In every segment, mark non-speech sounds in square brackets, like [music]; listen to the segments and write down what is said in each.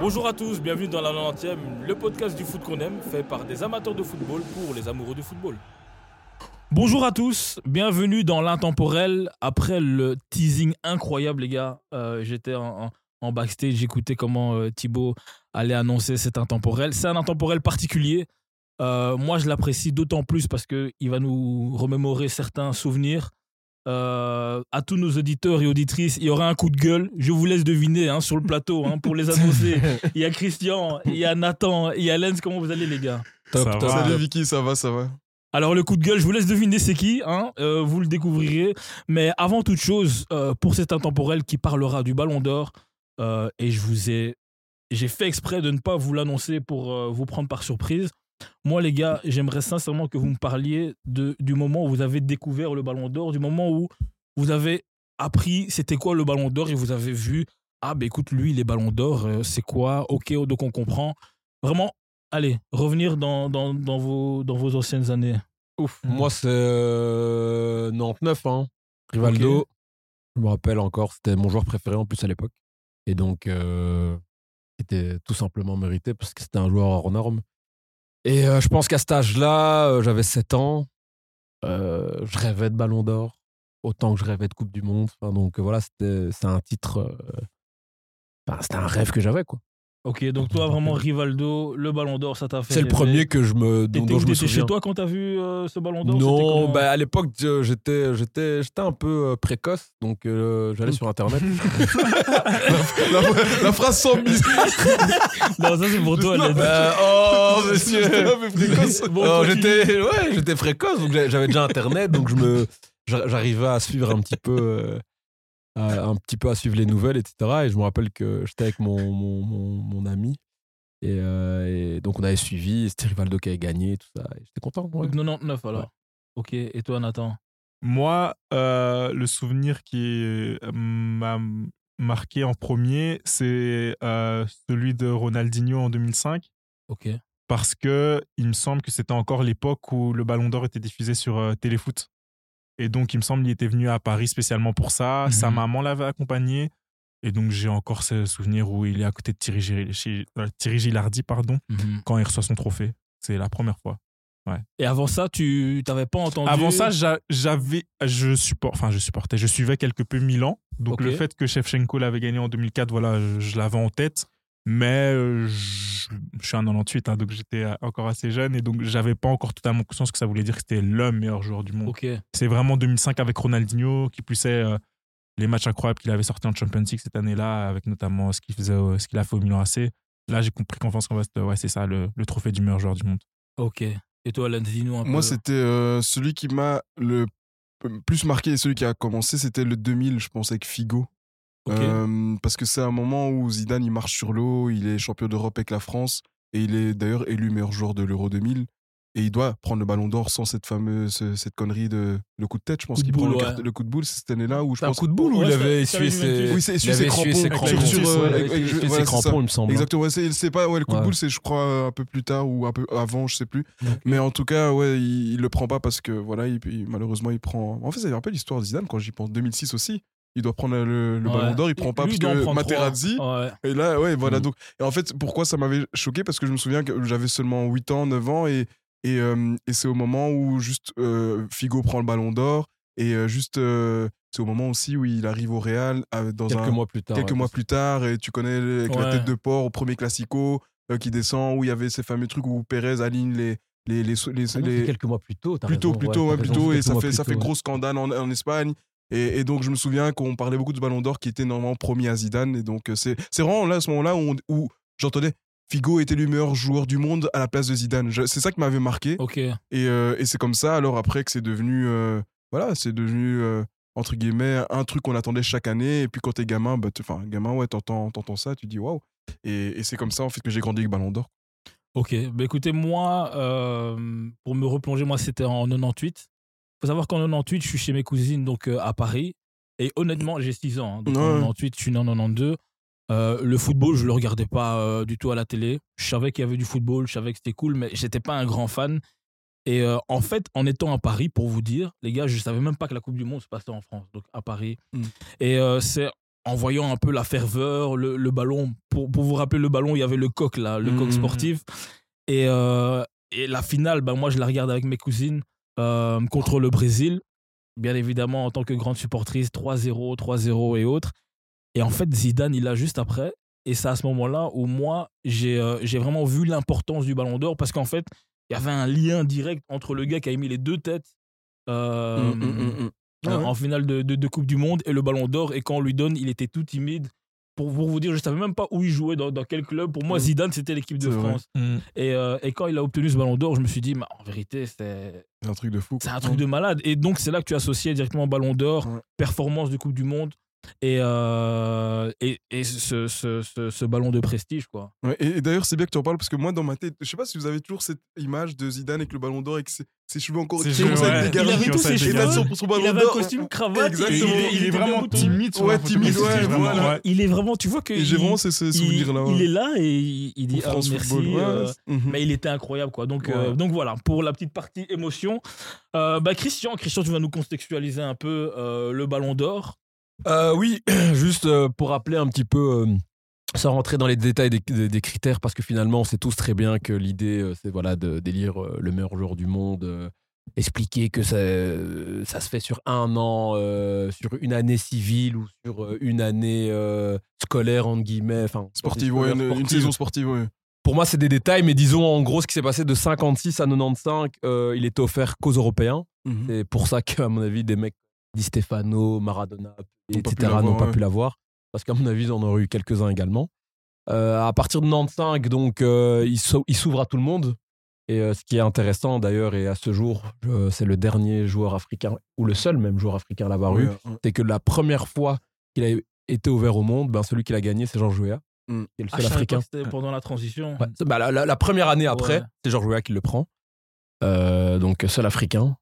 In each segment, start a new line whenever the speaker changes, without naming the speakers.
Bonjour à tous, bienvenue dans la 90e, le podcast du foot qu'on aime, fait par des amateurs de football pour les amoureux du football.
Bonjour à tous, bienvenue dans l'intemporel. Après le teasing incroyable, les gars, euh, j'étais en, en, en, backstage, j'écoutais comment euh, Thibaut allait annoncer cet intemporel. C'est un intemporel particulier. Euh, moi, je l'apprécie d'autant plus parce qu'il va nous remémorer certains souvenirs. Euh, à tous nos auditeurs et auditrices, il y aura un coup de gueule. Je vous laisse deviner hein, sur le plateau hein, pour les
[laughs]
annoncer. il y a Christian, il y a Nathan, il y a Lens. Comment vous allez, les gars
Top, ça top. Va.
hein.
Salut Vicky, ça va, ça va.
Alors le coup de gueule, je vous laisse deviner c'est qui, hein, euh, vous le découvrirez. Mais avant toute chose, euh, pour cet intemporel qui parlera du Ballon d'Or, euh, et je vous ai, j'ai fait exprès de ne pas vous l'annoncer pour euh, vous prendre par surprise. Moi, les gars, j'aimerais sincèrement que vous me parliez de, du moment où vous avez découvert le ballon d'or, du moment où vous avez appris c'était quoi le ballon d'or et vous avez vu, ah ben bah, écoute, lui, les ballons d'or, euh, c'est quoi Ok, donc on comprend. Vraiment, allez, revenir dans, dans, dans vos, dans vos anciennes années.
Ouf. Mmh. Moi, c'est euh, 99, hein. Rivaldo. Okay. Je me rappelle encore, c'était mon joueur préféré en plus à l'époque. Et donc, euh, c'était tout simplement mérité parce que c'était un joueur hors norme. Et euh, je pense qu'à cet âge-là, euh, j'avais 7 ans. Euh, je rêvais de Ballon d'Or, autant que je rêvais de Coupe du Monde. Enfin, donc euh, voilà, c'est un titre. euh, Enfin, c'était un rêve que j'avais, quoi.
Ok, donc toi, vraiment, Rivaldo, le Ballon d'or, ça t'a fait.
C'est le premier que je me.
Dont, dont je me souviens. chez toi quand t'as vu euh, ce Ballon d'or
Non, comment... bah, à l'époque, j'étais un peu euh, précoce, donc euh, j'allais sur Internet.
la, la, la, phrase sans mise.
[laughs] non, ça, c'est pour
[laughs]
toi,
non, bah, Oh, monsieur Oh, J'étais bon, ouais, précoce, donc j'avais déjà Internet, donc je me j'arrivais à suivre un petit peu. Euh, à, un petit peu à suivre les nouvelles, etc. Et je me rappelle que j'étais avec mon, mon, mon, mon, ami. Et, euh, et donc, on avait suivi. C'était Rivaldo qui avait gagné, tout ça. J'étais content.
Ouais. 99 alors. Ouais. Ok. Et toi, Nathan
Moi, euh, le souvenir qui m'a marqué en premier, c'est euh, celui de Ronaldinho en 2005.
Ok.
Parce que il me semble que c'était encore l'époque où le Ballon d'Or était diffusé sur euh, Téléfoot. Et donc, il me semble, il était venu à Paris spécialement pour ça. Mmh. Sa maman l'avait accompagné. Et donc, j'ai encore ce souvenir où il est à côté de Thierry, Gillardi, Thierry Gilardi, pardon, mmh. quand il reçoit son trophée. C'est la première fois. Ouais.
Mhm. Et avant ça, tu t'avais pas entendu
Avant ça, j'avais, je support, enfin, je supportais, je suivais quelque peu Milan. Donc, okay. le fait que Shevchenko l'avait gagné en 2004, voilà, je, je l'avais en tête. Mais je, je, suis un 98, hein, donc j'étais encore assez jeune et donc j'avais pas encore totalement conscience que ça voulait dire que c'était le meilleur joueur du monde.
Okay.
C'est vraiment 2005 avec Ronaldinho qui poussait euh, les matchs incroyables qu'il avait sortis en Champions League cette année-là, avec notamment ce qu'il faisait, au, ce qu'il a fait au Milan AC. Là, j'ai compris qu'en France, ouais, c'est ça le, le, trophée du meilleur joueur du monde.
Ok. Et toi, Alain, dis-nous un peu.
Moi, c'était euh, celui qui m'a le plus marqué et celui qui a commencé, c'était le 2000, je pense, avec Figo. Okay. Euh, parce que c'est un moment où Zidane il marche sur l'eau, il est champion d'Europe avec la France et il est d'ailleurs élu meilleur joueur de l'Euro 2000 et il doit prendre le ballon d'or sans cette fameuse cette connerie de le coup de tête je pense qu'il prend
boule,
le, carte,
ouais.
le, coup de boule cette année-là où je pense
un coup de boule où ouais, il avait essuyé ses
oui, c'est essuyé ses crampons
ses crampons, sur, sur, ouais, avec, avec, avec, ses crampons il me semble hein.
exactement c'est pas ouais le coup de boule c'est je crois un peu plus tard ou un peu avant je sais plus mais en tout cas ouais il, il le prend pas parce que voilà il, il, malheureusement il prend en fait c'est un peu l'histoire de Zidane quand j'y pense 2006 aussi il doit prendre le, le ouais. ballon d'or, il prend pas
Lui,
parce que
prend
Materazzi.
Ouais.
Et là, ouais, voilà. Mmh. Donc, et en fait, pourquoi ça m'avait choqué Parce que je me souviens que j'avais seulement 8 ans, 9 ans, et, et, euh, et c'est au moment où juste euh, Figo prend le ballon d'or, et euh, juste. c'est au moment aussi où il arrive au Real euh, dans
quelques
un,
mois plus tard
quelques ouais, mois plus tard et tu connais avec la tête de porc au premier classico euh, qui descend où il y avait ces fameux trucs où Pérez aligne les, les, les, les,
ah non, les... quelques mois plus tôt
plutôt plutôt plutôt et ça fait ça fait gros scandale en, en Espagne et, et, donc, je me souviens qu'on parlait beaucoup du Ballon d'Or qui était normalement promis à Zidane. Et donc, euh, c'est vraiment là, à ce moment-là, où, où j'entendais Figo était le meilleur joueur du monde à la place de Zidane. C'est ça qui m'avait marqué.
Okay.
Et, euh, et c'est comme ça, alors après, que c'est devenu, euh, voilà, c'est devenu, euh, entre guillemets, un truc qu'on attendait chaque année. Et puis, quand t'es gamin, bah, enfin, gamin, ouais, t'entends ça, tu dis waouh. Et, et c'est comme ça, en fait, que j'ai grandi avec Ballon d'Or.
Ok, bah écoutez, moi, euh, pour me replonger, moi, c'était en 98 faut savoir qu'en 98, je suis chez mes cousines donc euh, à Paris. Et honnêtement, j'ai 6 ans. Hein, donc en 98, je suis né en 92. Euh, le football, je ne le regardais pas euh, du tout à la télé. Je savais qu'il y avait du football, je savais que c'était cool, mais j'étais pas un grand fan. Et euh, en fait, en étant à Paris, pour vous dire, les gars, je ne savais même pas que la Coupe du Monde se passait en France, donc à Paris.
Mm.
Et euh, c'est en voyant un peu la ferveur, le, le ballon, pour, pour vous rappeler le ballon, il y avait le coq là, le coq
Mm.
sportif. Et, euh, et la finale, ben, moi, je la regarde avec mes cousines euh, contre le Brésil, bien évidemment, en tant que grande supportrice, 3-0, 3-0 et autres. Et en fait, Zidane, il a juste après. Et c'est à ce moment-là où moi, j'ai euh, j'ai vraiment vu l'importance du ballon d'or parce qu'en fait, il y avait un lien direct entre le gars qui a mis les deux têtes
Mm,
euh,
Hum, hum, hum, hum.
euh,
Ouais.
en finale de, de- de Coupe du Monde et le ballon d'or. Et quand on lui donne, il était tout timide. Pour, pour vous dire, je savais même pas où il jouait, dans, dans quel club. Pour moi,
Mm.
Zidane, c'était l'équipe de
C'est vrai.
France. Et, euh, et quand il a obtenu ce ballon d'or, je me suis dit, mais en vérité, c'est
C'est un truc de fou.
c'est un truc de malade. Et donc, c'est là que tu associais directement Ballon d'Or,
Ouais.
performance du Coupe du Monde et, euh, et, et ce, ce- ce- ce ballon de prestige. Quoi.
Ouais, et, et d'ailleurs, c'est bien que tu en parles parce que moi, dans ma tête, je sais pas si vous avez toujours cette image de Zidane avec le ballon d'or et que ses, ses cheveux encore
Ses
qui
cheveux,
commencent à
ouais.
être
Il avait
dégarnis.
tous ses
Et là,
cheveux.
sur pour son
Il
ballon
avait un
d'or.
costume cravate.
Et
Exactement.
Il est, il est
était
vraiment
bien bouton.
timide sur la
Ouais,
photo,
timide,
mais c'est
ouais,
vraiment-
voilà.
ouais.
Il est vraiment, tu vois que.
Et j'ai
il-
vraiment ce, ce
il-
souvenir-là.
il est là et il, il dit ah, merci. euh,
[laughs] Mhm.
mais il était incroyable quoi. Donc, euh,
Ouais.
donc voilà, pour la petite partie émotion. Euh, bah, Christian, Christian, tu vas nous contextualiser un peu euh, le ballon d'or.
Euh, oui, [clears throat] juste euh, pour rappeler un petit peu, euh, sans rentrer dans les détails des, des- des critères, parce que finalement, on sait tous très bien que l'idée, euh, c'est voilà, de- d'élire euh, le meilleur joueur du monde, euh, expliquer que ça, euh, ça se fait sur un an, euh, sur une année civile ou sur euh, une année euh, scolaire, entre guillemets. enfin,
Sportive, ouais,
scolaire,
une, une
sportive.
saison sportive, ouais.
Pour moi, c'est des détails, mais disons en gros ce qui s'est passé de 56 à 95, euh, il était offert qu'aux Européens.
Mhm.
C'est pour ça qu'à mon avis, des mecs Di Stefano, Maradona,
N'ont pas pu
etc.
l'avoir,
n'ont pas
ouais.
pu l'avoir. Parce qu'à mon avis, on en aurait eu quelques-uns également. Euh, à partir de 95, donc, euh, il s'ou- il s'ouvre à tout le monde. Et euh, ce qui est intéressant d'ailleurs, et à ce jour, je- c'est le dernier joueur africain, ou le seul même joueur africain à l'avoir eu,
Ouais, ouais.
c'est que la première fois qu'il a été ouvert au monde, ben, celui qui l'a gagné, c'est Georges Weah,
Mm.
qui est le
Ah,
seul
je savais
africain.
pas que c'était pendant la transition.
Ouais, c'est- bah, la, la- la première année après,
Ouais.
c'est Georges Weah qui le prend. Euh, donc seul africain.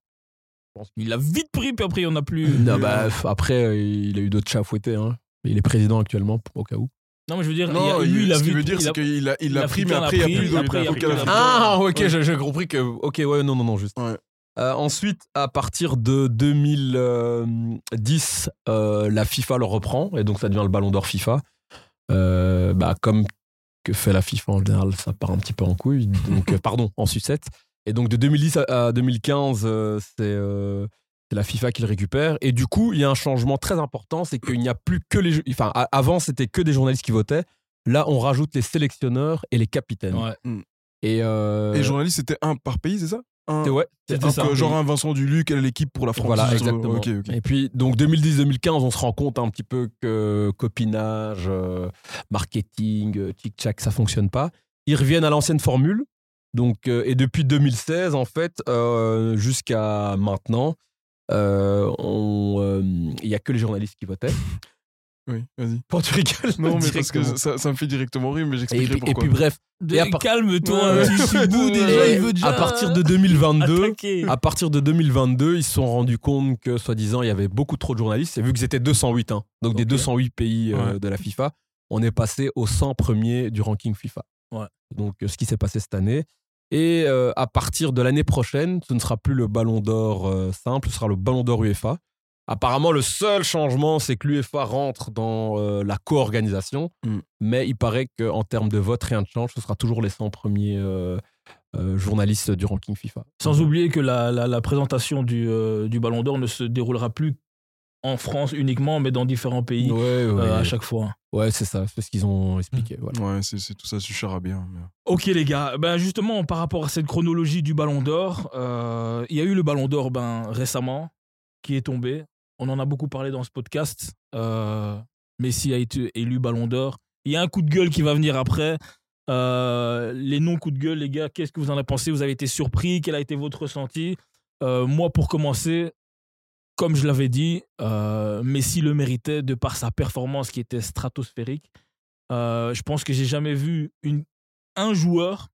Il l'a vite pris, puis après, il n'y en a plus.
Non, bah, f- après, euh, il a eu d'autres chats à fouetter. hein. Il est président actuellement, pour- au cas où.
Non, mais je veux dire, il y a-
Non,
lui,
il-
il a
ce
vite.
qu'il veut dire,
il
c'est
a-
qu'il a- il l'a pris, mais
L'Africain l'a
après, il n'y a
pris,
plus de-
après, il y a
aucun
plus
Africain.
Ah, ok,
Ouais.
j'ai j'ai compris que. Ok, ouais, non, non, non, juste.
Ouais.
Euh, ensuite, à partir de 2010, euh, la FIFA le reprend, et donc ça devient le ballon d'or FIFA. Euh, bah, comme que fait la FIFA en général, ça part un petit peu en couille, donc, euh, pardon, en sucette. Et donc de 2010 à à 2015, euh, c'est euh, c'est la FIFA qui le récupère. Et du coup, il y a un changement très important, c'est qu'il n'y a plus que les... jou- Enfin, a- avant, c'était que des journalistes qui votaient. Là, on rajoute les sélectionneurs et les capitaines.
Ouais.
Et, euh,
Et journaliste, c'était un par pays, c'est ça Un-
c'était- ouais,
C'était
un
ça.
peu Genre un Vincent Duluc, quelle est l'équipe pour la France
Voilà,
ce-
exactement.
Ok, ok.
Et puis, donc 2010-2015, on se rend compte un petit peu que copinage, euh, marketing, euh, tic-tac, ça fonctionne pas. Ils reviennent à l'ancienne formule. Donc, euh, et depuis 2016, en fait, euh, jusqu'à maintenant, euh, on, euh, il y a que les journalistes qui votaient. [laughs]
Oui, vas-y.
Pour tu rigoles
Non, mais parce que
directement.
ça, ça me fait directement rire, mais
et,
j'expliquerai
puis, et
pourquoi.
puis bref,
De-
Et à part-
Calme-toi,
Ouais.
tu suis bout déjà,
Et
il veut déjà. hein.
à partir de 2022,
attaquer.
À partir de 2022, ils se sont rendus compte que, soi-disant, il y avait beaucoup trop de journalistes. Et vu que c'était 208, hein, donc des
Ok.
208 pays euh, de la FIFA, on est passé aux 100 premiers du ranking FIFA.
Ouais.
Donc, euh, ce qui s'est passé cette année. Et euh, à partir de l'année prochaine, ce ne sera plus le ballon d'or euh, simple, ce sera le ballon d'or UEFA. Apparemment, le seul changement, c'est que l'UEFA rentre dans euh, la co-organisation.
Mm.
Mais il paraît qu'en termes de vote, rien ne change. Ce sera toujours les 100 premiers euh, euh, journalistes du ranking FIFA.
Sans oublier que la, la- la présentation du, euh, du Ballon d'Or ne se déroulera plus en France uniquement, mais dans différents pays
Ouais,
euh,
ouais.
à chaque fois.
Ouais, c'est ça, c'est ce qu'ils ont expliqué. voilà.
Ouais, c'est c'est tout ça, c'est charabien. mais-
Ok les gars, ben justement par rapport à cette chronologie du Ballon d'Or, euh, il y a eu le Ballon d'Or ben, récemment qui est tombé. On en a beaucoup parlé dans ce podcast. Euh, Messi a été élu Ballon d'Or. Il y a un coup de gueule qui va venir après. Euh, les non coups de gueule, les gars, qu'est-ce que vous en avez pensé Vous avez été surpris Quel a été votre ressenti Euh, Moi, pour commencer, comme je l'avais dit, euh, Messi le méritait de par sa performance qui était stratosphérique. Euh, je pense que j'ai jamais vu une, un joueur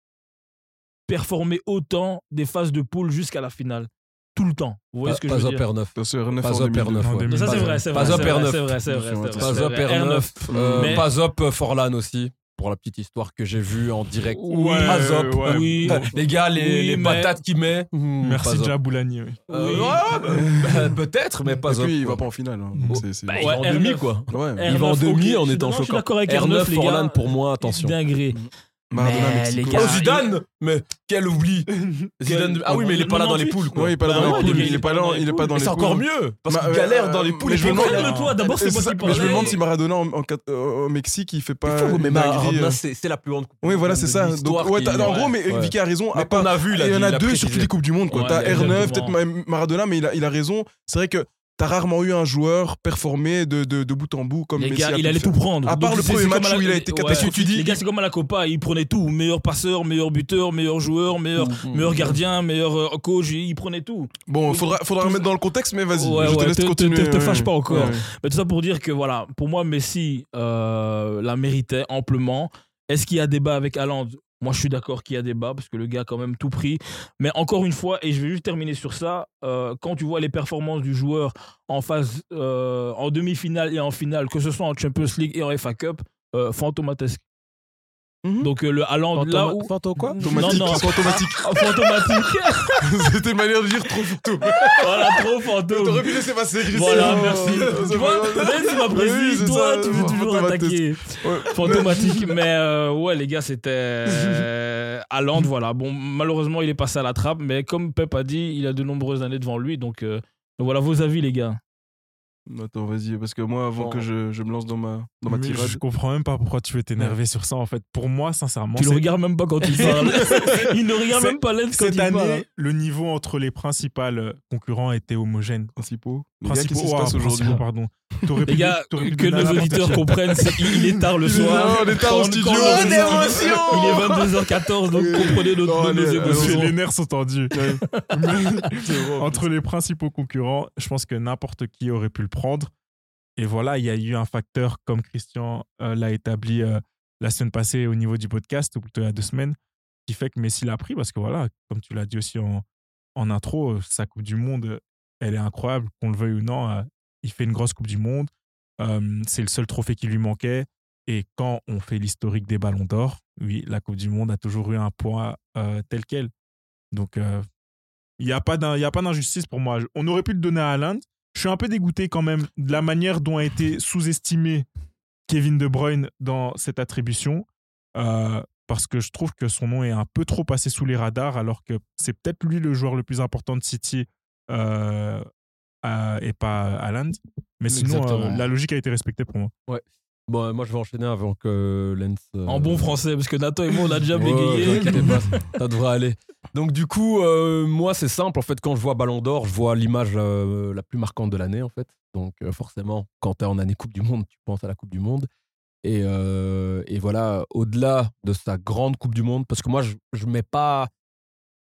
performer autant des phases de poule jusqu'à la finale. Tout le temps. Vous voyez
Pas,
ce que
pas
je veux
up
dire
R9.
Ça, c'est RNF
Pas
en
up
2002.
R9.
En
ouais.
2000.
Mais ça,
Pas-
c'est vrai, c'est vrai.
Pas
c'est
up
vrai,
R9.
C'est vrai, c'est vrai, c'est vrai.
Pas up
R9.
R9. euh,
Mais-
Pas up Forlan aussi. pour la petite histoire que j'ai vue en direct.
Ouais,
Pas zop.
ouais.
oui,
[laughs]
[laughs]
Les gars, les,
Oui,
les
mais-
patates qu'il met. hmm, pas
Merci
zop.
Jaboulani. Oui.
Oui.
Euh,
[laughs]
ouais, bah, Peut-être, mais pas
Parce que
zop,
lui, il
quoi.
va pas en finale. hein.
Bon.
C'est- c'est-
Bah,
Il va en
Ouais,
demi,
R9.
quoi.
Ouais.
Il va
R9,
en
ok,
demi en
je suis-
étant
non, Je suis
choquant.
d'accord avec R9,
R9,
les gars.
Orlan, pour moi, attention.
Dinguerie.
Maradona,
Mais
Mexico.
les gars-
Oh, Zidane Mais
[laughs]
quel oubli Zidane, Ah oui, mais il est pas là dans les
98.
poules, quoi.
Ouais, il est pas là
Bah
dans
ouais,
les poules.
mais
Il est pas là. Il est pas dans
Mais
les
c'est encore
poules.
mieux Parce
Bah,
qu'il
euh,
galère dans les
mais
poules. et
je
puis
me
il
demande-
gagne.
Calme-toi, d'abord c'est
C'est
moi
ça,
qui
mais
parlais.
je me demande si Maradona en- en quatre- euh, au Mexique il fait pas.
Il faut,
une
mais ma-
dinguerie,
Maradona,
euh.
c'est c'est la plus grande coupe
Oui
du
voilà
monde
c'est
de
ça.
l'histoire
Donc, ouais,
qui-
t'as- en gros mais
Ouais.
Vicky a raison.
Mais
À part
qu'on a vu,
Et
là,
Il y en
l'a
a deux
précisé.
sur toutes les Coupes du Monde. quoi.
Ouais,
t'as R9,
exactement.
peut-être même Maradona, mais il a, il a raison. C'est vrai que t'as rarement eu un joueur performé de, de, de bout en bout comme
les
Messi.
gars,
a pu
il allait
le faire.
tout prendre.
À part
Donc,
le
c'est-
premier
c'est
match
comme à
où il a
la-
été
ouais.
catastrophique. Tu dis-
Les gars, c'est comme à la Copa, il prenait tout. Meilleur passeur, meilleur buteur, meilleur joueur, meilleur, Mm.
Mm.
Mm.
meilleur gardien, meilleur euh, coach, il prenait tout.
Bon, faudra, faudra remettre dans le contexte, mais vas-y.
Ouais,
je te
ouais,
laisse
te- te-
continuer. euh.
te- te
ouais.
fâche pas encore.
Ouais.
Mais tout ça pour dire que voilà, pour moi, Messi euh, la méritait amplement. Est-ce qu'il y a débat avec Haaland Moi, je suis d'accord qu'il y a débat parce que le gars a quand même tout pris. Mais encore une fois, et je vais juste terminer sur ça, euh, quand tu vois les performances du joueur en phase, euh, en demi-finale et en finale, que ce soit en Champions League et en FA Cup, euh, fantomatesque.
Mhm.
Donc euh, le Haaland là où
quoi
Automatique,
Non, non.
c'est automatique.
Ah, fantomatique. [laughs]
[laughs] C'était une manière de dire trop fantôme.
voilà, trop fantôme.
T'aurais pu laisser passer Christian. [laughs]
Voilà, merci.
C'est
Tu vois,
pas-
même si ma
Oui, c'est
toi,
ça,
tu veux toujours
fantomatesque.
attaquer.
Ouais.
fantomatique. mais euh, ouais, les gars, c'était euh, Haaland, voilà. Bon, malheureusement, il est passé à la trappe, mais comme Pep a dit, il a de nombreuses années devant lui, donc euh, donc voilà vos avis, les gars.
Attends, vas-y, parce que moi, avant
Bon.
que je, je me lance dans ma, dans ma
Mais
tirade.
je comprends même pas pourquoi tu veux t'énerver sur ça en fait. Pour moi, sincèrement,
tu le
c'est-
regardes même pas quand il parle. [laughs] il ne regarde
c'est-
même pas hein. l'aide quand
cette
il
année,
parle.
le niveau entre les principaux concurrents était homogène.
Principaux. Les gars,
Principaux,
qu'est-ce qui se
ouah,
passe aujourd'hui hein.
principaux, pardon. T'aurais
Les
pu-
gars,
t'aurais pu
que
donner
nos
n'importe
auditeurs
qui.
comprennent, c'est- il est tard le
Il est-
soir.
[laughs] non, on est tard au
Quand-
studio.
quand-
Oh,
d'émotion
Il est 22h14, donc comprenez notre-
Non,
nos
allez,
Parce que
émotions.
les nerfs sont tendus.
Ouais.
[laughs]
[laughs]
Mais entre les principaux concurrents, je pense que n'importe qui aurait pu le prendre. Et voilà, il y a eu un facteur, comme Christian euh, l'a établi euh, la semaine passée au niveau du podcast, ou plutôt il y a deux semaines, qui fait que Messi l'a pris parce que voilà, comme tu l'as dit aussi en, en intro, euh, sa Coupe du Monde, euh, elle est incroyable, qu'on le veuille ou non. euh, il fait une grosse Coupe du Monde. Euh, c'est le seul trophée qui lui manquait. Et quand on fait l'historique des ballons d'or, oui, la Coupe du Monde a toujours eu un poids euh, tel quel. Donc, euh, il n'y a pas d'in- il y a pas d'injustice pour moi. Je- On aurait pu le donner à Haaland. Je suis un peu dégoûté quand même de la manière dont a été sous-estimé Kevin De Bruyne dans cette attribution. euh, parce que je trouve que son nom est un peu trop passé sous les radars, alors que c'est peut-être lui le joueur le plus important de City euh, à- et pas Haaland. Mais sinon, euh,
Exactement.
la logique a été respectée pour moi.
Bon, euh, moi, je vais enchaîner avant que Lens. euh,
En bon français, parce que Nathan et moi, on a déjà
Ouais,
bégayé.
t'inquiète pas, ça devrait aller. Donc du coup, euh, moi c'est simple en fait quand je vois Ballon d'Or, je vois l'image euh, la plus marquante de l'année en fait. Donc euh, forcément, quand t'es en année Coupe du Monde, tu penses à la Coupe du Monde. Et, euh, et voilà, au-delà de sa grande Coupe du Monde, parce que moi je, je mets pas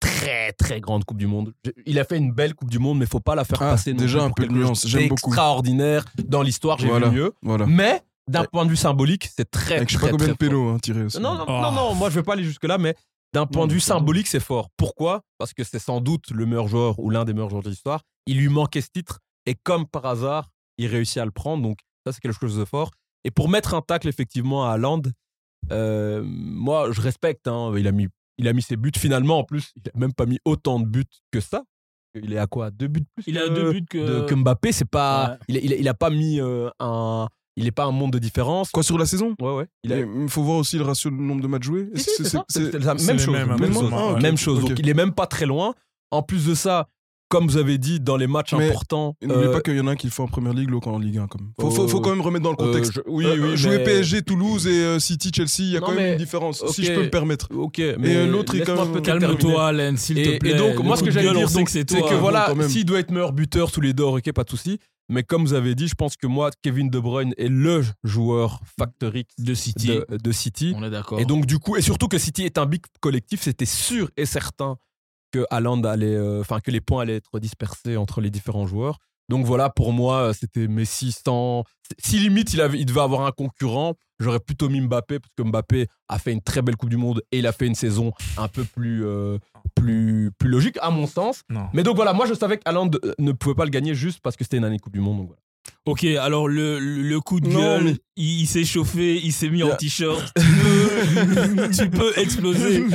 très très grande Coupe du Monde. Je- il a fait une belle Coupe du Monde, mais faut pas la faire
Ah,
passer non
déjà
plus
un
pour
peu de
quelque chose
nuance, j'aime beaucoup.
Extraordinaire dans l'histoire, j'ai
Voilà.
vu mieux.
Voilà.
Mais d'un point de vue symbolique, c'est très
Avec je sais pas
très,
combien de
très fort.
pélos hein, tirés aussi.
Non, non,
Oh.
non, non, moi je vais pas aller jusque-là, mais d'un point de vue symbolique, c'est fort. Pourquoi Parce que c'est sans doute le meilleur joueur ou l'un des meilleurs joueurs de l'histoire. Il lui manquait ce titre et comme par hasard, il réussit à le prendre. Donc ça, c'est quelque chose de fort. Et pour mettre un tacle effectivement à Haaland, euh, moi je respecte. hein. il, a mis, il a mis ses buts finalement. En plus, il a même pas mis autant de buts que ça. Il est à quoi Deux buts de plus
Il a
que-
deux buts
Euh, de-
que.
que Mbappé. C'est pas,
Ouais.
il, a- il, a- il a pas mis euh, un. Il n'est pas un monde de différence.
Quoi sur la saison
Ouais, ouais. Il
Il
a-
faut voir aussi le ratio de nombre de matchs joués.
si, c'est ça. C'est c'est la
c'est
même
les
chose.
mêmes, hein,
même
pour
chose.
moi, ouais.
Même chose.
Ok.
Donc il est même pas très loin. En plus de ça, comme vous avez dit, dans les matchs
Mais
importants.
Et N'oubliez
euh,
pas qu'il y en a un qui le fait en première ligue, l'autre en Ligue 1 quand même. Faut, faut,
Euh,
faut quand même remettre dans le
euh,
contexte.
je- oui,
Euh,
oui,
jouer
mais-
PSG, Toulouse et euh, City, Chelsea, il y a
Non,
quand même
mais-
une différence,
ok.
si je peux me permettre.
Ok, mais
euh, l'autre est
laisse-moi
quand même-
peut-être terminer.
Calme-toi, Alain, s'il te
Et,
plaît.
et donc, moi,
Le
ce que
coup de
j'allais
gueule,
dire,
on sait
donc,
que c'est
c'est
toi.
que voilà,
quand même.
s'il doit être meilleur buteur tous les deux, ok, pas de souci. Mais comme vous avez dit, je pense que moi, Kevin De Bruyne est le joueur factorique
De City.
de, de City.
On est d'accord.
Et donc, du coup, et surtout que City est un big collectif, c'était sûr et certain que Haaland allait, euh, enfin, que les points allaient être dispersés entre les différents joueurs. Donc voilà, pour moi, euh, c'était Messi sans. Si limite il, avait, il devait avoir un concurrent, j'aurais plutôt mis Mbappé, parce que Mbappé a fait une très belle Coupe du Monde et il a fait une saison un peu plus, euh, plus, plus logique, à mon sens.
Non.
Mais donc voilà, moi je savais que Haaland euh, ne pouvait pas le gagner juste parce que c'était une année Coupe du Monde. donc voilà.
Ok, alors le, le- le coup de
Non,
gueule,
mais-
il, il s'est chauffé, il s'est mis
Y
en
a-
t-shirt. tu, peux, tu peux exploser.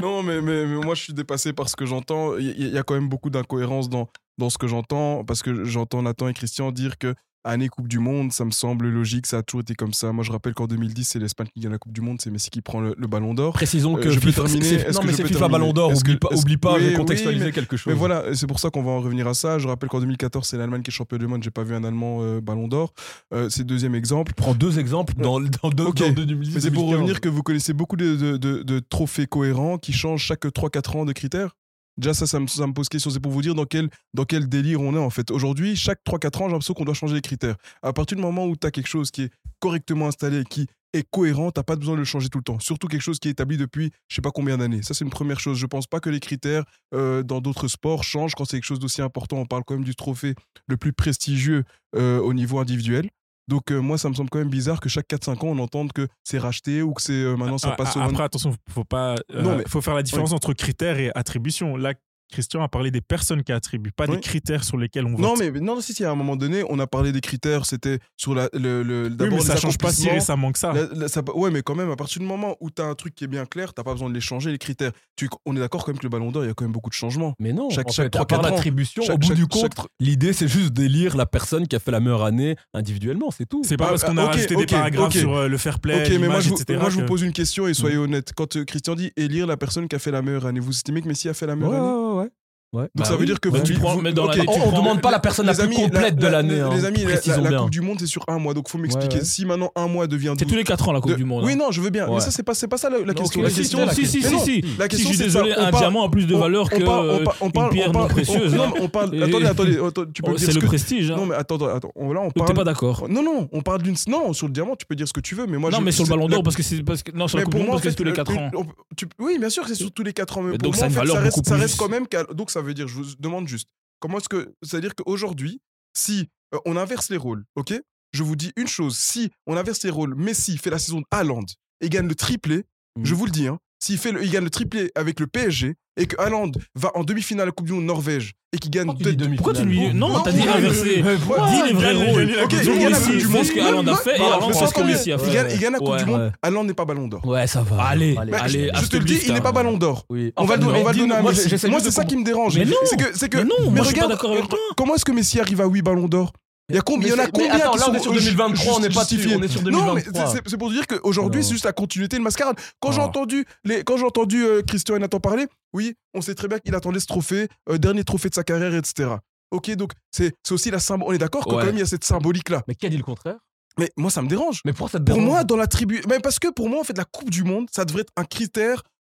non, mais, mais, mais moi, je suis dépassé par ce que j'entends. Il y, il y a quand même beaucoup d'incohérences dans, dans ce que j'entends, parce que j'entends Nathan et Christian dire que année Coupe du Monde, ça me semble logique, ça a toujours été comme ça. Moi, je rappelle qu'en 2010, c'est l'Espagne qui gagne la Coupe du Monde, c'est Messi qui prend le, le ballon d'or.
Précisons
Euh,
que
je peux
FIFA,
terminer
c'est-
Est-ce
non,
que
mais
je
c'est
peux
FIFA
terminer
Ballon d'Or.
Est-ce que-
Oublie pas,
est-ce-
oublie pas
oui,
de
oui,
contextualiser
mais-
quelque chose.
Mais voilà, c'est pour ça qu'on va en revenir à ça. Je rappelle qu'en 2014, c'est l'Allemagne qui est championne du monde. J'ai pas vu un Allemand euh, ballon d'or. Euh, c'est le deuxième exemple.
Prends deux exemples dans, dans deux.
Ok.
dans deux- 2010,
Mais c'est pour
2015.
revenir que vous connaissez beaucoup de, de- de- de trophées cohérents qui changent chaque 3-4 ans de critères. Déjà, ça, ça me, ça me pose question. C'est pour vous dire dans quel, dans quel délire on est en fait. Aujourd'hui, chaque 3-4 ans, j'ai l'impression qu'on doit changer les critères. À partir du moment où tu as quelque chose qui est correctement installé, qui est cohérent, t'as pas besoin de le changer tout le temps. Surtout quelque chose qui est établi depuis je sais pas combien d'années. Ça, c'est une première chose. Je pense pas que les critères euh, dans d'autres sports changent quand c'est quelque chose d'aussi important. On parle quand même du trophée le plus prestigieux euh, au niveau individuel. Donc euh, moi, ça me semble quand même bizarre que chaque 4-5 ans, on entende que c'est racheté ou que c'est euh, maintenant ça
Ah,
passe
ah,
au
Après, attention, faut pas. euh,
Non, mais-
faut faire la différence entre critères et attribution. Là, Christian a parlé des personnes qui attribuent, pas
Oui.
des critères sur lesquels on vote.
Non, mais mais- non, si, si, à un moment donné, on a parlé des critères, c'était sur la, le, le-
Oui,
d'abord
mais
les
ça change pas si
accomplissements.
récemment que ça.
Là, là, ça- ouais, mais quand même, à partir du moment où tu as un truc qui est bien clair, t'as pas besoin de les changer, les critères. Tu, on est d'accord quand même que le ballon d'or, il y a quand même beaucoup de changements.
Mais non,
Chaque-
en
chaque
fait,
trois,
à part
quatre ans.
l'attribution, au
Chaque-
bout
chaque-
du compte,
chaque-
l'idée c'est juste d'élire la personne qui a fait la meilleure année individuellement, c'est tout.
C'est pas
Ah,
parce qu'on a
ah, ok,
rajouté
ok,
des paragraphes
ok.
sur euh, le fair play,
ok, mais moi,
l'image,
je, vous-
etc.
moi, je vous
que-
pose une question et soyez honnête. Quand euh, Christian dit élire la personne qui a fait la meilleure année, vous estimez que Messi a fait la
Ouais,
meilleure
ouais,
année
ouais. ouais.
Donc
Bah
ça veut
oui.
dire que
Bah,
vous,
tu prends-
vous-
mais dans
ok,
la-
On,
tu
on
prends-
demande pas la personne la,
Les
plus
amis,
complète
la-
de
la-
l'année.
Les,
hein.
les amis, la- la,
Précisons
la
bien.
Coupe du Monde, c'est sur un mois. Donc, faut m'expliquer.
Ouais, ouais.
Si maintenant un mois devient
C'est tous
12,
les 4 ans la Coupe
de-
du Monde.
Oui,
hein.
non, je veux bien. Mais
Ouais.
ça, c'est pas, c'est pas ça la, la
Non,
question.
ok,
La
si,
question,
si,
la
si,
question-
si,
mais
si,
non,
si.
la
Si,
question,
je suis
c'est ça.
désolé,
On
un
parle-
diamant a plus de
on-
valeur
on
que
parle- on
euh,
parle- on parle-
pierre
on
non
parle-
précieuse,
Non,
hein.
mais on parle.
Et-
Attendez, attendez. attends, Tu
Oh,
peux me dire
C'est
ce
le
que.
prestige. hein.
Non, mais attends, attends. on- Là, on
Donc t'es pas
parle.
d'accord.
Non, non, on parle d'une. Non, sur le diamant, tu peux dire ce que tu veux, mais moi.
Non,
je-
mais sur le
c'est-
Ballon d'Or,
la-
parce que c'est parce que non sur
mais
la Coupe
pour
du Monde
moi, en
parce que
fait,
c'est tous les
le-
4 ans.
on- tu- oui, bien sûr, c'est sur tous les 4 ans. Mais
Mais donc,
pour moi,
ça a
en
une
fait,
valeur
reste,
beaucoup
ça
plus.
reste quand même. qu'à- Donc, ça veut dire, je vous demande juste, comment est-ce que. C'est-à-dire qu'aujourd'hui, si euh, on inverse les rôles, ok Je vous dis une chose, si on inverse les rôles, Messi fait la saison de Haaland et gagne le triplé,
Mm.
Mhm.
je vous le dis, hein, s'il fait le- il gagne le triplé avec le PSG et que Haaland va en demi-finale à la Coupe du Monde Norvège et qu'il gagne.
Pourquoi
deux-
Oh, tu dis
Pourquoi tu lui
demi-finale
non t'as dit
Ouais,
inversé.
ouais, ouais,
Dis les vrais
gagne-
rôles.
gagne la
Ok,
Coupe du
il
Monde,
gagne la
ici,
Coupe
ici.
du
pense
Monde.
que Haaland a
Non,
fait et
non,
Haaland
mais
pense
attendez,
que Messi a fait.
Il gagne il gagne la Coupe
Ouais,
du
ouais.
Monde, Haaland n'est pas ballon d'or.
Ouais, ça va.
Allez,
Allez,
Mais
allez,
je te le dis, il n'est pas ballon d'or.
Oui.
On va, le,
non,
don- on va le donner à
moi,
Messi.
j'essaie
Moi,
juste
c'est
de
ça qui me dérange.
Mais non,
c'est que, c'est que,
mais non, moi, je suis pas
regarde, euh,
d'accord avec toi.
Comment est-ce que Messi arrive à 8 ballons d'or Il y a combien Il y en a
Mais-
combien
mais attends,
qui
là, on
sont
est sur 2023, on n'est pas
justifiés
dessus, on est sur
Non, mais
2023.
c'est- c'est- c'est pour dire qu'aujourd'hui,
Non.
c'est juste la continuité, le mascarade. Quand j'ai
Ah.
entendu, les, quand j'ai entendu euh, Christian et Nathan parler, oui, on sait très bien qu'il attendait ce trophée, euh, dernier trophée de sa carrière, etc. Ok, donc c'est c'est aussi la symbole. On est d'accord que
Ouais.
quand même il y a cette symbolique là.
Mais qui a dit le contraire
Mais moi, ça me dérange.
Mais pourquoi ça te
Pour
dérange
moi, dans la tribu. Mais parce que pour moi, en fait, la Coupe du Monde, ça devrait être un critère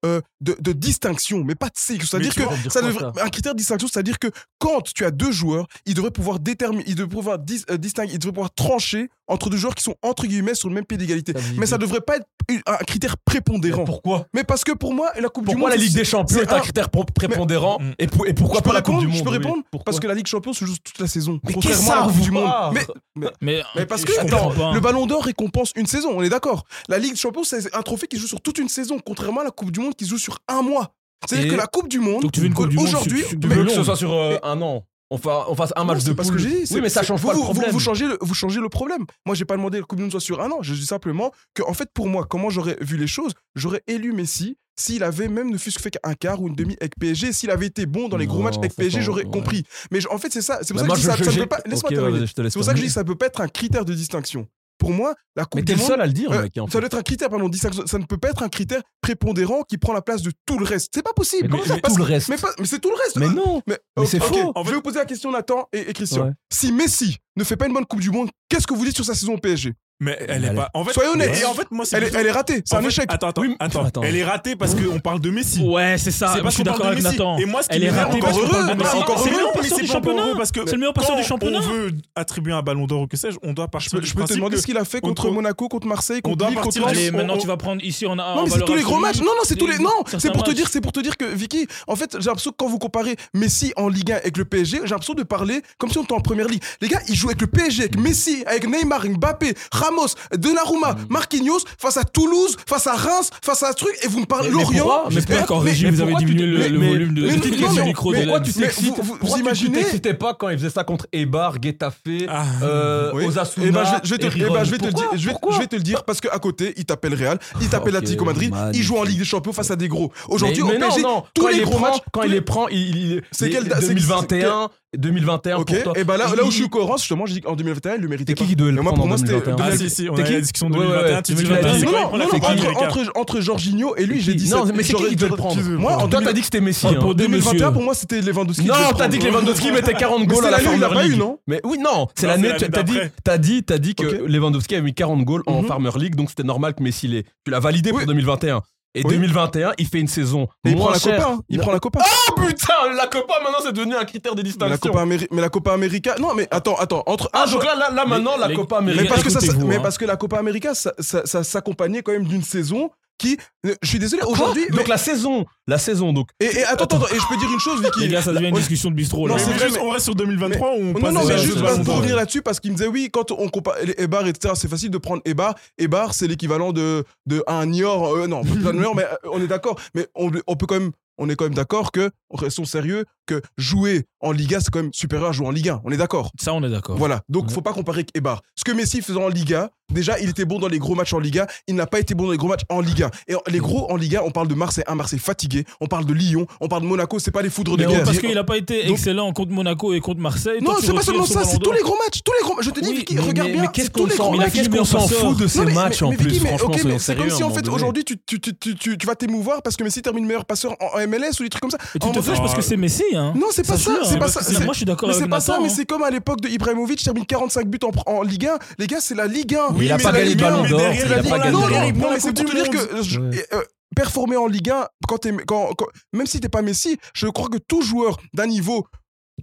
euh, de, de distinction, mais pas de cycle.
Mais
C'est-à-dire
tu
que
vas dire
ça
quoi,
devrait- un critère de distinction, c'est-à-dire que quand tu as deux joueurs, ils devraient pouvoir déterminer, ils devraient pouvoir dis- euh, distinguer, ils devraient pouvoir trancher entre deux joueurs qui sont entre guillemets sur le même pied d'égalité.
T'as dit-
Mais ça devrait pas être une- un critère
Mais
prépondérant.
Pourquoi
Mais parce que pour moi, la Coupe
Pourquoi
du
la
Monde.
Ligue
c'est-
des Champions
c'est
est un
un-
critère pro- prépondérant
Mais-
Et pour- et pourquoi
Je peux
pas la Coupe du
répondre,
Monde
je peux
oui.
répondre
Pourquoi
parce que la Ligue Champion se joue toute la saison.
Mais qu'est-ce
contrairement
que
à
ça
la Coupe du Monde.
repart
Mais,
Mais euh,
Mais parce
je
que-
comprends
attends,
pas.
Le Ballon d'Or récompense une saison, on est d'accord. La Ligue des Champions, c'est un trophée qui se joue sur toute une saison, contrairement à la Coupe du Monde qui se joue sur un mois. C'est-à-dire
Et-
que la Coupe du Monde,
Donc tu veux une Coupe du Monde
aujourd'hui,
sur- sur-
Tu
mais-
veux que ce soit sur euh, un an On fa- on fasse un match
Non,
de
c'est pas ce que
poule.
j'ai dit.
Oui,
c'est-
mais ça
c'est-
change
vous,
pas le
vous-
problème.
Vous changez le, vous changez le problème. Moi, j'ai pas demandé que la Coupe du Monde soit sur un an. Je dis simplement que, en fait, pour moi, comment j'aurais vu les choses, j'aurais élu Messi s'il avait même ne fût-ce que fait qu'un quart ou une demi avec PSG. S'il avait été bon dans les gros
Non,
matchs avec
c'est
PSG,
pas-
j'aurais
ouais.
compris. Mais je- en fait, c'est ça. C'est pour
Mais
ça
moi,
que je dis ça-
je-
ça ne
j'ai-
peut pas. Laisse-moi
Ok, ouais,
terminer.
vas-y, je te laisse
C'est pour ça que je
terminer.
dis que ça peut pas être un critère de distinction. Pour moi, la Coupe
Mais t'es le
du Monde.
seul à le dire,
Euh,
mec. en
ça
fait.
doit être un critère, pardon, distinction. Ça ne peut pas être un critère prépondérant qui prend la place de tout le reste. C'est pas possible.
Mais-
Comment ça
mais
passe-
tout le reste.
Mais, pas- mais c'est tout le reste. Euh,
Mais non
Mais,
Mais c'est
ok,
faux.
Je vais vous poser la question, Nathan et, et Christian.
Ouais.
Si Messi ne fait pas une bonne Coupe du Monde, qu'est-ce que vous dites sur sa saison au PSG
Mais elle
Mais
est
elle
pas. En fait,
Soyez honnêtes.
Et en fait, moi, c'est.
elle, est,
plutôt-
elle est ratée. C'est
en
un
fait,
échec.
Attends, attends,
Oui, mais-
attends.
attends.
Elle est ratée parce qu'on parle de Messi.
Ouais, c'est ça.
C'est
Moi, je
parce
suis
qu'on
d'accord
parle
avec
de Messi.
Nathan.
Et moi, ce qui
Elle est
m'énerve
ratée
encore
parce qu'on
heureux,
parle de
mais
Messi.
encore
C'est le
heureux,
meilleur
mais
passeur
c'est
du
pas encore
championnat.
heureux parce que
C'est le meilleur passeur
quand
du championnat.
On veut attribuer un ballon d'or ou que sais-je, on doit
Je
partir
peux,
du
je peux te
principe
demander
que-
ce qu'il a fait contre,
contre-
Monaco, contre Marseille,
on
contre
doit
Lille, contre
partir
Lens.
du-
Allez,
on-
maintenant
on-
tu vas prendre ici Ah, on a
Non, mais c'est tous les gros matchs. Non, non, c'est tous les. Non, c'est pour te dire, c'est pour te dire que Vicky, en fait, j'ai l'impression que quand vous comparez Messi en Ligue 1 avec le PSG, j'ai l'impression de parler comme si on était en première ligue. Les gars, ils jouent avec le PSG, avec Messi, avec Neymar, Mbappé,
Ramos, Donnarumma, Marquinhos, face à Toulouse, face à Reims, face à truc, et vous me parlez Lorient.
J'espère qu'en régie, vous avez diminué le, le volume de
mais-
le
mais-
ticket
non,
du
mais-
micro
mais-
d'Hélène.
Pourquoi tu
Mais
t'excites
vous- vous-
Pourquoi
vous
tu- tu
imaginez-
t'excitais pas quand il faisait ça contre Ebar, Getafe,
Ah,
euh,
oui.
Osasuna
Eh ben, je, vais- je vais te,
et
eh ben,
Riron
je vais te le dire, je vais, je vais te le dire parce qu'à côté, il t'appelle Real, il t'appelle
Ok,
l'Atlético Madrid, il joue en
magnifique.
Ligue des Champions face à des gros. Aujourd'hui, au
Mais- mais non,
PSG,
non,
tous
quand il
les gros
prend-
matchs,
quand
tous
il
les-
les prend, il, il-
C'est
les-
quelle date- c'est-
2021, 2021
Ok,
pour toi.
et ben là, là où
Il-
je suis cohérent, justement, je dis qu'en 2021, il le méritait
C'est
pas.
qui qui devait
Et
le
moi,
prendre
pour
en
moi, c'était-
2021
Ah,
Donald-
si, si, on
Bah, t'es
a eu
qui
la discussion de
Ouais, ouais,
2021, tu dis
tu l'as dit.
c'est
Non,
quoi,
non,
il prend
non,
la
non,
fête
entre,
américaine.
entre, entre Jorginho et lui, j'ai dit.
Non,
c'est-
mais c'est qui
Jorginho-
qui devait le prendre
Moi, en
Toi,
2000
t'as dit que c'était Messi. hein.
Répondez,
2021,
monsieur.
pour moi, c'était Lewandowski.
Non, t'as dit que Lewandowski mettait 40
Mais
goals
c'est
à la
l'année où
Farmer
il a pas eu,
League.
non
Mais oui, non, c'est
Non,
l'année.
c'est l'année
T'as dit,
d'après.
t'as dit, t'as dit que
Ok.
Lewandowski avait mis 40 goals en
Mhm.
Farmer League, donc c'était normal que Messi l'ait. Tu l'as validé
Oui.
pour 2021. Et
Oui.
2021, il fait une saison.
Et il
moins
prend la
chère.
Copa. hein, Il
Non.
prend la Copa.
Oh putain, la Copa maintenant c'est devenu un critère de
Mais la
distinction.
Copa América. Mais la Copa América. Non, mais attends, attends. Entre
Ah donc là, là, là maintenant la
les-
Copa
les-
mais
América.
parce que ça, ça-
Écoutez-vous,
mais
hein.
parce que la Copa América, ça, ça- ça s'accompagnait quand même d'une saison qui. euh, Je suis désolé.
Quoi
Aujourd'hui.
donc la saison, la saison donc.
mais- Et, et attends, attends, attends, et je peux dire une chose,
Les
Vicky.
gars, ça devient une
Ouais.
discussion de bistrot. là.
Non,
Mais
c'est
juste,
vrai, mais-
on reste sur 2023 on
Non,
passe
non, mais
à-
juste
à-
parce-
à-
pour revenir là-dessus, parce qu'il me disait, oui, quand on compare les Ebar, etc., c'est facile de prendre Ebar. Ebar, c'est l'équivalent de, de un Niort. euh, non, pas un Niort, mais euh, on est d'accord. Mais on, on peut quand même. On est quand même d'accord que, restons sérieux, que jouer en Liga, c'est quand même supérieur à jouer en Ligue 1. On est d'accord.
Ça, on est d'accord.
Voilà, donc faut pas comparer avec Ebar. Ce que Messi faisait en Liga, déjà il était bon dans les gros matchs en Liga, il n'a pas été bon dans les gros matchs en Liga. Et en- les gros en Liga, on parle de Marseille, un Marseille fatigué, on parle de Lyon, on parle de Monaco, c'est pas les foudres de
Mais
guerre.
parce qu'il n'a pas été
Donc-
excellent contre Monaco et contre Marseille.
Non,
toi, tu
c'est pas
retires
seulement
son
ça, c'est
Ballon
tous
d'Or.
les gros matchs, tous les gros matchs. Je te dis,
Oui,
Vicky,
mais-
regarde
mais-
bien,
mais qu'est-ce
c'est
qu'on
tous les
s'en-
gros
mais là,
matchs.
qu'est-ce qu'on s'en fout de ces
Non, mais-
matchs
mais-
en
mais Vicky,
plus
mais-
Franchement,
ok, mais
soyons
c'est
sérieux.
comme si
à un
en
moment
fait
donné.
aujourd'hui tu, tu, tu, tu, tu- tu vas t'émouvoir parce que Messi termine meilleur passeur en, en MLS ou des trucs comme ça.
Et tu
En
te
vrai-
fâches parce que c'est Messi. hein.
Ah.
Non, c'est pas
Ça se
ça,
joue,
c'est
hein,
pas
parce
ça.
que c'est-
c'est-
Moi, je suis d'accord
Mais
avec
c'est pas ça,
Nathan,
mais
hein.
c'est comme à l'époque de Ibrahimovic, termine 45 buts en, en Ligue 1. Les gars, c'est la Ligue 1.
Mais il a
Mais
pas
la
gagné le
Ligue
Ballon
1,
d'Or, il
mais derrière,
a
la
pas
Ligue
gagné
1,
le Ballon
Non,
d'Or.
mais c'est pour te dire que euh, je-
Ouais.
euh, performer en Ligue 1, quand t'es- quand- quand- même si t'es pas Messi, je crois que tout joueur d'un niveau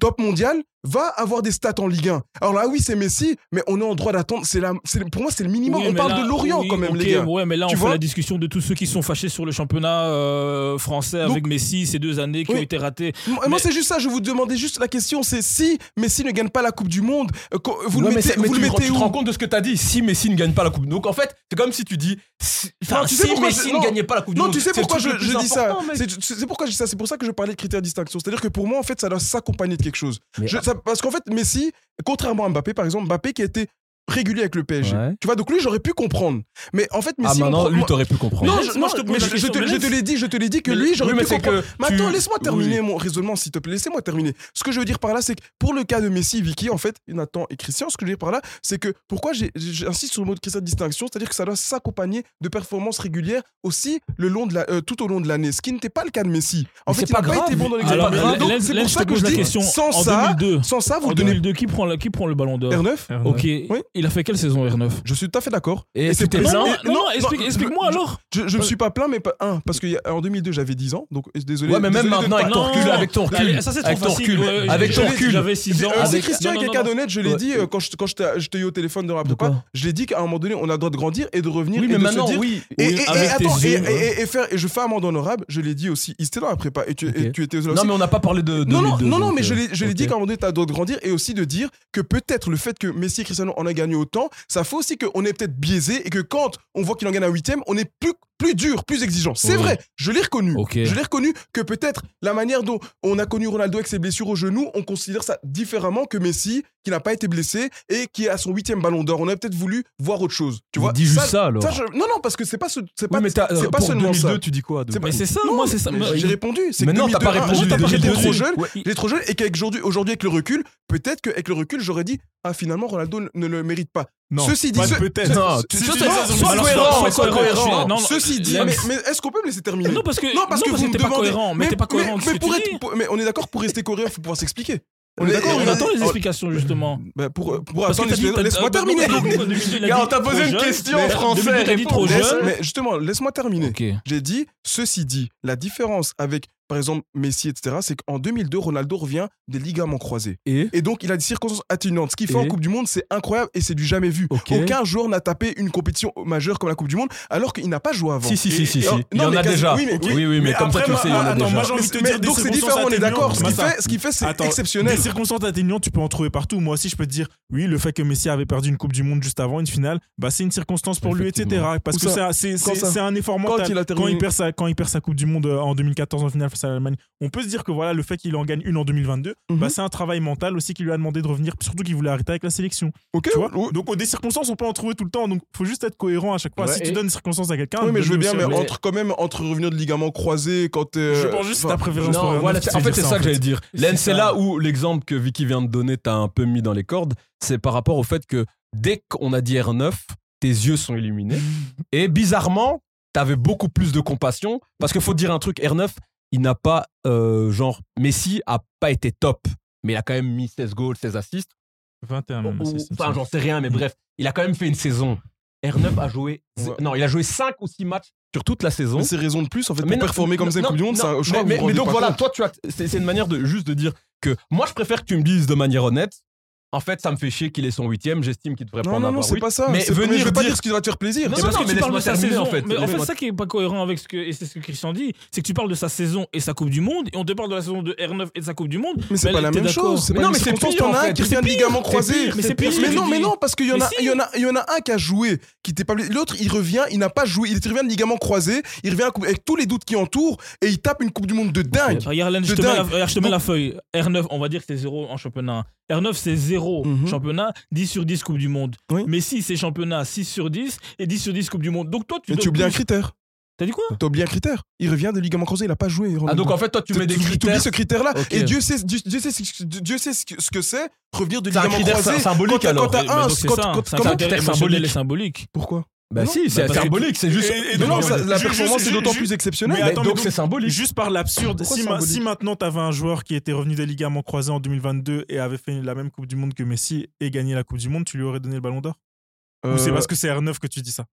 top mondial va avoir des stats en Ligue 1. Alors là, oui, c'est Messi, mais on est en droit d'attendre. C'est la- c'est- Pour moi, c'est le minimum.
Oui,
on
mais
parle
là-
de l'Orient
oui,
quand même,
ok,
les gars.
Ouais, mais là,
Tu
on fait
vois
la discussion de tous ceux qui sont fâchés sur le championnat euh, français avec Messi ces deux années qui
Oui.
ont été ratées.
Moi,
Mais-
c'est juste ça. Je vous demandais juste la question. C'est si Messi ne gagne pas la Coupe du Monde, euh, quand- vous
Ouais,
le
mais
mettez,
c'est- mais
vous le
tu te-
mettez
tu te
où
rends compte de ce que t'as dit Si Messi ne gagne pas la Coupe, donc en fait c'est comme si tu dis, si, enfin,
Bah, tu sais
si
pourquoi je-
Messi
non.
ne gagnait pas la Coupe du
Non,
Monde.
tu sais
c'est le
pourquoi je,
truc le
je
plus
dis ça.
important, mec.
C'est tu sais pourquoi je dis ça. C'est pour ça que je parlais de critères de distinction. C'est-à-dire que pour moi, en fait, ça doit s'accompagner de quelque chose.
Mais- ah.
Je- ça- parce qu'en fait, Messi, contrairement à Mbappé, par exemple, Mbappé qui a été régulier avec le PSG.
Ouais.
Tu vois, donc lui, j'aurais pu comprendre. Mais en fait,
Ah
Messi, on
maintenant,
prend-
lui
moi-
t'aurais pu comprendre.
non,
Mais
je,
moi,
non,
je te pose
mais
la
je- je
question,
te,
mais
je te
laisse-
l'ai dit, je te l'ai dit que
Mais-
lui, j'aurais
oui,
pu
mais c'est
comprendre.
que
Mais attends,
tu-
laisse-moi
oui.
terminer mon raisonnement, s'il te plaît. Laissez-moi terminer. Ce que je veux dire par là, c'est que pour le cas de Messi, Vicky, en fait, Nathan et Christian, ce que je veux dire par là, c'est que pourquoi j'ai- j'insiste sur le mot de critère de distinction, c'est-à-dire que ça doit s'accompagner de performances régulières aussi le long de la, euh, tout au long de l'année, ce qui n'était pas le cas de Messi. En
Mais
fait,
c'est
il n'a
pas
pas
grave.
été bon dans les
Alors,
grands matchs.
Hélène,
Donc,
Hélène,
c'est
je
pour
te
ça que je
pose la
dis,
question.
sans
en
ça,
2002,
sans ça, vous
en
donnez
2002 qui, prend la- qui prend le ballon d'or
R9
Ok,
Oui.
il a fait quelle saison R9
Je suis tout à fait d'accord.
Et
c'est
tu t'es
pour ça-
non,
mais-
non, non, explique-
je-
explique-moi alors.
Je, je me suis pas plaint, mais pas un, parce qu'en 2002, j'avais 10 ans, donc désolé.
Ouais, mais même
désolé de ne
maintenant,
pas
avec ton
Non,
recul,
non,
avec
Bah,
ton recul,
Allez, ça, c'est trop
avec ton
facile.
recul,
Ouais,
avec
je-
ton
je-
recul.
J'avais 6
Euh,
ans.
C'est
avec-
Christian
Non,
et
non,
quelqu'un
non,
d'honnête, je l'ai
Ouais.
dit euh, quand je, quand je t'ai- je t'ai eu au téléphone de la
De
pas.
quoi
Je l'ai dit qu'à un moment donné, on a le droit de grandir et de revenir
Oui,
et
mais
de se
maintenant,
dire.
oui.
Et,
oui,
et- et
avec tes
attends, et,
yeux,
et-
ouais.
et- et faire, et je fais amende honorable, je l'ai dit aussi. Il était dans la prépa et tu, et
Ok.
tu étais là aussi.
Non, mais on n'a pas parlé de. de
non, non,
2002,
non, non,
donc,
mais je
euh,
l'ai je l'ai dit
ok.
qu'à un moment donné, t'as le droit de grandir et aussi de dire que peut-être le fait que Messi et Cristiano en a gagné autant, ça fait aussi qu'on est peut-être biaisé et que quand on voit qu'il en gagne un huitième, on est plus, plus dur, plus exigeant. C'est
Oui.
vrai, je l'ai reconnu.
Ok.
Je l'ai reconnu que peut-être la manière dont on a connu Ronaldo avec ses blessures au genou, on considère ça différemment que Messi, qui n'a pas été blessé et qui est à son huitième ballon d'or. On a peut-être voulu voir autre chose. Tu vois
Dis juste ça alors.
ça, je- Non, non, parce que c'est pas, ce- c'est
Oui,
pas,
mais t'as-
c'est
euh,
pas
pour
seulement
2002,
ça.
tu dis quoi de-
C'est pas-
Mais c'est ça,
Non,
moi, c'est ça. moi,
J'ai répondu. C'est que
Mais non, t'as pas
2002,
répondu.
ah, j'étais-
de-
J'étais
de-
trop
de-
jeune.
Ouais.
J'étais trop jeune et qu'aujourd'hui, aujourd'hui, avec le recul, peut-être qu'avec le recul, j'aurais dit ah finalement Ronaldo ne- ne le mérite pas.
Non,
Ceci dit,
pas
ce-
peut-être.
Non, tu-
Si
ça,
tu
c'est-
dis
ça,
ça,
soit
c'est-
alors,
cohérent,
soit
soit
cohérent.
cohérent.
Non, non,
Ceci dit,
la-
mais, mais est-ce qu'on peut me laisser terminer
Non, parce que
Non, parce que vous me
t'es pas
demandez-
cohérent. Mais t'es pas cohérent. de ce
mais
que
pour
tu
être-
dis.
pour- mais on est d'accord pour rester cohérent, il faut pouvoir s'expliquer.
On est d'accord,
Mais-
on attend les
Oh,
explications justement.
bah, pour pour
Parce que
attendre,
t'as dit-
laisse-
t'as-
laisse-moi
t'as- t'as-
terminer.
t'as- t'as-
Gars, on t'a
t'as-
posé
t'as-
une
t'as-
question
t'as-
en
t'as-
français.
t'as dit trop
réponds.
Laisse-
jeune.
Mais justement, laisse-moi terminer.
Ok.
J'ai dit, ceci dit, la différence avec par exemple Messi, etc., c'est qu'en 2002, Ronaldo revient des ligaments croisés.
Et
Et donc, il a des circonstances atténuantes. Ce qu'il fait
Et
en Coupe du Monde, c'est incroyable et c'est du jamais vu.
Ok.
Aucun joueur n'a tapé une compétition majeure comme la Coupe du Monde, alors qu'il n'a pas joué avant.
Si, si, si, si. si.
Et-
Il y
non,
en
mais
a
quasi-
déjà.
oui, mais-
oui, oui, mais comme ça, tu le sais, il y en a
attends,
déjà.
moi j'ai envie de te
Mais-
dire des
donc c'est
circonstances
différent, on est d'accord. Ce qu'il
atténuantes.
fait, ce qu'il fait, c'est
Attends,
exceptionnel.
Des circonstances atténuantes, tu peux en trouver partout. Moi aussi, je peux te dire, oui, le fait que Messi avait perdu une Coupe du Monde juste avant une finale, bah, c'est une circonstance pour lui, etc.
Effectivement.
Parce
Où
que c'est un- c'est
Quand
c'est-
ça
c'est un effort mental.
Quand il a terminé-
perd sa, quand il perd sa Coupe du Monde euh, en 2014 en finale face à l'Allemagne, on peut se dire que voilà, le fait qu'il en gagne une en 2022,
Mhm.
bah, c'est un travail mental aussi qui lui a demandé de revenir, surtout qu'il voulait arrêter avec la sélection.
Ok,
Tu vois
oui.
Donc, oh, des circonstances, on peut en trouver tout le temps. Donc, faut juste être cohérent à chaque fois.
Ouais,
si
et-
tu donnes des circonstances à quelqu'un,
Oui, mais je veux
donne-lui
bien,
aussi
mais
à lui.
entre quand même, entre revenir de ligaments croisés, quand t'es.
je pense juste que
enfin,
ta préférence pour
Non,
un
euh, voilà,
autre,
c'est- en fait,
dire
c'est ça que
fait.
j'allais dire. Len, c'est
ça.
là où l'exemple que Vicky vient de donner t'a un peu mis dans les cordes. C'est par rapport au fait que dès qu'on a dit R9, tes yeux sont illuminés. et bizarrement, t'avais beaucoup plus de compassion. Parce qu'il faut dire un truc, R9, il n'a pas, euh, genre, Messi a pas été top. Mais il a quand même mis 16 goals, 16 assists.
21
Ou-
même,
ou-
c'est- c'est-
Enfin,
c'est-
j'en sais rien, mais
Mm.
bref, il a quand même fait une saison. R9 a joué.
Ouais.
Non, il a joué 5 ou 6 matchs sur toute la saison.
Mais c'est raison de plus, en fait,
Mais
pour
non,
performer comme
non,
ça une
non,
Coupe du Monde,
non,
c'est un je
mais,
crois que
mais-
vous vous
mais donc
rendez pas
voilà,
compte.
toi, tu as- c'est c'est une manière de juste de dire que moi, je préfère que tu me dises de manière honnête. En fait, ça me fait chier qu'il est son huitième. J'estime qu'il devrait pas
Non,
en
non, non,
avoir
c'est
huit.
pas ça.
Mais
C'est-
venir
je vais pas
dire-
dire ce qui va te faire plaisir.
Non,
C'est
Mais
parce
parce
que
que tu parles
laisse-moi
de sa
terminer,
saison.
en fait.
Mais en fait,
Laisse-moi-
c'est ça qui est pas cohérent avec ce que, et c'est ce que Christian dit, c'est que tu parles de sa saison et sa Coupe du Monde, et on te parle de la saison de R9 et de sa Coupe du Monde.
Mais c'est
Mais
pas
elle
la
était
même
d'accord.
chose. C'est
Mais
pas
non,
une
mais c'est
circonstance.
pire,
T'en
en
as un
fait.
qui
C'est
revient de
pire.
ligaments
C'est
croisés.
pire,
Mais c'est pire ce
Mais
que
non,
tu
mais
dis.
non, parce qu'il y en
Mais
a,
si.
il y en a, il y en a un qui a joué, qui était pas blessé. L'autre, il revient, il n'a pas joué, il revient de ligaments croisés, il revient à coupe- avec tous les doutes qui entourent et il tape une Coupe du Monde de dingue.
Regarde, Len, je
De
te, mets la,
dingue.
regarde, je te mets la feuille. R9, on va dire que c'est 0 en championnat. R9, c'est 0
Mhm.
championnat, 10 sur 10 Coupe du Monde.
Oui.
Messi, c'est championnat 6 sur 10 et 10 sur 10 Coupe du Monde. Donc toi, tu
Mais
donnes
tu oublies un
plus.
critère.
T'as dit quoi
T'as oublié un critère. Il revient de ligaments croisés, il a pas joué.
Ah,
Ronaldo.
donc en fait, toi, tu mets des
T'oublies- t'oublies
critères.
ce critère-là.
Ok.
Et Dieu sait, Dieu, Dieu sait, ce- Dieu sait ce que- ce que c'est revenir de
C'est un
ligaments
critère
croisés.
symbolique
Quand-
alors.
quand t'as
Mais
un,
donc, c'est
quand-
ça,
quand-
c'est un
comment-
critère
Critère
émotionnel
symbolique.
et symbolique.
Pourquoi
Bah si, c'est
parce que-
symbolique. C'est juste.
Et- et
Mais
donc,
non, ça- la
je- je-
performance
je-
est d'autant
je-
plus exceptionnelle.
Mais attends,
Donc
mais
c'est symbolique.
Juste par l'absurde,
Pourquoi
si, ma-
symbolique
si maintenant t'avais un joueur qui était revenu des ligaments croisés en 2022 et avait fait la même Coupe du Monde que Messi et gagné la Coupe du Monde, tu lui aurais donné le ballon d'or Ou c'est
Euh,
parce que c'est R9 que tu dis ça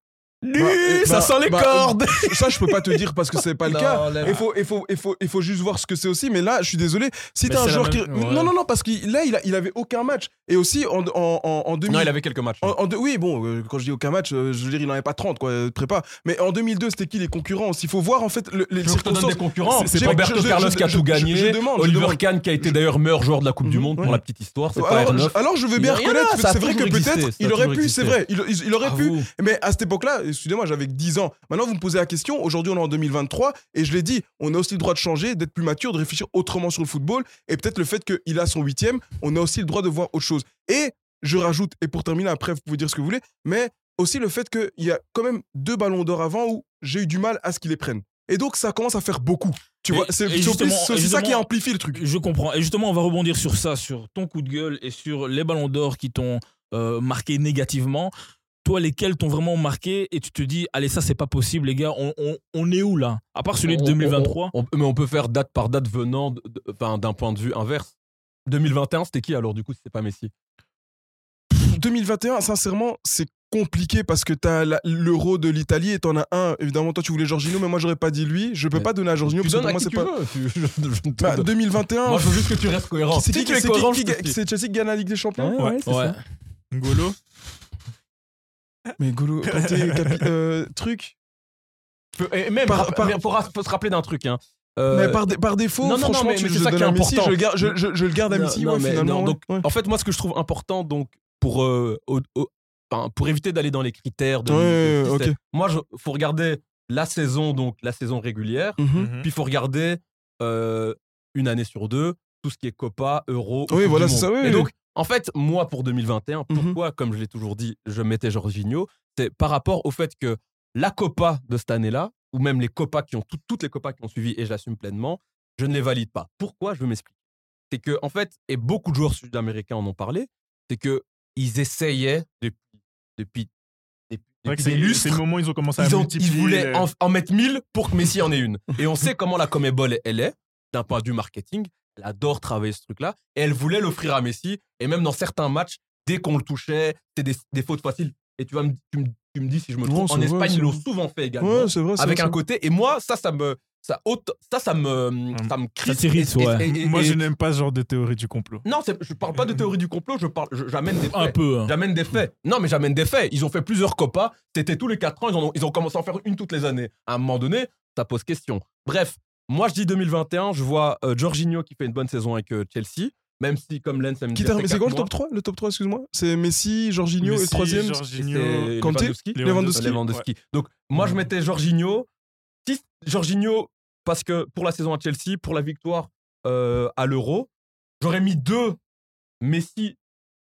euh,
bah,
ça
bah,
sent les
bah,
cordes.
Ça, je peux pas te dire parce que c'est pas le
Non,
cas.
là, là.
[laughs] Il faut, il, faut, il, faut, il faut juste voir ce que c'est aussi. Mais là, je suis désolé. Si
Mais
t'as un
c'est la
joueur qui.
même- ouais.
Non, non, non, parce que là, il, a- il avait aucun match. Et aussi, en, en, en, en 2000.
Non, il avait quelques matchs.
en- en deux- oui, bon, euh, quand je dis aucun match, euh, je veux dire, il n'en avait pas 30, quoi, de prépa. Mais en 2002, c'était qui les concurrents Il faut voir, en fait, le- les
Je te donne
circonstances.
des concurrents.
C'est-
C'est
c'est-
Roberto
je- je-
Carlos
je-
qui a
je-
tout
je- je
gagné.
demande, je
Oliver
demande.
Kahn qui a été d'ailleurs meilleur joueur de la Coupe du
Mhm,
Monde pour
ouais.
la petite histoire. C'est pas
Alors,
R9.
je, alors, je veux bien
Il y en a,
reconnaître,
ça a
c'est vrai que
toujours existé,
peut-être
ça a
il aurait
toujours
pu,
existé.
c'est
Ah
vrai, il, il- il aurait pu.
Avoue.
[laughs] Mais à cette époque-là, excusez-moi, j'avais que 10 ans. Maintenant, vous me posez la question. Aujourd'hui, on est en 2023 et je l'ai dit, on a aussi le droit de changer, d'être plus mature, de réfléchir autrement sur le football. Et peut-être le fait qu'il a son huitième, on a aussi le droit de voir autre chose. Et je rajoute, et pour terminer, après, vous pouvez dire ce que vous voulez, mais aussi le fait qu'il y a quand même deux ballons d'or avant où j'ai eu du mal à ce qu'ils les prennent. Et donc, ça commence à faire beaucoup. Tu
Et-
vois,
et
c'est c'est au plus-
justement-
c'est
et
aussi ça qui
justement-
amplifie le truc.
Je comprends. Et justement, on va rebondir sur ça, sur ton coup de gueule et sur les ballons d'or qui t'ont euh, marqué négativement. Toi, lesquels t'ont vraiment marqué et tu te dis, allez, ça, c'est pas possible, les gars, on, on- on est où là À part celui de
On-
2023.
on- on- mais on peut faire date par date venant de- de- enfin, d'un point de vue inverse. 2021, c'était qui alors du coup si c'est pas Messi
2021, sincèrement, c'est compliqué parce que t'as la- l'euro de l'Italie et t'en as un. Évidemment, toi, tu voulais Jorginho, mais moi, j'aurais pas dit lui. Je peux
Mais
pas donner à Jorginho
Tu
parce que
donnes
pour
à
moi,
qui tu
c'est pas.
veux. Je- je- je ne te
Bah,
donne-
2021.
Moi, je veux juste que tu restes cohérent.
C'est qui,
tu
qui,
es
c'est qui-
cohérent,
qui-
je te suis.
c'est Chelsea qui gagne la Ligue des Champions
ouais, c'est
Ouais. [laughs]
Ngolo
Mais Golo, Kanté, capi- euh, truc.
Et même,
Par- par-
mais faut, ra- faut se rappeler d'un truc. Hein. Euh,
Mais par, dé- par défaut,
non, non, non,
franchement,
mais-
tu
mais
je
c'est
le
ça
donne
qui est
à Messi,
important.
je le, garde, je, je- je le garde à
Non,
Messi,
non,
ouais,
mais
finalement.
non,
ouais.
donc, mm-hmm.
Ouais.
En fait, moi, ce que je trouve important, donc, pour, euh, au- au- enfin, pour éviter d'aller dans les critères de.
Ouais,
de- de-
ouais,
c'est-
ok.
Moi, il faut regarder la saison, donc la saison régulière.
Mhm.
Puis il faut regarder euh, une année sur deux, tout ce qui est Copa, Euro. ou
Oui,
Coupe
voilà,
du
c'est
Monde.
ça, oui,
Et
oui.
donc, en fait, moi, pour 2021,
Mhm.
pourquoi, comme je l'ai toujours dit, je mettais Jorginho C'est par rapport au fait que la Copa de cette année-là, ou même les Copas qui ont, tout- toutes les Copas qui ont suivi, et je l'assume pleinement, je ne les valide pas. Pourquoi Je m'explique. C'est que, en fait, et beaucoup de joueurs sud-américains en ont parlé, c'est que ils essayaient depuis, depuis, depuis,
C'est vrai que
depuis
c'est
des
c'est le
lustres
moment où ils ont commencé à
ils, ont-
multiplier
ils voulaient
les-
en, en mettre 1000 pour que Messi en ait une. Et on sait comment la Comébol, elle est, d'un point de vue marketing. Elle adore travailler ce truc-là. Et elle voulait l'offrir à Messi. Et même dans certains matchs, dès qu'on le touchait, c'était des, des fautes faciles. Et tu, vas me, tu, me, tu me dis si je me
Non,
trompe.
c'est
en
vrai,
Espagne,
c'est
ils l'ont
vrai.
souvent fait également.
Ouais, c'est vrai. c'est
avec
vrai,
un côté. Et moi, ça, ça me. Ça, haute- ça, ça me, ça me crispe.
t'irrite,
Et- et-
ouais.
et- et-
Moi,
et-
je n'aime pas ce genre de théorie du complot.
Non, c'est- je parle pas de théorie du complot, je parle, je- j'amène des
Un
faits.
peu. hein.
[laughs]
J'amène des faits. Non, mais j'amène des faits. Ils ont fait plusieurs copas. C'était tous les 4 ans. Ils, en ont, ils ont commencé à en faire une toutes les années. À un moment donné, ça pose question. Bref, moi, je dis 2021. Je vois euh, Jorginho qui fait une bonne saison avec euh, Chelsea. Même si, comme Lens aime
Qui
dire,
termine-
fait
C'est quoi
quatre
le
mois,
top 3 Le top 3, excuse-moi C'est Messi, Jorginho et le
Messi,
troisième
Jorginho,
c'est
Kanté,
Lewandowski.
Lewandowski.
Lewandowski. Donc, moi, je mettais Jorginho. Si Jorginho, parce que pour la saison à Chelsea, pour la victoire euh, à l'Euro, j'aurais mis deux Messi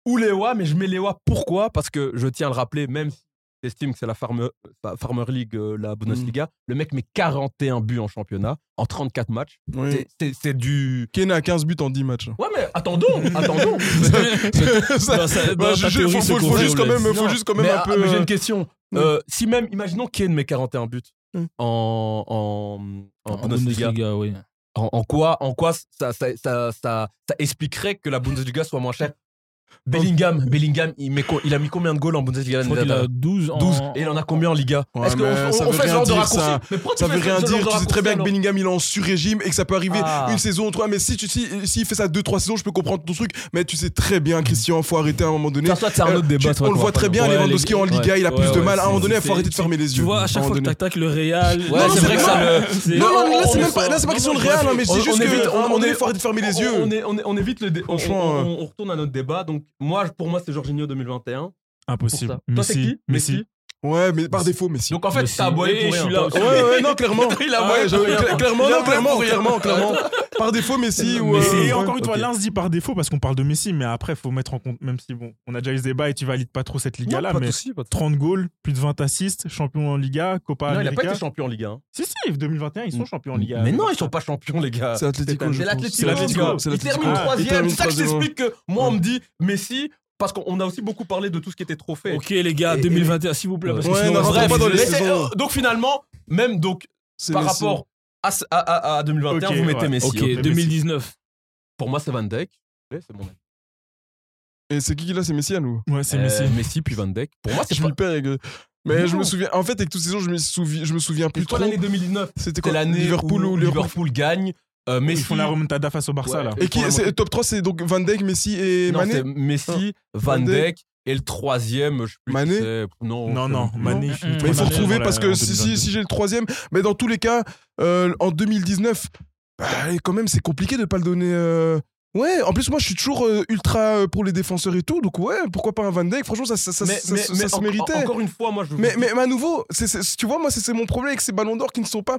ou Léoa, mais je mets Léoa pourquoi Parce que je tiens à le rappeler, même si j'estime que c'est la Farmer, la Farmer League, euh, la Bundesliga, le mec met 41 buts en championnat, en 34 match.
Oui.
C'est- c'est- C'est du.
Kane a 15 buts en
[laughs]
10 matchs.
Ouais, mais attendons, attendons.
Ça-
Bah, ça- bah,
bah,
ta
je- je-
théorie,
faut-
c'est
faut-
qu'on
faut
fait
juste
au
quand
lait.
même- faut
Non,
juste quand même
mais,
un
ah,
peu,
mais j'ai
euh,
une question.
oui. Mm.
Euh, si même, imaginons Kane met 41 buts
Oui.
en, en, en,
En
Bundesliga.
Bundesliga, oui.
En, en quoi, en quoi ça, ça, ça, ça, ça expliquerait que la Bundesliga soit moins chère Bellingham, Bellingham il, met, co- il a mis combien de goals en Bundesliga
Je
l'année
crois qu'il a
dernière
12 en.
12. Et il en a combien en Liga
Ouais,
Est-ce qu'on
mais
on-
ça
on
veut
fait ce
rien
genre de
dire,
raccourci
ça.
Mais pourquoi tu
Ça veut
fais ce
rien
genre
dire,
de
tu sais très bien
raccourci,
que
alors
Bellingham il est en sur-régime et que ça peut arriver
Ah.
une saison ou trois, mais si tu si, s'il fait ça deux, trois saisons, je peux comprendre ton truc, mais tu sais très bien, Christian, faut arrêter à un moment donné.
Ça, ça, c'est un
Euh,
autre débat.
tu-
ça,
on le
qu'on va pas
voit très
faire.
bien,
Ouais,
Lewandowski
les-
en Liga, il a
ouais,
plus de
ouais,
mal. À un moment
c'est-
donné, il
c'est-
faut arrêter de fermer les
Tu
yeux.
vois, à
À un
chaque
moment
fois que
donné.
t'attaques le Real.
Ouais,
Non,
c'est
c'est
vrai que ça le.
c'est-
Non, non, là,
on-
c'est
on
même
est
pas, là, c'est
sans- non,
pas question
non,
de
je
Real,
vois,
hein, mais
on-
c'est
on
juste
évite-
que, à
on-
un moment donné,
on
il faut arrêter de fermer les
on-
yeux.
On, est- on est- on évite le dé- on-
Franchement, euh.
on, on retourne à notre débat. Donc, moi, pour moi, c'est Jorginho 2021. Pour
Impossible.
ça. Toi, c'est qui
Messi.
Ouais, mais par défaut, mais si.
Donc, en fait,
Messi.
t'as
Et
aboyé pour
je
rien.
suis là
toi
aussi.
aussi.
Ouais, ouais,
[laughs]
non, clairement.
Il a
Ah
aboyé
ouais,
pour
j'avoue,
rien.
cla- clairement,
Il a
non, clairement,
aboyé pour rien.
clairement,
[laughs]
clairement. Par défaut, Messi ou.
Messi.
euh,
Et encore
ouais.
une fois, Lens dit par défaut parce qu'on parle de Messi, mais après, faut mettre en compte, même si bon, on a déjà eu ce débat et tu valides pas trop cette
Non,
Liga-là,
pas de
mais
souci, pas de souci.
30 goals, plus de 20 assists, champion en Liga,
Non, il
Copa
a pas
América.
été champion hein, en Ligue 1.
Si, si, 2021, ils sont champions en Liga.
Mais non, ils sont pas champions, les gars.
C'est Atlético,
C'est
je pense.
l'Atlético.
C'est l'Atlético.
gars.
C'est
Ils
l'Atlético.
terminent
Ah,
ils terminent
troisième. C'est ça que je
troisième.
t'explique que moi, on me dit Messi, parce qu'on a aussi beaucoup parlé de tout ce qui était trophée.
Ok, les gars,
Et- et-
2021, s'il vous plaît. Parce que
Ouais,
sinon,
non,
on va-
rentre pas dans les
mais c'est-
saisons.
euh, donc finalement, même donc
C'est
par
Messi.
rapport à, ce- à, à- à 2021,
Ok,
vous mettez
ouais.
Messi.
Ok,
ok.
2019.
Pour moi, c'est Van Dijk. Ouais, C'est mon avis.
Et c'est qui qui l'a C'est Messi à nous
Ouais, c'est
Euh,
Messi.
Messi puis Van Dijk. Pour moi, c'est
Je
pas.
me perds avec. euh, Mais je
Non.
me souviens. En fait, avec tous ces gens, je me souviens, je me souviens plus
C'est quoi
trop.
l'année 2019
C'était
C'est
quoi
l'année
Liverpool
où
ou Liverpool
Liverpool gagne. euh, Messi.
Ils font la remontada face au Barça,
Ouais.
là.
Et qui
Pour la
c'est-
montée.
top 3 c'est donc Van Dijk, Messi et
Non, c'est
Mané.
Messi, Van
Van Dijk.
Dijk et le troisième, je sais plus. qui
Mané.
c'est. Non,
Non,
je sais
non,
plus.
Mané.
Mais
finit
il
Mais il
troisième
faut
dans
retrouver
la-
parce
en
que si, si,
2022.
si j'ai le troisième, mais dans tous les cas, euh, en 2019, bah, quand même c'est compliqué de pas le donner. euh, Ouais, en plus moi je suis toujours euh, ultra euh, pour les défenseurs et tout, donc ouais, pourquoi pas un Van Dijk Franchement ça, ça, ça,
Mais-
ça-
mais-
ça-
mais
ça se
en-
méritait.
Encore une fois, moi, je.
Mais, mais, mais à nouveau, c'est- c'est- tu vois, moi, c'est c'est mon problème avec ces ballons d'or qui ne sont pas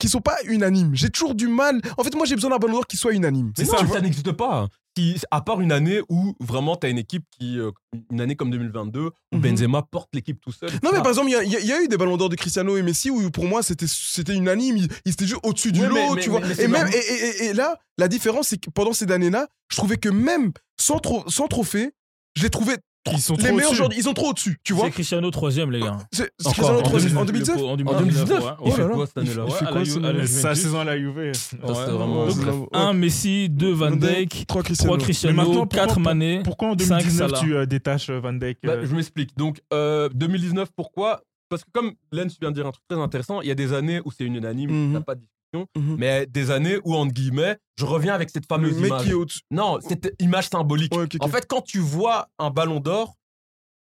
qui sont pas unanimes. J'ai toujours du mal. En fait, moi, j'ai besoin d'un ballon d'or qui soit unanime.
Mais non, ça n'existe pas. Qui- à part une année où vraiment t'as une équipe qui, euh, une année comme 2022, où
Mhm.
Benzema porte l'équipe tout seul.
Non, mais
etc.
par exemple, il y a- il y, a- il y a eu des ballons d'or de Cristiano et Messi où pour moi, c'était c'était unanime. Ils, ils étaient juste au-dessus du
Ouais,
lot,
mais- mais-
tu vois.
mais- mais c'est
et même
normal.
et, et- et- et là, la différence, c'est que pendant ces années-là, je trouvais que même sans, tro- sans trophée, je les trouvais
Ils sont
les
trop
meilleurs
au-dessus.
aujourd'hui. Ils sont trop au-dessus, tu vois.
C'est Cristiano 3ème, les gars.
C'est c'est
Encore,
Cristiano
en
troisième en
2019,
2019.
En
En 2019,
2019, ouais.
il
Oh
fait
là là.
quoi cette année-là
Il
Ouais,
fait
à
quoi,
la
cette
Ju- à la
année-là
Sa
Juventus.
saison à la Juve. euh,
Ça, c'est vraiment- euh,
Ouais,
Donc,
c'est- ouais.
1 Messi, 2 Van
euh, Van Dijk,
Dijk,
trois Cristiano.
3
Mais
Cristiano,
maintenant, pourquoi-
4 Mané.
Pourquoi
Cinq,
en 2019
Salah.
tu euh, détaches euh, Van Dijk
Bah,
euh,
je m'explique. Donc, euh, 2019, pourquoi Parce que comme Lens vient de dire un truc très intéressant, il y a des années où c'est unanime,
Mhm.
t'as pas de discussion,
Mhm.
[laughs] mais des années où, entre guillemets, je reviens avec cette
Le
fameuse
mec
image.
qui est au-dessus.
Non, cette image symbolique.
Ouais, ok, ok.
En fait, quand tu vois un ballon d'or,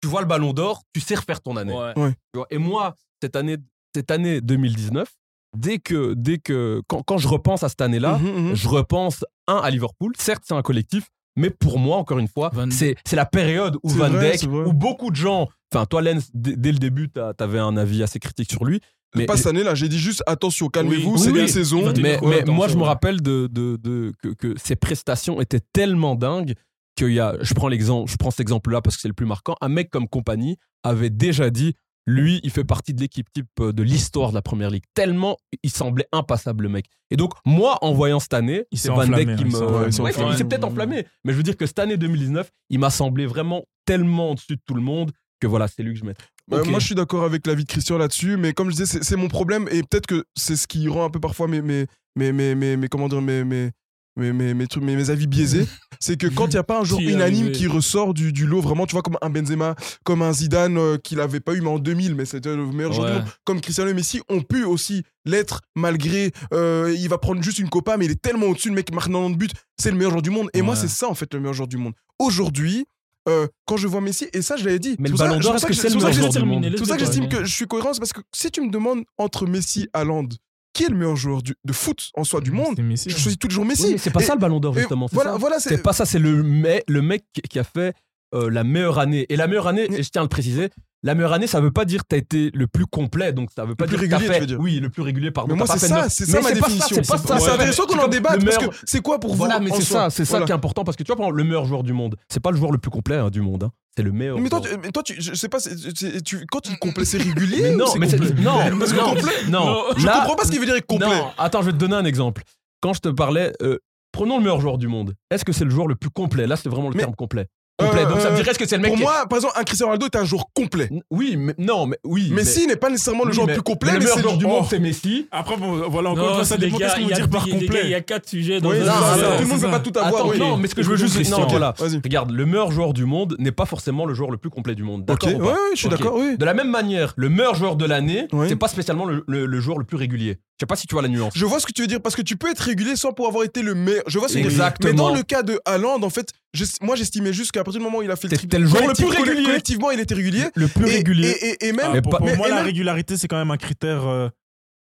tu vois le ballon d'or, tu sais refaire ton année.
Ouais.
Tu vois. Et moi, cette année, cette année 2019, dès que, dès que quand, quand je repense à cette année-là,
Mhm, mhm.
je repense, un, à Liverpool. Certes, c'est un collectif, mais pour moi, encore une fois,
Van-
c'est c'est la période où
C'est
Van
vrai,
Dijk,
c'est vrai.
où beaucoup de gens... Enfin, toi, Lens, dès dès le début, t'as- t'avais un avis assez critique sur lui. Mais,
Pas cette année-là, j'ai dit juste attention, calmez-vous,
Oui,
c'est
oui,
une
oui. Bah,
saison.
Vingt-
mais,
Ouais,
mais
attends,
moi, je
c'est
me
vrai.
rappelle de, de- de- que, que ses prestations étaient tellement dingues que y a, je prends l'exemple, je prends cet exemple-là parce que c'est le plus marquant. Un mec comme Compagnie avait déjà dit, lui, il fait partie de l'équipe type euh, de l'histoire de la Première Ligue. Tellement il semblait impassable, le mec. Et donc, moi, en voyant cette année,
Il s'est
c'est Van
enflammé,
Dijk qui
hein, il
me,
s'est
enflammé.
Ouais,
Il s'est
c'est- il
enflammé.
s'est peut-être enflammé. Mais je veux dire que cette année 2019, il m'a semblé vraiment tellement au-dessus de tout le monde que voilà, c'est lui que je mets.
Bah,
Ok.
Moi, je suis d'accord avec l'avis de Christian là-dessus, mais comme je disais, c'est- c'est mon problème et peut-être que c'est ce qui rend un peu parfois mes, mes, mes, mes, mes, mes- comment dire, mes, mes, mes, mes, mes, trucs- mes, mes avis
[laughs]
biaisés, c'est que quand il n'y a pas un joueur
Qui est
unanime
arrivé.
qui ressort du, du lot, vraiment, tu vois, comme un Benzema, comme un Zidane euh, qu'il n'avait pas eu, mais en 2000, mais c'était le meilleur joueur du
Ouais.
monde, comme Cristiano et Messi ont pu aussi l'être malgré. euh, il va prendre juste une copa, mais il est tellement au-dessus, le mec marque 90 buts, c'est le meilleur joueur du monde. Et moi,
Ouais.
c'est ça, en fait, le meilleur joueur du monde. Aujourd'hui, euh, quand je vois Messi, et ça, je l'avais dit.
Mais
c'est
le
pour ça-
Ballon
c'est
d'Or,
pour
est-ce
ça
que
je-
c'est le
pour ça
meilleur joueur
je-
du monde
Laisse-le
c'est pour ça que
terminer.
j'estime que je suis cohérent, c'est parce que si tu me demandes entre Messi et Haaland, qui est le meilleur joueur du- de foot en soi du monde,
C'est Messi,
je
hein.
choisis toujours Messi.
Oui, mais c'est pas
Et-
ça le ballon d'or,
et
justement. c'est
Voilà,
ça.
voilà, c'est
C'est pas ça, c'est le, me- le mec qui- qui a fait euh, la meilleure année. Et la meilleure année, et je tiens à le préciser, la meilleure année, ça veut pas dire que t'as été le plus complet, donc ça veut pas
Le plus
dire que t'as
régulier,
fait-
tu veux dire.
Oui, le plus régulier, pardon.
Mais moi,
t'as pas
c'est
fait
ça,
neuf.
c'est
Mais
ça ma
pas
définition.
C'est pas
Mais
ça.
C'est intéressant qu'on en
comme
débatte
le
parce que
meilleur-
c'est quoi pour vous
Voilà, mais
en
c'est
soi
ça, c'est ça
Voilà.
qui est important parce que tu vois, par exemple, le meilleur joueur du monde, c'est pas le joueur le plus complet hein, du monde, hein. c'est le meilleur.
Mais toi,
joueur.
tu, mais toi, tu- je sais pas, c'est- c'est- tu- quand tu complet, c'est régulier
Mais
ou
non,
c'est
mais
complet
c'est- non,
[laughs] Parce que
non,
complet,
non,
je
là-
comprends pas ce qu'il veut dire avec complet.
Non, attends, je vais te donner un exemple. Quand je te parlais, euh, prenons le meilleur joueur du monde. Est-ce que c'est le joueur le plus complet Là, c'est vraiment le
Mais-
terme complet. Complet. Donc ça me
Euh,
dirait est-ce que c'est le mec
Pour
qui-
moi, par exemple, un Cristiano Ronaldo est un joueur complet.
N- Oui, mais non, mais oui.
Messi n'est pas nécessairement le
oui,
joueur le
mais-
plus
mais
complet, mais
le meilleur
c'est
joueur du
oh.
monde, c'est Messi.
Après, bon, voilà, encore une
Non,
fois, ça
les
dépend
gars,
qu'est-ce qu'on
il y
veut
a-
dire par
il y a- les gars, Il y
complet.
a quatre sujets dans
Oui,
un
c'est
non,
ça,
seul.
non,
tout le monde
c'est
ne peut
ça.
pas tout avoir.
Attends,
oui.
non, mais ce que je veux juste,
Christian,
non,
ok.
voilà.
Vas-y.
Regarde, le meilleur joueur du monde n'est pas forcément le joueur le plus complet du monde.
Ok,
D'accord
ouais,
ou pas
ouais, je suis
Ok.
d'accord, oui.
De la même manière, le meilleur joueur de l'année,
Oui.
c'est pas spécialement le, le- le joueur le plus régulier. Je sais pas si tu vois la nuance.
Je vois ce que tu veux dire parce que tu peux être régulier sans pour avoir été le meilleur. Je vois ce que tu veux dire.
Exactement.
Mais dans le cas de Haaland, en fait, je- moi j'estimais juste qu'à partir du moment où il a fait le
C'est-
triple,
t'es le joueur le
collectif-
plus
colle-
régulier.
Collectivement, il était régulier.
Le plus
Et- Et, et- et même.
Ah,
Mais
pour,
pas-
pour
mais-
moi,
et
la
même-
régularité, c'est quand même un critère euh,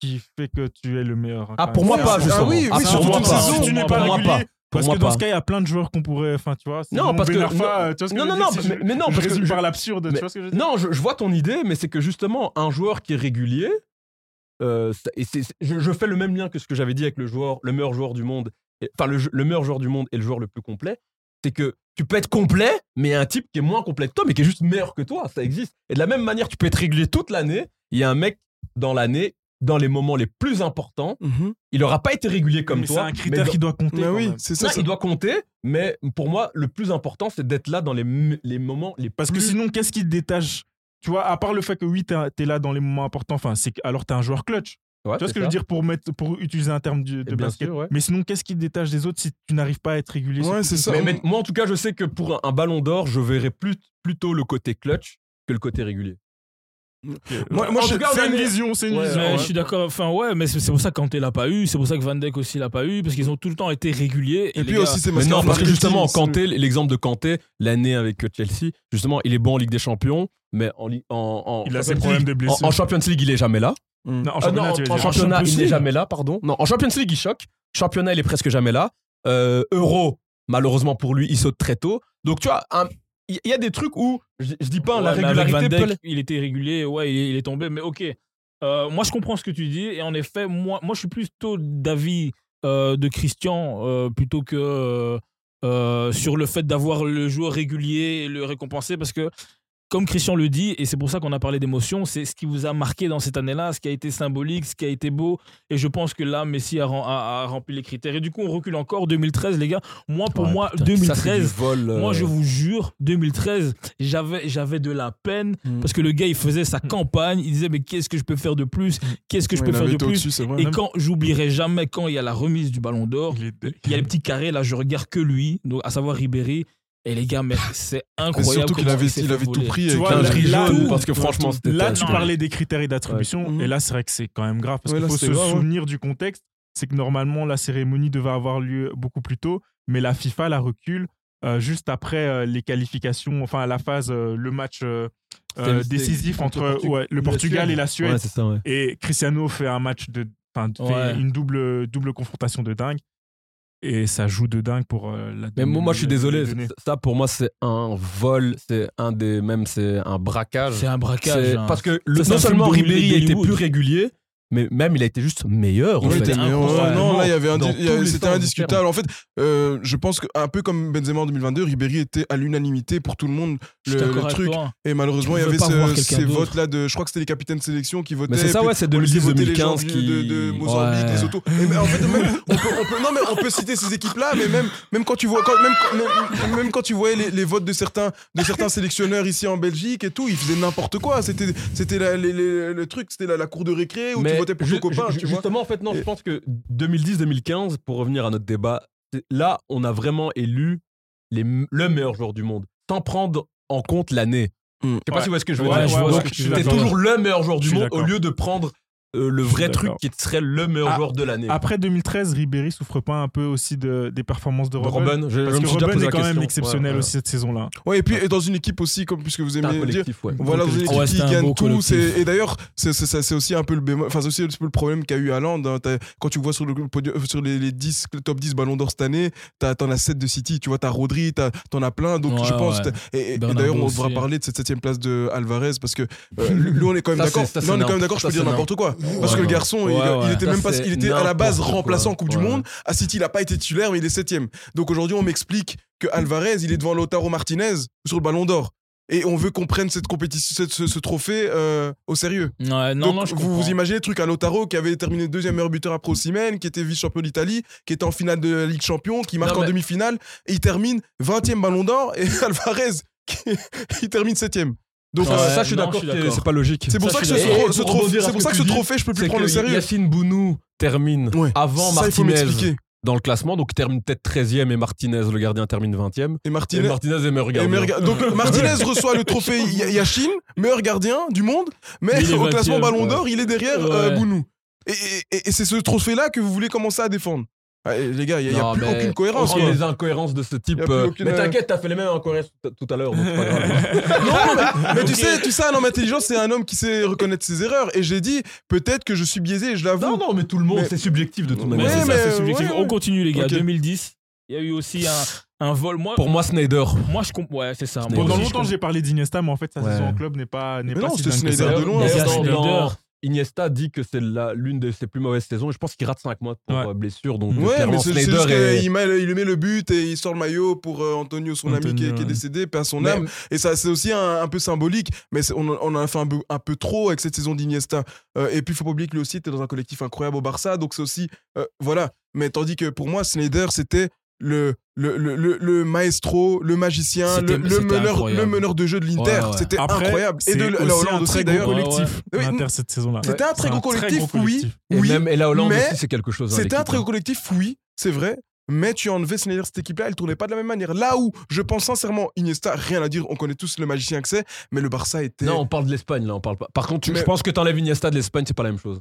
qui fait que tu es le meilleur. hein,
Ah,
quand
pour
même.
moi pas,
Ah
justement.
oui, oui,
Ah, pour
surtout
moi
une
pas.
saison, tu n'es
Pour
pas
moi
régulier.
Pour
Parce
moi
que dans
pas.
ce cas, il y a plein de joueurs qu'on pourrait. Enfin, tu vois. c'est
Non,
bon,
parce
Ben
que-
Arfa,
non.
euh, tu vois ce que
Non,
je
non,
veux
non,
dire, si
mais- mais non,
je- je
parce que
résume
je-
par l'absurde,
mais-
tu vois ce que je veux dire
Non, je, je vois ton idée, mais c'est que justement, un joueur qui est régulier, euh, ça- et c'est- c'est- je, je fais le même lien que ce que j'avais dit avec le joueur, le meilleur joueur du monde, et- enfin le, le meilleur joueur du monde et le joueur le plus complet, c'est que tu peux être complet, mais il y a un type qui est moins complet que toi, mais qui est juste meilleur que toi, ça existe. Et de la même manière, tu peux être régulier toute l'année, il y a un mec dans l'année, dans les moments les plus importants,
Mhm.
il n'aura pas été régulier comme
Mais c'est
toi.
un
mais
critère
dans-
qui doit compter.
Mais
quand
oui,
même.
c'est ça.
ça,
ça.
il doit compter, mais pour moi, le plus important, c'est d'être là dans les, m- les moments les
Parce que
plus-
sinon, qu'est-ce qui te détache Tu vois, à part le fait que oui, t'es t'es là dans les moments importants, enfin, c'est que- alors t'es un joueur clutch.
Ouais,
Tu vois ce
c'est
que je
ça.
veux dire pour, mettre, pour utiliser un terme du- de
bien
basket
sûr, ouais.
Mais sinon, qu'est-ce qui te détache des autres si tu n'arrives pas à être régulier sur
Ouais,
tes
c'est ça.
Mais, mais moi, en tout cas, je sais que pour un, un ballon d'or, je verrais plus, plutôt le côté clutch que le côté régulier.
Moi, moi,
en
je-
tout cas,
c'est
c'est une
une-
vision, c'est une
Ouais,
vision.
Mais
ouais.
je suis d'accord, enfin ouais, mais c'est c'est pour ça que Kanté l'a pas eu, c'est pour ça que Van Dijk aussi l'a pas eu, parce qu'ils ont tout le temps été réguliers.
Et
les
puis
gars-
aussi, c'est
Mais non, parce que
marketing,
justement,
c'est-
Kanté, l'exemple de Kanté, l'année avec Chelsea, justement, il est bon en Ligue des Champions, mais en, Ligue- en, en-
Il a
en
ses
Champions
problèmes
League-
de
en-
blessure.
en Champions League, il est jamais là.
Mm.
Non,
Ah
en
non,
championnat, tu veux
en
dire.
championnat, il n'est
Champions
jamais là, pardon. Non, en Champions League, il choque. Championnat, il est presque jamais là. Euh, Euro, malheureusement pour lui, il saute très tôt. Donc, tu vois, un- il y a des trucs où, je, je dis pas, la
Ouais, mais avec
régularité
Van Dijk,
peut l'être.
il était régulier, ouais, il, il est tombé, mais ok. Euh, moi, je comprends ce que tu dis, et en effet, moi, moi je suis plutôt d'avis euh, de Christian euh, plutôt que euh, euh, sur le fait d'avoir le joueur régulier et le récompenser, parce que, comme Christian le dit, et c'est pour ça qu'on a parlé d'émotion, c'est ce qui vous a marqué dans cette année-là, ce qui a été symbolique, ce qui a été beau, et je pense que là, Messi a, ren- a- a rempli les critères. Et du coup, on recule encore, 2013, les gars. Moi, pour
Ouais,
moi,
putain, ça, c'est du
2013,
vol, euh,
moi, je vous jure, 2013, j'avais, j'avais de la peine
Mm.
parce que le gars, il faisait sa campagne. Il disait, mais qu'est-ce que je peux faire de plus Qu'est-ce que je
Ouais,
peux
il
faire
avait
de
été
plus
au-dessus, c'est vrai.
Et quand, j'oublierai jamais quand il y a la remise du ballon d'or,
Il est-
il y a le petit carré, là, je regarde que lui, donc, à savoir Ribéry. Et les gars, mais
[laughs]
c'est
Mais
incroyable.
surtout qu'il
comment
avait,
s'est
il
fait
avait tout
voler.
pris.
Tu
avec
vois,
un-
là,
gris
là,
jaune,
tout-
parce que franchement, c'était
Là, tu
Non.
parlais des critères et d'attribution,
Ouais.
et là, c'est vrai que c'est quand même grave, parce
Ouais,
qu'il
là,
faut
c'est
se
grave, ouais.
souvenir du contexte. C'est que normalement, la cérémonie devait avoir lieu beaucoup plus tôt, mais la FIFA la recule euh, juste après euh, les qualifications, enfin, à la phase, euh, le match euh,
C'était
euh,
le- c'était
décisif
contre
entre
le
euh,
Portu-
ouais, le
la
Portugal
Suède.
et la Suède.
Ouais, c'est ça, ouais.
Et Cristiano fait un match de. Enfin, fait
Ouais.
une double, double confrontation de dingue. Et ça joue de dingue pour euh, la.
Mais moi, moi, je suis désolé.
la donnée.
Ça, Ça, pour moi, c'est un vol. C'est un des. Même, c'est un braquage.
C'est un braquage.
C'est-
hein.
Parce que
Ça,
le-
c'est
non
un film
seulement
d'Hollywood-
Ribéry a été
d'Hollywood.
plus régulier, mais même il a été juste meilleur. en
Ouais,
fait.
t'es- mais ouais,
incroyable.
non, là, il y avait un-
Dans
il y avait-
tous les
c'était
sens du
indiscutable. En fait, euh, je pense que un peu comme Benzema en 2022, Ribéry était à l'unanimité pour tout le monde
Je suis
le,
d'accord
le
avec
truc.
toi.
Et malheureusement,
Tu
il y
pouvais
avait
pas voir
ce-
quelqu'un
ces
d'autre.
votes-là de. Je crois que c'était les capitaines de sélection qui votaient.
Mais c'est ça,
puis
ouais, c'est
on laissait voter les gens
2010-2015
du-
qui.
de, de Mozambique,
Ouais.
les autos. Et mais en fait, même, on peut, on peut- non, mais on peut citer ces équipes-là, mais même, même quand tu vois, quand, même, même, même quand tu voyais les, les votes de certains, de certains sélectionneurs ici en Belgique et tout, ils faisaient n'importe quoi. C'était, c'était la- les- les- le truc, c'était la, la cour de récré où
Mais
tu votais pour
ju-
ton copain,
ju-
tu vois.
justement, en fait, non, je pense que 2010-2015, pour revenir à notre débat c'est- là, on a vraiment élu les m- le meilleur joueur du monde. Sans prendre en compte l'année.
Mm.
Je sais pas
Ouais.
si vous voyez ce que je veux
Ouais,
dire.
je vois
Donc,
ce que tu veux
t'es
dire.
toujours le meilleur joueur
Je
du
suis
monde au
d'accord.
lieu de prendre euh, le
Je suis
vrai truc
d'accord.
qui serait le meilleur
Ah,
joueur de l'année.
Après 2013, Ribéry souffre pas un peu aussi de, des performances de
De
Robben,
Robben, je, je
Parce
me
que
suis déjà
Robben
posé
est
la
quand même
question.
exceptionnel
Ouais, ouais.
aussi cette saison-là.
Ouais, et puis et dans une équipe aussi, comme puisque vous
T'as un
aimez dire,
collectif, ouais.
voilà, dans une équipe
Ouais,
qui
c'était un
gagne
beau
tout.
collectif.
c'est- Et d'ailleurs, c'est- c'est ça- c'est aussi un peu le bémol- enfin, c'est aussi un petit peu le problème qu'a eu Haaland. hein. T'as- Quand tu vois sur, le podium- euh, sur les, les 10, le top 10 ballons d'or cette année, t'as- t'en as 7 de City, tu vois, t'as Rodri, t'as- t'en as plein. Donc
Ouais,
je pense.
ouais.
t'as- Et, et- et
Bernardo
d'ailleurs, on
aussi.
devra parler de cette 7 place de Alvarez parce que euh, lui, on est quand même
Ça,
d'accord.
c'est- ça,
Là,
c'est
on est quand même
nimp.
d'accord, je
Ça,
peux dire
c'est
n'importe quoi. Parce que le garçon, il-
Ouais,
il,
ouais.
était
Ça,
même pas,
c'est
il était à la base
n'importe quoi.
remplaçant en Coupe du
Ouais.
Monde. À City, il a pas été titulaire, mais il est septième. Donc aujourd'hui, on m'explique que Alvarez, il est devant Lautaro Martinez sur le Ballon d'or. Et on veut qu'on prenne cette compétition, cette- ce, ce trophée euh, au sérieux.
Ouais, non,
Donc,
non, je
vous, vous
comprends.
imaginez le truc à Lautaro qui avait terminé deuxième meilleur buteur après Osimhen, qui était vice-champion d'Italie, qui était en finale de la Ligue Champion, qui marque
Non,
en
mais-
demi-finale, et il termine 20e Ballon d'or, et [laughs] Alvarez, qui- il termine septième. Donc,
Ouais,
euh,
ça, je suis
non,
d'accord
je suis
que
d'accord.
c'est pas logique.
c'est pour
ça,
ça, que
je
ce,
suis
d'accord.
tro- ce
Et pour
trophée,
rebondir à
c'est
ce
pour
que
ça que ce
tu dis,
trophée, je peux plus
C'est que
prendre au sérieux.
Yacine Bounou termine
Ouais.
avant
ça, il faut
Martinez
m'expliquer.
dans le classement, donc termine peut-être 13e et Martinez, le gardien, termine 20e.
Et
Et
Martinez,
Martinez est meilleur
Et
gardien.
meilleur
[laughs]
gar- Donc Martinez reçoit le trophée Ya- Yashin, meilleur gardien du monde, mais
Il est
au classement
20e,
Ballon d'Or, il est derrière euh,
Ouais.
Bounou. Et, et- et- et c'est ce trophée-là que vous voulez commencer à défendre. Ah, et les gars, il n'y a,
Non,
plus
mais
aucune cohérence.
on
quoi.
prend les incohérences de ce type.
Y a plus
euh,
aucune,
Mais t'inquiète, t'as fait les mêmes incohérences tout- tout à l'heure. donc c'est pas grave.
Non, mais, mais tu sais, tu sais, un homme intelligent, c'est un homme qui sait reconnaître ses erreurs. Et j'ai dit, peut-être que je suis biaisé, et je l'avoue.
Non, non, mais tout le monde,
Mais-
c'est subjectif de toute
Ouais,
Mais
manière.
c'est ça,
mais,
c'est
euh,
subjectif.
ouais, ouais.
On continue, les gars.
Ok.
2010, il y a eu aussi un, un vol. Moi,
Pour moi, Snyder.
moi je comprends. Ouais, c'est ça. Moi
Pendant
aussi, je
longtemps,
comprends.
j'ai parlé d'Iniesta, mais en fait, sa
Ouais.
saison en club n'est pas, n'est
Mais
pas
non,
si
c'était
dingue que
Snyder
ça.
de loin. hein,
D'ailleurs,
dans-
Snyder,
dans- Iniesta dit que c'est la- l'une de ses plus mauvaises saisons. et Je pense qu'il rate 5 mois pour
Ouais.
euh, blessure. Donc,
Ouais,
clairement,
mais c'est c'est juste
Snyder est.
qu'il met, il lui met le but et il sort le maillot pour euh, Antonio, son ami qui est,
Antonio,
qui est
ouais.
décédé, paix à son
Mais-
âme. Et ça, c'est aussi un, un peu symbolique, mais c'est- on, en- on en a fait un peu, un peu trop avec cette saison d'Iniesta. Euh, et puis, il faut pas oublier que lui aussi était dans un collectif incroyable au Barça, donc c'est aussi. euh, voilà. Mais tandis que pour moi, Snyder, c'était le, le, le, le, le maestro, le magicien, le,
C'était-
le
c'était
meneur,
incroyable.
le meneur de jeu de l'Inter.
Ouais, ouais.
C'était
Après,
incroyable. Et
c'est
de la
aussi
Hollande
un
aussi,
très
d'ailleurs.
gros-
collectif.
Ouais, ouais.
L'Inter cette saison-là.
C'était un très
C'est
gros collectif,
gros
oui.
collectif.
Et
oui.
même et la Hollande
mais
aussi, c'est quelque chose. hein,
C'était un
l'équipe,
très
hein.
gros collectif, oui, c'est vrai. Mais tu as enlevé Snyder cette équipe-là, elle tournait pas de la même manière. Là où, je pense sincèrement, Iniesta, rien à dire, on connaît tous le magicien que c'est, mais le Barça était.
Non, on parle de l'Espagne, là, on parle pas. Par contre, tu-
Mais-
je pense que t'enlèves Iniesta de l'Espagne, c'est pas la même chose.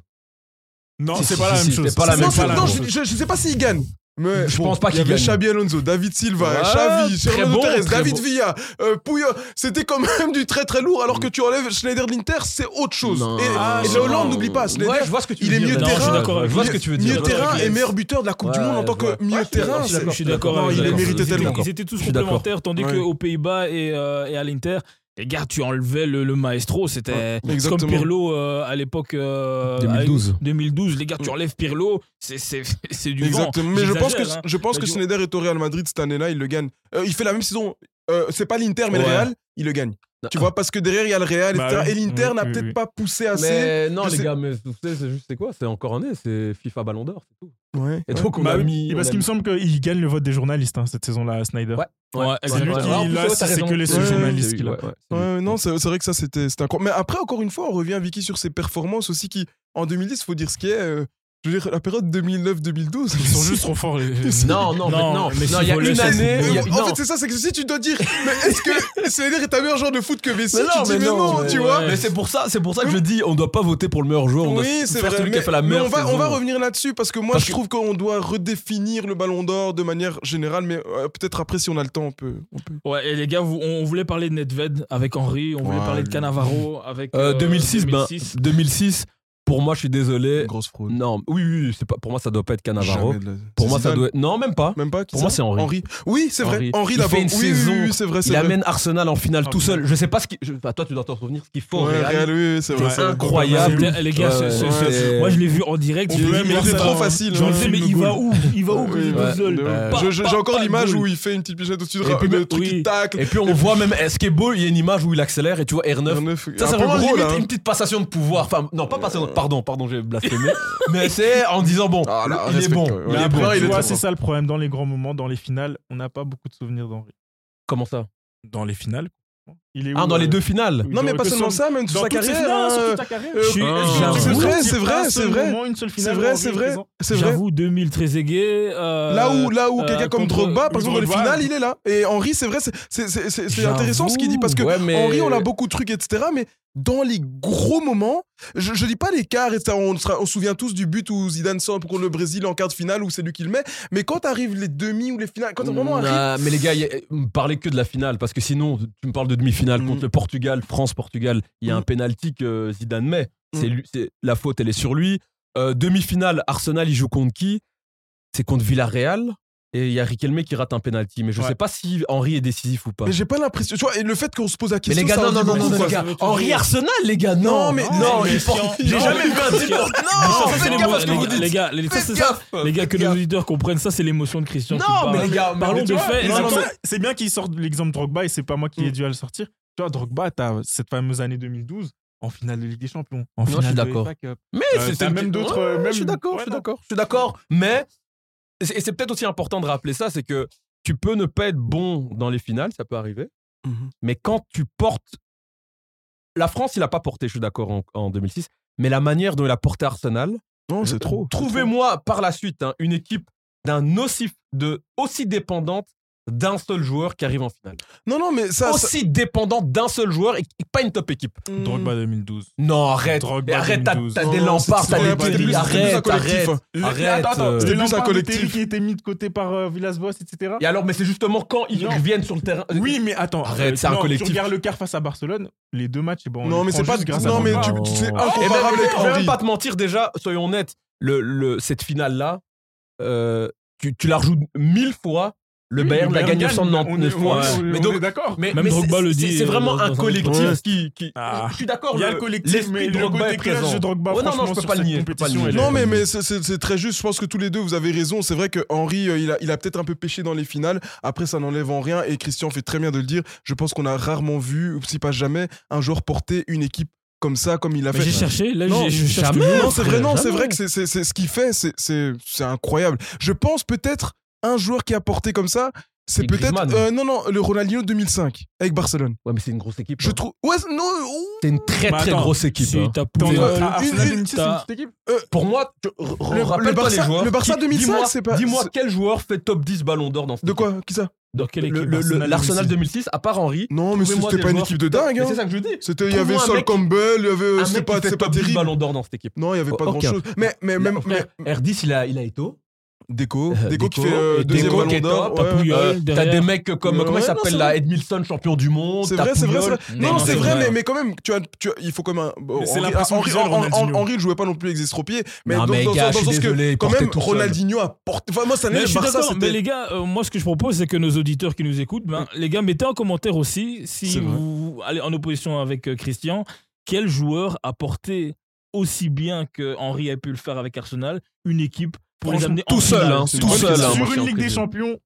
Non,
Si,
c'est
si,
pas la
si,
même
c'était
chose.
pas la
C'est
même
non,
chose.
pas la
non,
même
je, je- je sais pas s'il gagne. Mais
Je pense pas
il y
qu'il
avait
gagne.
Xabi Alonso, David Silva,
Ouais,
Xavi,
très
Fernando
bon,
Torres,
très
David
bon.
Villa, euh, Puyo. C'était quand même du très très lourd, alors que tu enlèves Schneider de l'Inter, c'est autre chose.
Non.
Et,
Ah,
et
je
la Hollande,
pense.
n'oublie pas, Schneider,
Ouais, je vois ce que tu
il
veux
est
dire.
milieu
Non,
terrain.
je suis d'accord avec- Je vois
Milieu-
ce que tu veux dire.
Milieu
je vois ce que
terrain
tu
et
veux dire.
meilleur buteur de la Coupe du
Ouais,
Monde en tant
ouais.
que milieu
Ouais, je suis
terrain.
d'accord,
c'est-
Je suis d'accord.
Non,
avec vous.
il les méritait
Ils étaient-
tellement.
Ils étaient tous
suis d'accord.
complémentaires, tandis
Ouais.
qu'aux Pays-Bas et, euh, et à l'Inter, les gars, tu enlevais le, le maestro. C'était comme
exactement.
Pirlo euh, à l'époque. euh,
2012.
à- 2012. Les gars, tu enlèves Pirlo, c'est- c'est [laughs] c'est du vent.
Exactement. Mais je pense que,
J'exagère, hein.
je pense
Mais
que
du-
Schneider est au Real Madrid cette année-là, il le gagne. Euh, il fait la même saison. Euh, c'est pas l'Inter, mais le
Ouais.
Real, il le gagne. Tu vois, parce que derrière, il y a le Real,
Bah
etc.
oui.
Et l'Inter
Oui,
n'a
oui,
peut-être
oui.
pas poussé assez.
Mais non,
Ah, je
les
sais-
gars, mais vous savez, c'est juste, c'est quoi C'est encore un nez, c'est FIFA Ballon d'Or, c'est tout.
Ouais.
Et donc, on
Bah
a
oui,
mis.
et parce
on a
qu'il me
mis-
semble qu'il gagne le vote des journalistes hein, cette saison-là, Snyder.
Ouais.
Ouais,
C'est lui
exactement.
qui-
Ouais, en plus,
là,
ouais, t'as
c'est
raison.
que les
Ouais,
seuls
ouais,
journalistes
c'est-
qu'il a.
ouais, ouais.
Ouais, non, c'est c'est vrai que ça, c'était c'était incroyable. Mais après, encore une fois, on revient, Vicky, sur ses performances aussi qui, en 2010, faut dire ce qui est. euh, je veux dire, la période 2009-2012.
Ils sont juste trop
[laughs]
forts. les-
Non, non, mais
Non,
non,
mais
non,
s'il
il y a
volait,
une
ça,
année.
c'est-
il y a-
en
non.
fait, c'est ça, c'est que si tu dois dire, mais est-ce que Schneider est un meilleur joueur de foot que Messi
Mais
Tu
non,
dis,
mais
mais
non,
non,
mais
tu
ouais.
vois.
Mais c'est pour ça, c'est pour ça que je dis, on doit pas voter pour le meilleur joueur. On doit
Oui, c'est
faire
vrai.
celui qui a
mais-
fait la
mais
meilleure
on va, on
saison.
va revenir là-dessus parce que moi,
Parce
je
que-
trouve qu'on doit redéfinir le Ballon d'Or de manière générale, mais euh, peut-être après, si on a le temps, on peut. on peut-
Ouais, et les gars, vous- on, on voulait parler de Nedved avec Henry, on voulait
Ouais,
parler de
lui.
Cannavaro avec. euh,
Euh, 2006, ben,
2006.
2006, pour moi, je suis désolé.
Une grosse fraude.
Non, oui, oui, oui, c'est pas, pour moi, ça doit pas être Cannavaro.
Jamais de la-
Pour
C'est
moi, ça
Zidane.
doit être. Non, même pas.
Même pas. qui
Pour moi,
ça
c'est Henry.
Oui, c'est vrai.
Henry.
Henry
Il
d'avant.
fait une
Oui, oui, oui,
saison.
oui, c'est vrai. c'est
Il
vrai.
amène Arsenal en finale
Ah,
tout seul.
putain.
Je sais pas ce qui. je- bah, toi, tu dois t'en souvenir ce qu'il faut.
Ouais,
en Real.
Real, oui, oui, c'est vrai.
Ouais.
c'est vrai.
Incroyable.
Putain, Les gars, c'est- c'est-
Ouais,
c'est-
c'est-
moi je l'ai vu en direct.
On
j'ai
peut
dit,
même
mais
voir
c'est
ça.
trop
trop facile.
J'en sais, mais il va où Il va où
Oui,
Grégory
ouais.
Zol
De-
Euh,
Je- je- J'ai encore
pas-
l'image
pas-
où il fait une petite pichette au-dessus de
Et puis,
le truc,
oui.
il tacle.
Et puis, on voit même. eh, Ce qui est beau, il y a une image où il accélère et tu vois R9.
Neuf-
Ça, c'est
un peu
vraiment
gros,
limite
là. hein.
une petite passation de pouvoir. Enfin, non, pas passation. Pardon, pardon, j'ai blasphémé. [laughs] mais c'est en disant bon,
Ah, là,
il est
respecte,
bon.
ouais,
Mais
ouais.
Il est bon.
après,
il
tu
est
vois,
très
c'est
fort.
ça le problème dans les grands moments, dans les finales, on n'a pas beaucoup de souvenirs d'Henri.
Comment ça
Dans les finales, Il est où,
Ah, dans les
euh,
deux finales.
Ils
Non, mais
auraient
pas
que
seulement
son-
ça, même toute
Dans
sa
toutes ses
carrière.
finales, sur
hein.
toute ta carrière.
Je suis-
Ah.
Euh, j'avoue-
C'est vrai,
Sortir
c'est
pas
vrai, c'est
seulement
vrai.
une seule
C'est
finale
vrai,
où
c'est
on est
vrai.
présent.
C'est vrai.
J'avoue, 2000 Trezeguet. euh,
Là où, là où
euh,
quelqu'un comme
contre
Drogba, par exemple, dans les
Drogba.
finales, il est là. Et Henry, c'est vrai, c'est- c'est- c'est c'est- c'est
J'avoue.
intéressant ce qu'il dit parce que
Ouais, mais-
Henry, on a beaucoup de trucs, etc. Mais dans les gros moments, je, je dis pas l'écart, etc. On, sera- on se souvient tous du but où Zidane sort contre le Brésil en quart de finale où c'est lui qui le met. Mais quand arrivent les demi ou les finales, quand un moment arrive.
Nah, Mmh, mais les gars, y a- me parlez que de la finale, parce que sinon, tu me parles de demi-finale
Mm.
contre le Portugal, France-Portugal. Il y a
Mm.
un penalty que Zidane met. C'est lui- c'est- la faute, elle est sur lui. Euh, demi-finale, Arsenal, il joue contre qui C'est contre Villarreal. Et il y a Riquelme qui rate un penalty. Mais je
Ouais.
sais pas si Henry est décisif ou pas.
Mais j'ai pas l'impression. Tu vois, et le fait qu'on se pose la question. ça en dit beaucoup, quoi.
Henri Arsenal, les gars,
Non, mais-
non,
mais-
il
mais-
porte- j'ai jamais vu un type porter- Non,
ça, c'est
faites
les
gaffe à
mots-
ce que
les
vous
gars-
dites.
Les gars, les- ça,
Faites
c'est ça.
gaffe.
Les gars, que
Faites
les
gaffe.
auditeurs comprennent, ça, c'est l'émotion de Christian. qui
Non,
parle.
mais les gars,
Parlons
Mais tu
de
vois,
faits.
mais
Non,
c'est
non,
bien- C'est bien qu'il sorte l'exemple Drogba et c'est pas moi qui ai dû à le sortir. Tu vois, Drogba, t'as cette fameuse année 2012 en finale de Ligue des Champions. En
Non, je suis
finale de
d'accord.
FA Cup.
Mais
Euh,
c'est
t'as même d'autres. euh, même-
Je suis d'accord, je
Ouais,
suis
non.
d'accord, je suis d'accord. Mais et c'est- et c'est peut-être aussi important de rappeler ça, c'est que tu peux ne pas être bon dans les finales, ça peut arriver.
Mhm.
Mais quand tu portes, la France, il a pas porté, je suis d'accord en, en 2006. Mais la manière dont il a porté Arsenal,
Non, c'est trop.
trouvez-moi par la suite hein, une équipe d'un aussi de aussi dépendante d'un seul joueur qui arrive en finale.
Non, non, mais ça. ça-
aussi dépendante d'un seul joueur et, et pas une top équipe.
Hmm.
Drogba 2012.
Non, arrête,
Drogba
arrête, t'as
2012.
t'as
Non,
des
non,
lampards,
c'était-
t'as des
c'était plus-
Terry,
c'était plus un
arrête,
collectif,
arrête.
hein.
Arrête,
Attends, attends,
euh,
c'était
plus un
Lampard de
collectif.
Terry qui était mis de côté par euh, Villas-Boas, etc.
Et alors, mais c'est justement quand ils
Non.
reviennent sur le terrain.
Oui, mais attends.
Arrête,
euh,
c'est un
non,
collectif.
Tu regardes le quart face à Barcelone, les deux matchs, bon. on
Non,
les
mais
prend
c'est pas.
juste grâce à
Non, mais
Drogba. Ah,
tu,
Drogba.
tu- c'est
Et
Et même,
incomparable avec
je vais même
Henry.
pas te mentir déjà, soyons honnêtes, le, le- cette finale-là, euh, tu, tu la rejoues mille fois, le
Oui,
Bayern
mais
l'a
Bayern
gagné
gagne, on est-
199 fois.
on est-
Mais
on
donc-
est d'accord.
Mais,
Même
mais
Drogba
c'est-
le
c'est-
dit,
C'est
euh,
vraiment
dans
un
un
collectif
entretien.
qui. qui-
Ah.
Je suis d'accord.
Il y a le collectif,
l'esprit
mais
de
le
Drogba
côté
est
clash
présent.
de Drogba,
Ouais, non, non,
franchement,
je peux
sur
pas le
cette
nier, je peux pas le
compétition,
nier.
elle est-
Non, mais, mais c'est- c'est c'est très juste. Je pense que tous les deux, vous avez raison. C'est vrai que Henry, euh, il a, il a peut-être un peu pêché dans les finales. Après, ça n'enlève en rien. Et Christian fait très bien de le dire. Je pense qu'on a rarement vu, si pas jamais, un joueur porter une équipe comme ça, comme il l'a
mais
fait.
j'ai cherché, là,
Non,
j'ai- je cherche
jamais.
toujours.
Non, c'est vrai, non, c'est
Jamais.
vrai que c'est- c'est c'est- ce qu'il fait, c'est- c'est c'est incroyable. Je pense peut-être un joueur qui a porté comme ça, c'est
Et
peut-être.
Griezmann.
euh, non, non, le Ronaldinho 2005 avec Barcelone.
Ouais, mais c'est une grosse équipe.
Je
hein.
trouve. Ouais, c'est- non, ouh,
C'est une très
Mais
très
attends,
grosse équipe.
Si
hein.
t'as
Attends,
Poulidor-
toi,
euh,
à Arsenal
une-
2006, c'est une
t'as-
petite équipe
Pour moi, je- re- re- rappelle-toi
Barça-
les joueurs.
le Barça
Qui-
2005,
dis-moi-
c'est pas-
Dis-moi
c'est-
quel joueur fait top 10 ballon d'or dans cette
De quoi Qui ça
Dans quelle
Le-
équipe
le- le-
Arsenal
L'Arsenal 2006, à part Henry.
Non, mais
trouvez-moi
c'était
des
pas une
joueurs
équipe de
qui top-
dingue.
Mais
hein.
C'est ça que je dis.
C'était, il y
Trouve-moi
avait
un
Sol
mec-
Campbell, il y avait,
Un
c'est
mec
pas,
qui fait
c'est pas
top 10
terrible.
ballon d'or dans cette équipe.
Non, il y avait pas
Aucun.
grand chose. Mais, mais,
Bah,
même, mais,
R10, il a, il a Eto.
Déco,
Euh,
Déco qui
Deco,
fait euh,
et
deuxième
Deco qui
ballon
est
d'or.
top,
ouais.
Pouille- Puyol,
T'as
derrière.
des mecs comme,
Euh, Ouais,
comment il
non, c'est
s'appelle là,
vrai.
Edmilson, champion du monde.
C'est
t'as
vrai, c'est vrai, c'est
Puyol.
vrai. Non,
non,
c'est
c'est
vrai,
vrai.
mais, mais quand même, tu as, tu as- il faut quand même. un- bon,
Mais c'est
Henry-
l'impression
Henry-
qu'ils ont,
Henry-
Ronaldinho.
Henry ne jouait pas non plus exestropié. Mais
Non,
donc,
mais
dans
gars,
dans-
je suis
dans ce
désolé,
que,
il
quand
portait
même,
tout seul.
Ronaldinho a porté. Enfin, moi, cette
Mais
année,
je
le
suis
Barça,
d'accord, mais
c'était.
les gars, euh, moi ce que je propose, c'est que nos auditeurs qui nous écoutent, ben, les gars, mettez en commentaire aussi, si
C'est vrai.
vous allez en opposition avec euh, Christian, quel joueur a porté aussi bien que Henry a pu le faire avec Arsenal, une équipe pour les
Franchement,
amener en
tout seul,
finale.
hein,
C'est
tout
une bonne
seul,
question.
hein.
Sur
moi, je
une
suis
Ligue des
impressionné.
Champions,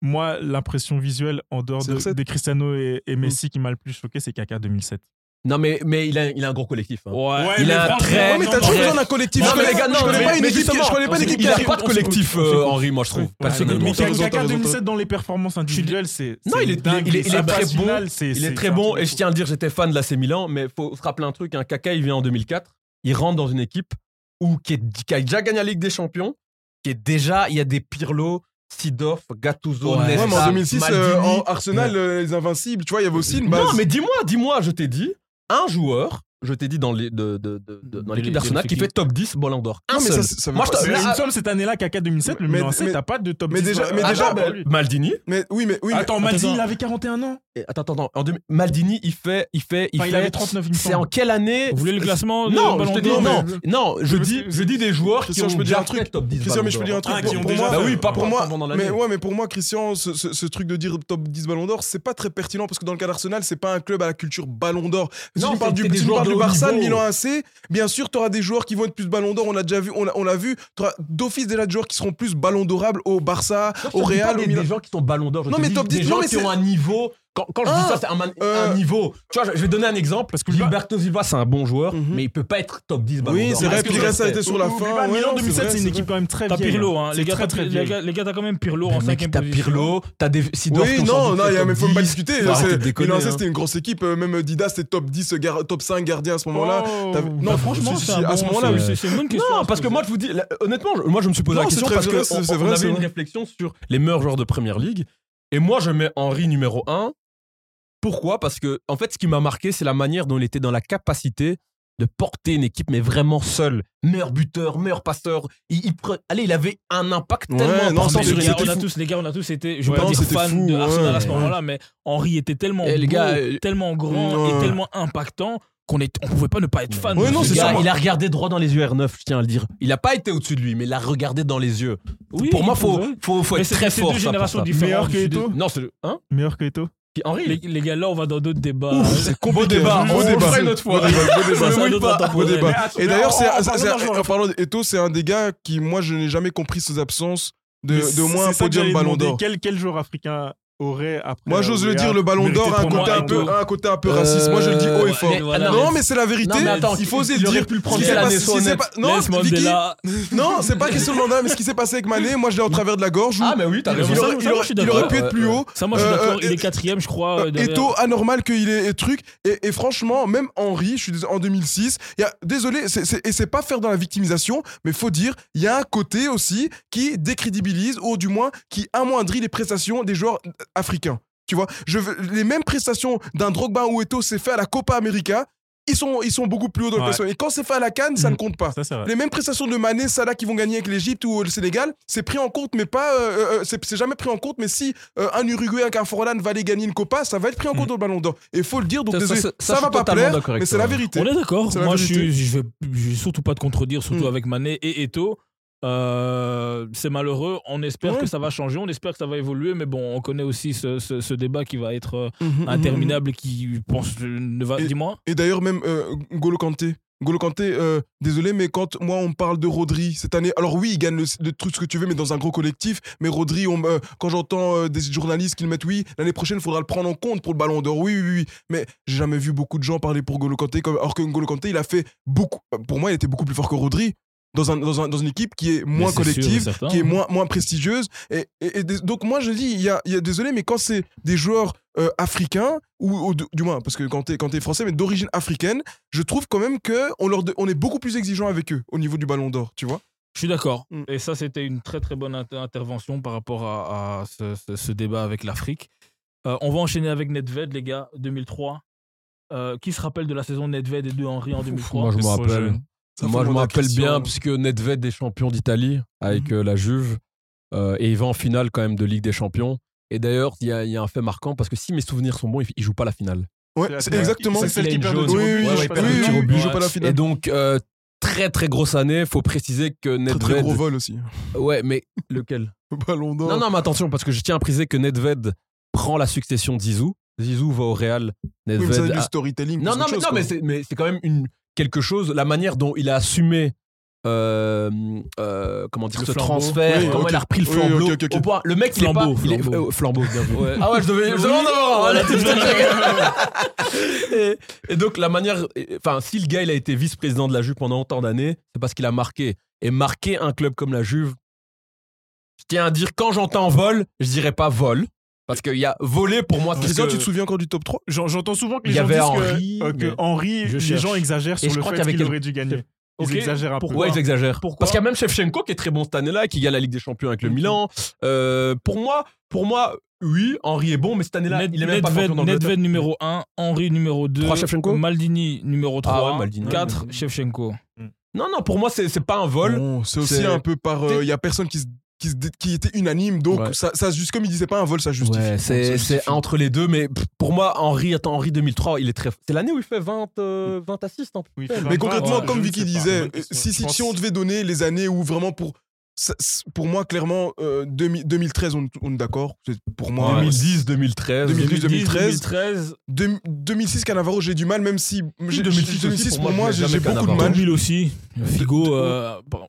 moi, l'impression visuelle en dehors
C'est
de-
recette.
des Cristiano et, et Messi qui m'a le plus choqué, c'est Kaka 2007.
Non, mais, mais il, a, il a un gros collectif. hein.
Ouais.
Ouais,
il
mais
a un
franchement,
très.
Ouais, mais t'as toujours
très-
besoin d'un collectif.
Non,
Je
mais
connais-
les gars, non,
je connais
mais-
pas une
mais
équipe qui- Ah,
justement,
je connais pas une équipe
Il
qui
a
arrive.
pas de
On s'écoute,
collectif,
on
euh,
s'écoute.
Henry, moi je trouve.
Ouais,
personnellement.
mais
t'as raison, t'as
Kaka
raison,
2007 dans les performances individuelles, c'est.
Non,
c'est
il est-
dingue,
il est- il est
sa
très
passe
bon,
finale, c'est-
Il
c'est-
est très
c'est
bon
un
et
truc
je tiens à le dire, j'étais fan de l'AC Milan, mais faut se rappeler un truc, un Kaka il vient en 2004, il rentre dans une équipe où qui, est- qui a déjà gagné la Ligue des Champions, qui est déjà il y a des Pirlo, Sidorf, Gattuso,
Ouais.
Nesta,
Ouais, mais en 2006,
Maldini.
euh, en Arsenal, euh, les Invincibles, tu vois, il y avait aussi une base.
Non, mais dis-moi, dis-moi, je t'ai dit un joueur, je t'ai dit dans les de, de- de- de- dans
De
l'équipe
les-
d'Arsenal
de
qui fait top 10 Ballon d'or. Un
Non, mais
seul.
ça, ça veut
Moi,
pas-
je te-
Mais
là,
il me semble cette année-là, Kaka 2007, le
Mais-
Milan C,
mais-
t'as pas de top
mais
10.
déjà- mais
Ah,
déjà-
non,
mais-
pour lui.
Maldini,
Mais oui, mais oui. mais-
Attends, Maldini,
attends.
il avait 41 ans.
et- attends attends attends, en deux- Maldini, il fait il fait il
Enfin, il
fait
avait 39, il me
C'est en
semble.
quelle année euh,
Vous voulez le classement de
Non, je
Ballon
te dis
d'Or euh,
non.
mais-
Non, je dis, je dis des joueurs
Christian,
qui
je
ont
peux dire
déjà
un truc.
fait top 10
Christian, mais je peux dire un truc.
Ah, qui
pour,
ont
pour
déjà
moi,
fait. Bah oui, pas
pour moi.
pendant l'année.
Mais ouais, mais pour moi, Christian, ce, ce- ce truc de dire top 10 Ballon d'Or, c'est pas très pertinent parce que dans le cas d'Arsenal, c'est pas un club à la culture Ballon d'Or. Si
Non,
tu
c'est-
parles
c'est
du,
des
si tu
joueurs
parles
de
du
haut
Barça, le
niveau.
Milan AC, bien sûr, t'auras des joueurs qui vont être plus Ballon d'Or. On a déjà vu, on l'a on l'a vu. T'auras d'office déjà des joueurs qui seront plus Ballon d'Orables au Barça, au Real, au
des,
Milan.
des gens qui sont ballon d'or. je
Non,
te
mais
dis,
top 10,
des
non,
gens
mais
qui
c'est-
ont un niveau Quand, quand je dis
Ah,
ça, c'est un, man-
euh,
un niveau. Tu vois, je, je vais donner un exemple. Parce que Gilberto Silva, c'est un bon joueur,
Mhm.
mais il peut pas être top 10 Ballon
Oui,
d'Or.
c'est vrai,
Parce que je
Pires a
respecte.
été sur la
Oublie
fin.
pas,
ouais,
Milan
non, c'est
2007,
vrai,
c'est une
c'est
équipe quand même très
T'as
vieille.
Pirlo, hein. Les
C'est
gars,
très,
t'as-
très
les
vieille.
gars, les gars, t'as quand même Pirlo en
Mec,
cinquième
t'as
position.
Pirlo, t'as des. Sidorf,
Oui,
qu'on s'en
non,
doute,
non,
c'est
il y a-
top
mais faut même pas
10.
discuter.
Faut arrêter
c'est-
de déconner,
Milan AC,
hein.
c'était une grosse équipe. euh, Même Dida, c'était top 10, gar- top 5 gardien à ce moment-là.
Oh.
T'avais-
Non,
Non,
franchement,
si, si,
c'est
si,
un
à ce
bon-
moment-là,
c'est-
oui.
c'est- c'est une bonne question.
Non, parce que moi, je vous dis, là, honnêtement, je- moi, je me suis posé
Non,
la
c'est
question
très
parce
vrai,
que
c'est-
on-
c'est
on
vrai, c'est
avait une
vrai.
réflexion sur les meilleurs joueurs de Première League. Et moi, je mets Henry numéro 1. Pourquoi Parce que, en fait, ce qui m'a marqué, c'est la manière dont il était dans la capacité de porter une équipe, mais vraiment seul. Meilleur buteur, meilleur passeur. Il, il pre- Allez, il avait un impact
Ouais,
tellement
non,
important
Mais
sur
les
les
gars,
c'était
on a
fou.
tous, les gars, on a tous été, je vais
Ouais,
pas dire
c'était
fan
fou,
de
ouais.
Arsenal à ce moment-là, mais Henri était tellement
Eh, les
beau,
gars, euh,
tellement grand
ouais.
et tellement impactant qu'on est, on pouvait pas ne pas être fan.
Ouais,
de
non,
ce
c'est
gars.
ça, moi.
il a regardé droit dans les yeux R9, je tiens à le dire. Il n'a pas été au-dessus de lui, mais il l'a regardé dans les yeux.
Oui,
pour moi,
il
faut,
pouvait.
faut, faut
Mais
être
c'est-
très
c'est
fort.
deux
ça, pour
générations
ça.
différentes.
Meilleur que
Je suis
Eto'o.
dé-
Non, c'est le. Hein
Meilleur que Eto.
Puis Henry,
Les, les gars, là, on va dans d'autres débats.
Ouf,
Euh,
c'est compliqué.
Oh, Beau débat,
hein. Beau
on
débat.
le fera une autre fois.
Beau débat,
[laughs]
[laughs]
beau débat.
Ça, c'est
Ne
un
mouille
autre
pas,
temps
beau
pour
débat.
elle.
Et d'ailleurs, c'est, c'est- c'est-
joueur.
en parlant d'Eto, c'est un des gars qui, moi, je n'ai jamais compris ses absences de,
Mais
de
c'est-
moins un
c'est ça que
podium
j'allais
Ballon
demander.
d'Or.
Quel, quel joueur africain aurait après
Moi,
euh,
j'ose le
Weah
dire, le Ballon
mérité
d'or a un
pour moi
côté un peu,
Eto
un côté un peu raciste. Moi, je le dis haut et
ouais,
fort.
mais- voilà.
Non, mais c'est la vérité.
Non, mais attends,
il faut oser
il
le
aurait
dire.
pu le prendre
Si
si
c'est
elle
pas-
a des
si c'est
sonnettes.
pas- Non,
Nelson
Vicky,
Mandela.
[laughs] non, c'est pas question de mandat, mais ce qui s'est passé avec Mané, moi, je l'ai au travers de la gorge. où
Ah, mais oui, t'as
Il
raison.
il,
ça,
aurait,
ça,
il
je
aurait-
suis
il
d'accord.
aurait pu être plus
Ouais,
haut.
Ça, moi, je suis
Euh,
d'accord.
euh,
Il
et-
est quatrième, je crois. euh, derrière.
Eto, anormal qu'il ait des trucs. Et, et franchement, même Henri, je suis désolé, en 2006, il y a, désolé, c'est, c'est- et c'est pas faire dans la victimisation, mais faut dire, il y a un côté aussi qui décrédibilise, ou du moins qui amoindrit les prestations des joueurs euh, africains. Tu vois, je veux, les mêmes prestations d'un Drogba ou Eto, c'est fait à la Copa América, ils sont, ils sont beaucoup plus hauts dans le
Ouais.
classement. Et quand c'est fait à la Cannes, ça
Mm.
Mhm.
ne compte pas.
Ça, c'est vrai.
Les mêmes prestations de Mané, Salah qui vont gagner avec l'Égypte ou le Sénégal, c'est pris en compte, mais pas. euh, euh, euh, c'est c'est jamais pris en compte, mais si euh, un Uruguayen qu'un Forlan va aller gagner une Copa, ça va être pris en compte au Ballon d'Or. Et faut le dire, donc
Hmm. Ça, ça,
désolé,
ça,
ça,
ça, je suis
va pas
totalement
plaire,
d'accord avec
mais c'est
toi.
la vérité.
On est d'accord.
C'est la
Moi, je,
vérité.
suis, je, vais, je vais surtout pas te contredire, surtout
Mm.
avec Mané et Eto. Euh, c'est malheureux. On espère
Ouais.
que ça va changer. On espère que ça va évoluer. Mais bon, on connaît aussi ce, ce- ce débat qui va être euh,
Mhm, mhm,
interminable et qui pense euh, ne va.
Et-
Dis-moi.
mhm. Et d'ailleurs, même euh, N'Golo Kanté. N'Golo Kanté, euh, désolé, mais quand moi on parle de Rodri cette année, alors oui, il gagne le, le truc ce que tu veux, mais dans un gros collectif. Mais Rodri, on, me- quand j'entends euh, des journalistes qui le mettent, oui, l'année prochaine, il faudra le prendre en compte pour le Ballon d'Or. Oui, oui, oui. Mais j'ai jamais vu beaucoup de gens parler pour N'Golo Kanté, comme, alors que N'Golo Kanté, il a fait beaucoup. Pour moi, il était beaucoup plus fort que Rodri dans, un, dans, un- dans une équipe qui est moins
Mais c'est sûr et
collective,
certain. hein.
hein.
qui est moins, moins prestigieuse. Et, et- et des- donc, moi, je dis, il y a, il y a- désolé, mais quand c'est des joueurs euh, africains, ou, ou de- du moins, parce que quand t'es quand t'es français, mais d'origine africaine, je trouve quand même qu'on leur de- on est beaucoup plus exigeant avec eux au niveau du ballon d'or, tu vois.
Je suis d'accord.
Mm.
Et ça, c'était une très très bonne inter- intervention par rapport à, à ce, ce- ce débat avec l'Afrique. Euh, on va enchaîner avec Nedved, les gars, 2003. Euh, qui se rappelle de la saison de Nedved et de Henry en 2003
Moi, je
c'est
me
trop
rappelle.
jeune.
Ça
Moi,
fait
je me
mon
rappelle
impression.
bien, puisque Nedved est champion d'Italie avec euh, la Juve. euh, et il va en finale quand même de Ligue des Champions. Et d'ailleurs, il y, a- il y a un fait marquant parce que si mes souvenirs sont bons, il, il joue pas la finale.
Ouais,
C'est la
c'est
finale.
exactement.
C'est celle qui perd de
Oui,
tir au
oui,
but,
oui,
ouais,
oui,
je sais pas si
oui,
tu
oui,
vois.
oui, il joue pas la
Et
finale.
donc, euh, très très grosse année. Faut préciser que
Très, très
Nedved.
gros vol aussi.
ouais, mais lequel
Le ballon d'or.
Non, non, mais attention, parce que je tiens à préciser que Nedved prend la succession de Zizou. Zizou va au Real.
Oui, mais ça, c'est
Nedved
du
a-
storytelling.
Non,
c'est
non,
autre
mais,
chose,
non,
quoi.
mais c'est- mais c'est quand même une, quelque chose, la manière dont il a assumé. euh, euh, comment dire
Le
ce
flambeau.
transfert
Oui,
comment
ok.
il a repris le
Oui,
flambeau
ok, ok, ok.
au point- le mec il est
Flambeau,
pas il est-
flambeau.
euh, flambeau bien vu. ah ouais je devais je devais en avoir un, là, tout de suite. et, et donc la manière enfin si le gars il a été vice-président de la Juve pendant autant d'années c'est parce qu'il a marqué et marquer un club comme la Juve je tiens à dire quand j'entends vol je dirais pas vol parce qu'il y a voler pour moi c'est
Christian,
que-
tu te souviens encore du top 3
J'en- J'entends souvent que
Il
les
y
gens
avait Henry,
disent que, euh, que
mais-
Henry,
Je
les
cherche.
gens exagèrent
je
sur le
crois qu'il
fait
y avait
qu'il
quelques-
aurait dû gagner. Ils
Ok.
exagèrent un peu.
Ah, Pourquoi
Ouais, j'exagère.
Pourquoi Mm-hmm.
Parce qu'il y a même Shevchenko qui est très bon cette année-là, qui gagne la Ligue des Champions avec le Milan. Euh, pour moi, pour moi, oui, Henry est bon, mais cette année-là,
Ned-
il est même pas
Nedved-
champion d'Angleterre.
Nedved numéro 1, Henry numéro 2,
Trois Shevchenko
Maldini numéro 3,
ouais, Maldini.
4 Shevchenko.
Non, non, pour moi, c'est c'est pas un vol.
Bon, C'est
C'est-
aussi un peu par. euh, Il y a personne qui se- qui se dé- qui était unanime,
Ouais.
donc ça ça se juste comme il disait pas un vol, ça justifie.
Ouais,
Ça
c'est
justifie.
c'est entre les deux, mais pff, pour moi, Henry, attends, Henry 2003, il est très. C'est l'année où il fait 20, euh, 20 assists en plus.
Oui, il fait
Mais
23,
concrètement,
ouais,
comme
je ne
Vicky
sais pas.
disait,
Bonne question.
si, si,
Je pense-
si on devait donner les années où vraiment pour. ça- c'est- Pour moi, clairement, euh, 2000 2013, on, on est d'accord. C'est- Pour moi,
2010, 2013.
2012, 2013.
2013,
Deux- 2006 Cannavaro, j'ai du mal, même si. j'ai-
2006 aussi,
2006
pour
pour
moi,
moi,
je
j'ai
l'ai
j'ai
jamais
beaucoup de
Cannavaro.
mal.
2000 aussi, Figo. euh, bon.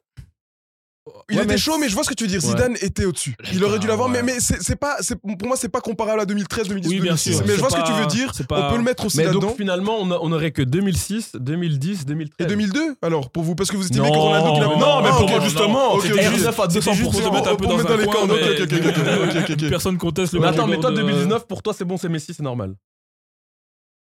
Il
Ouais,
était
mais
chaud, mais je vois ce que tu veux dire.
Ouais.
Zidane était au-dessus. Il aurait dû l'avoir,
ouais.
mais, mais c'est c'est pas, c'est- pour moi, c'est pas comparable à 2013, 2010,
Oui, bien sûr.
Mais je vois
c'est
ce que tu
pas-
veux dire.
c'est
On
pas-
peut le mettre aussi
Mais donc
là-dedans.
finalement, on a- on n'aurait que 2006, 2010, 2013.
Et 2002 alors pour vous parce que vous estimez
Non,
que Ronaldo qui l'a-
non,
non mais
non,
pour moi
non,
justement
non,
ok
c'était
ok.
juste-
RDF à
C'était juste pour te
200%.
mettre un
on-
peu
on
dans
met
un
dans les
coin,
cordes, ok,
mais-
ok, ok, ok, ok, ok,
[laughs]
ok.
Personne conteste le
Mais attends,
parcours
mais toi,
de-
2019, pour toi, c'est bon, c'est Messi, c'est normal.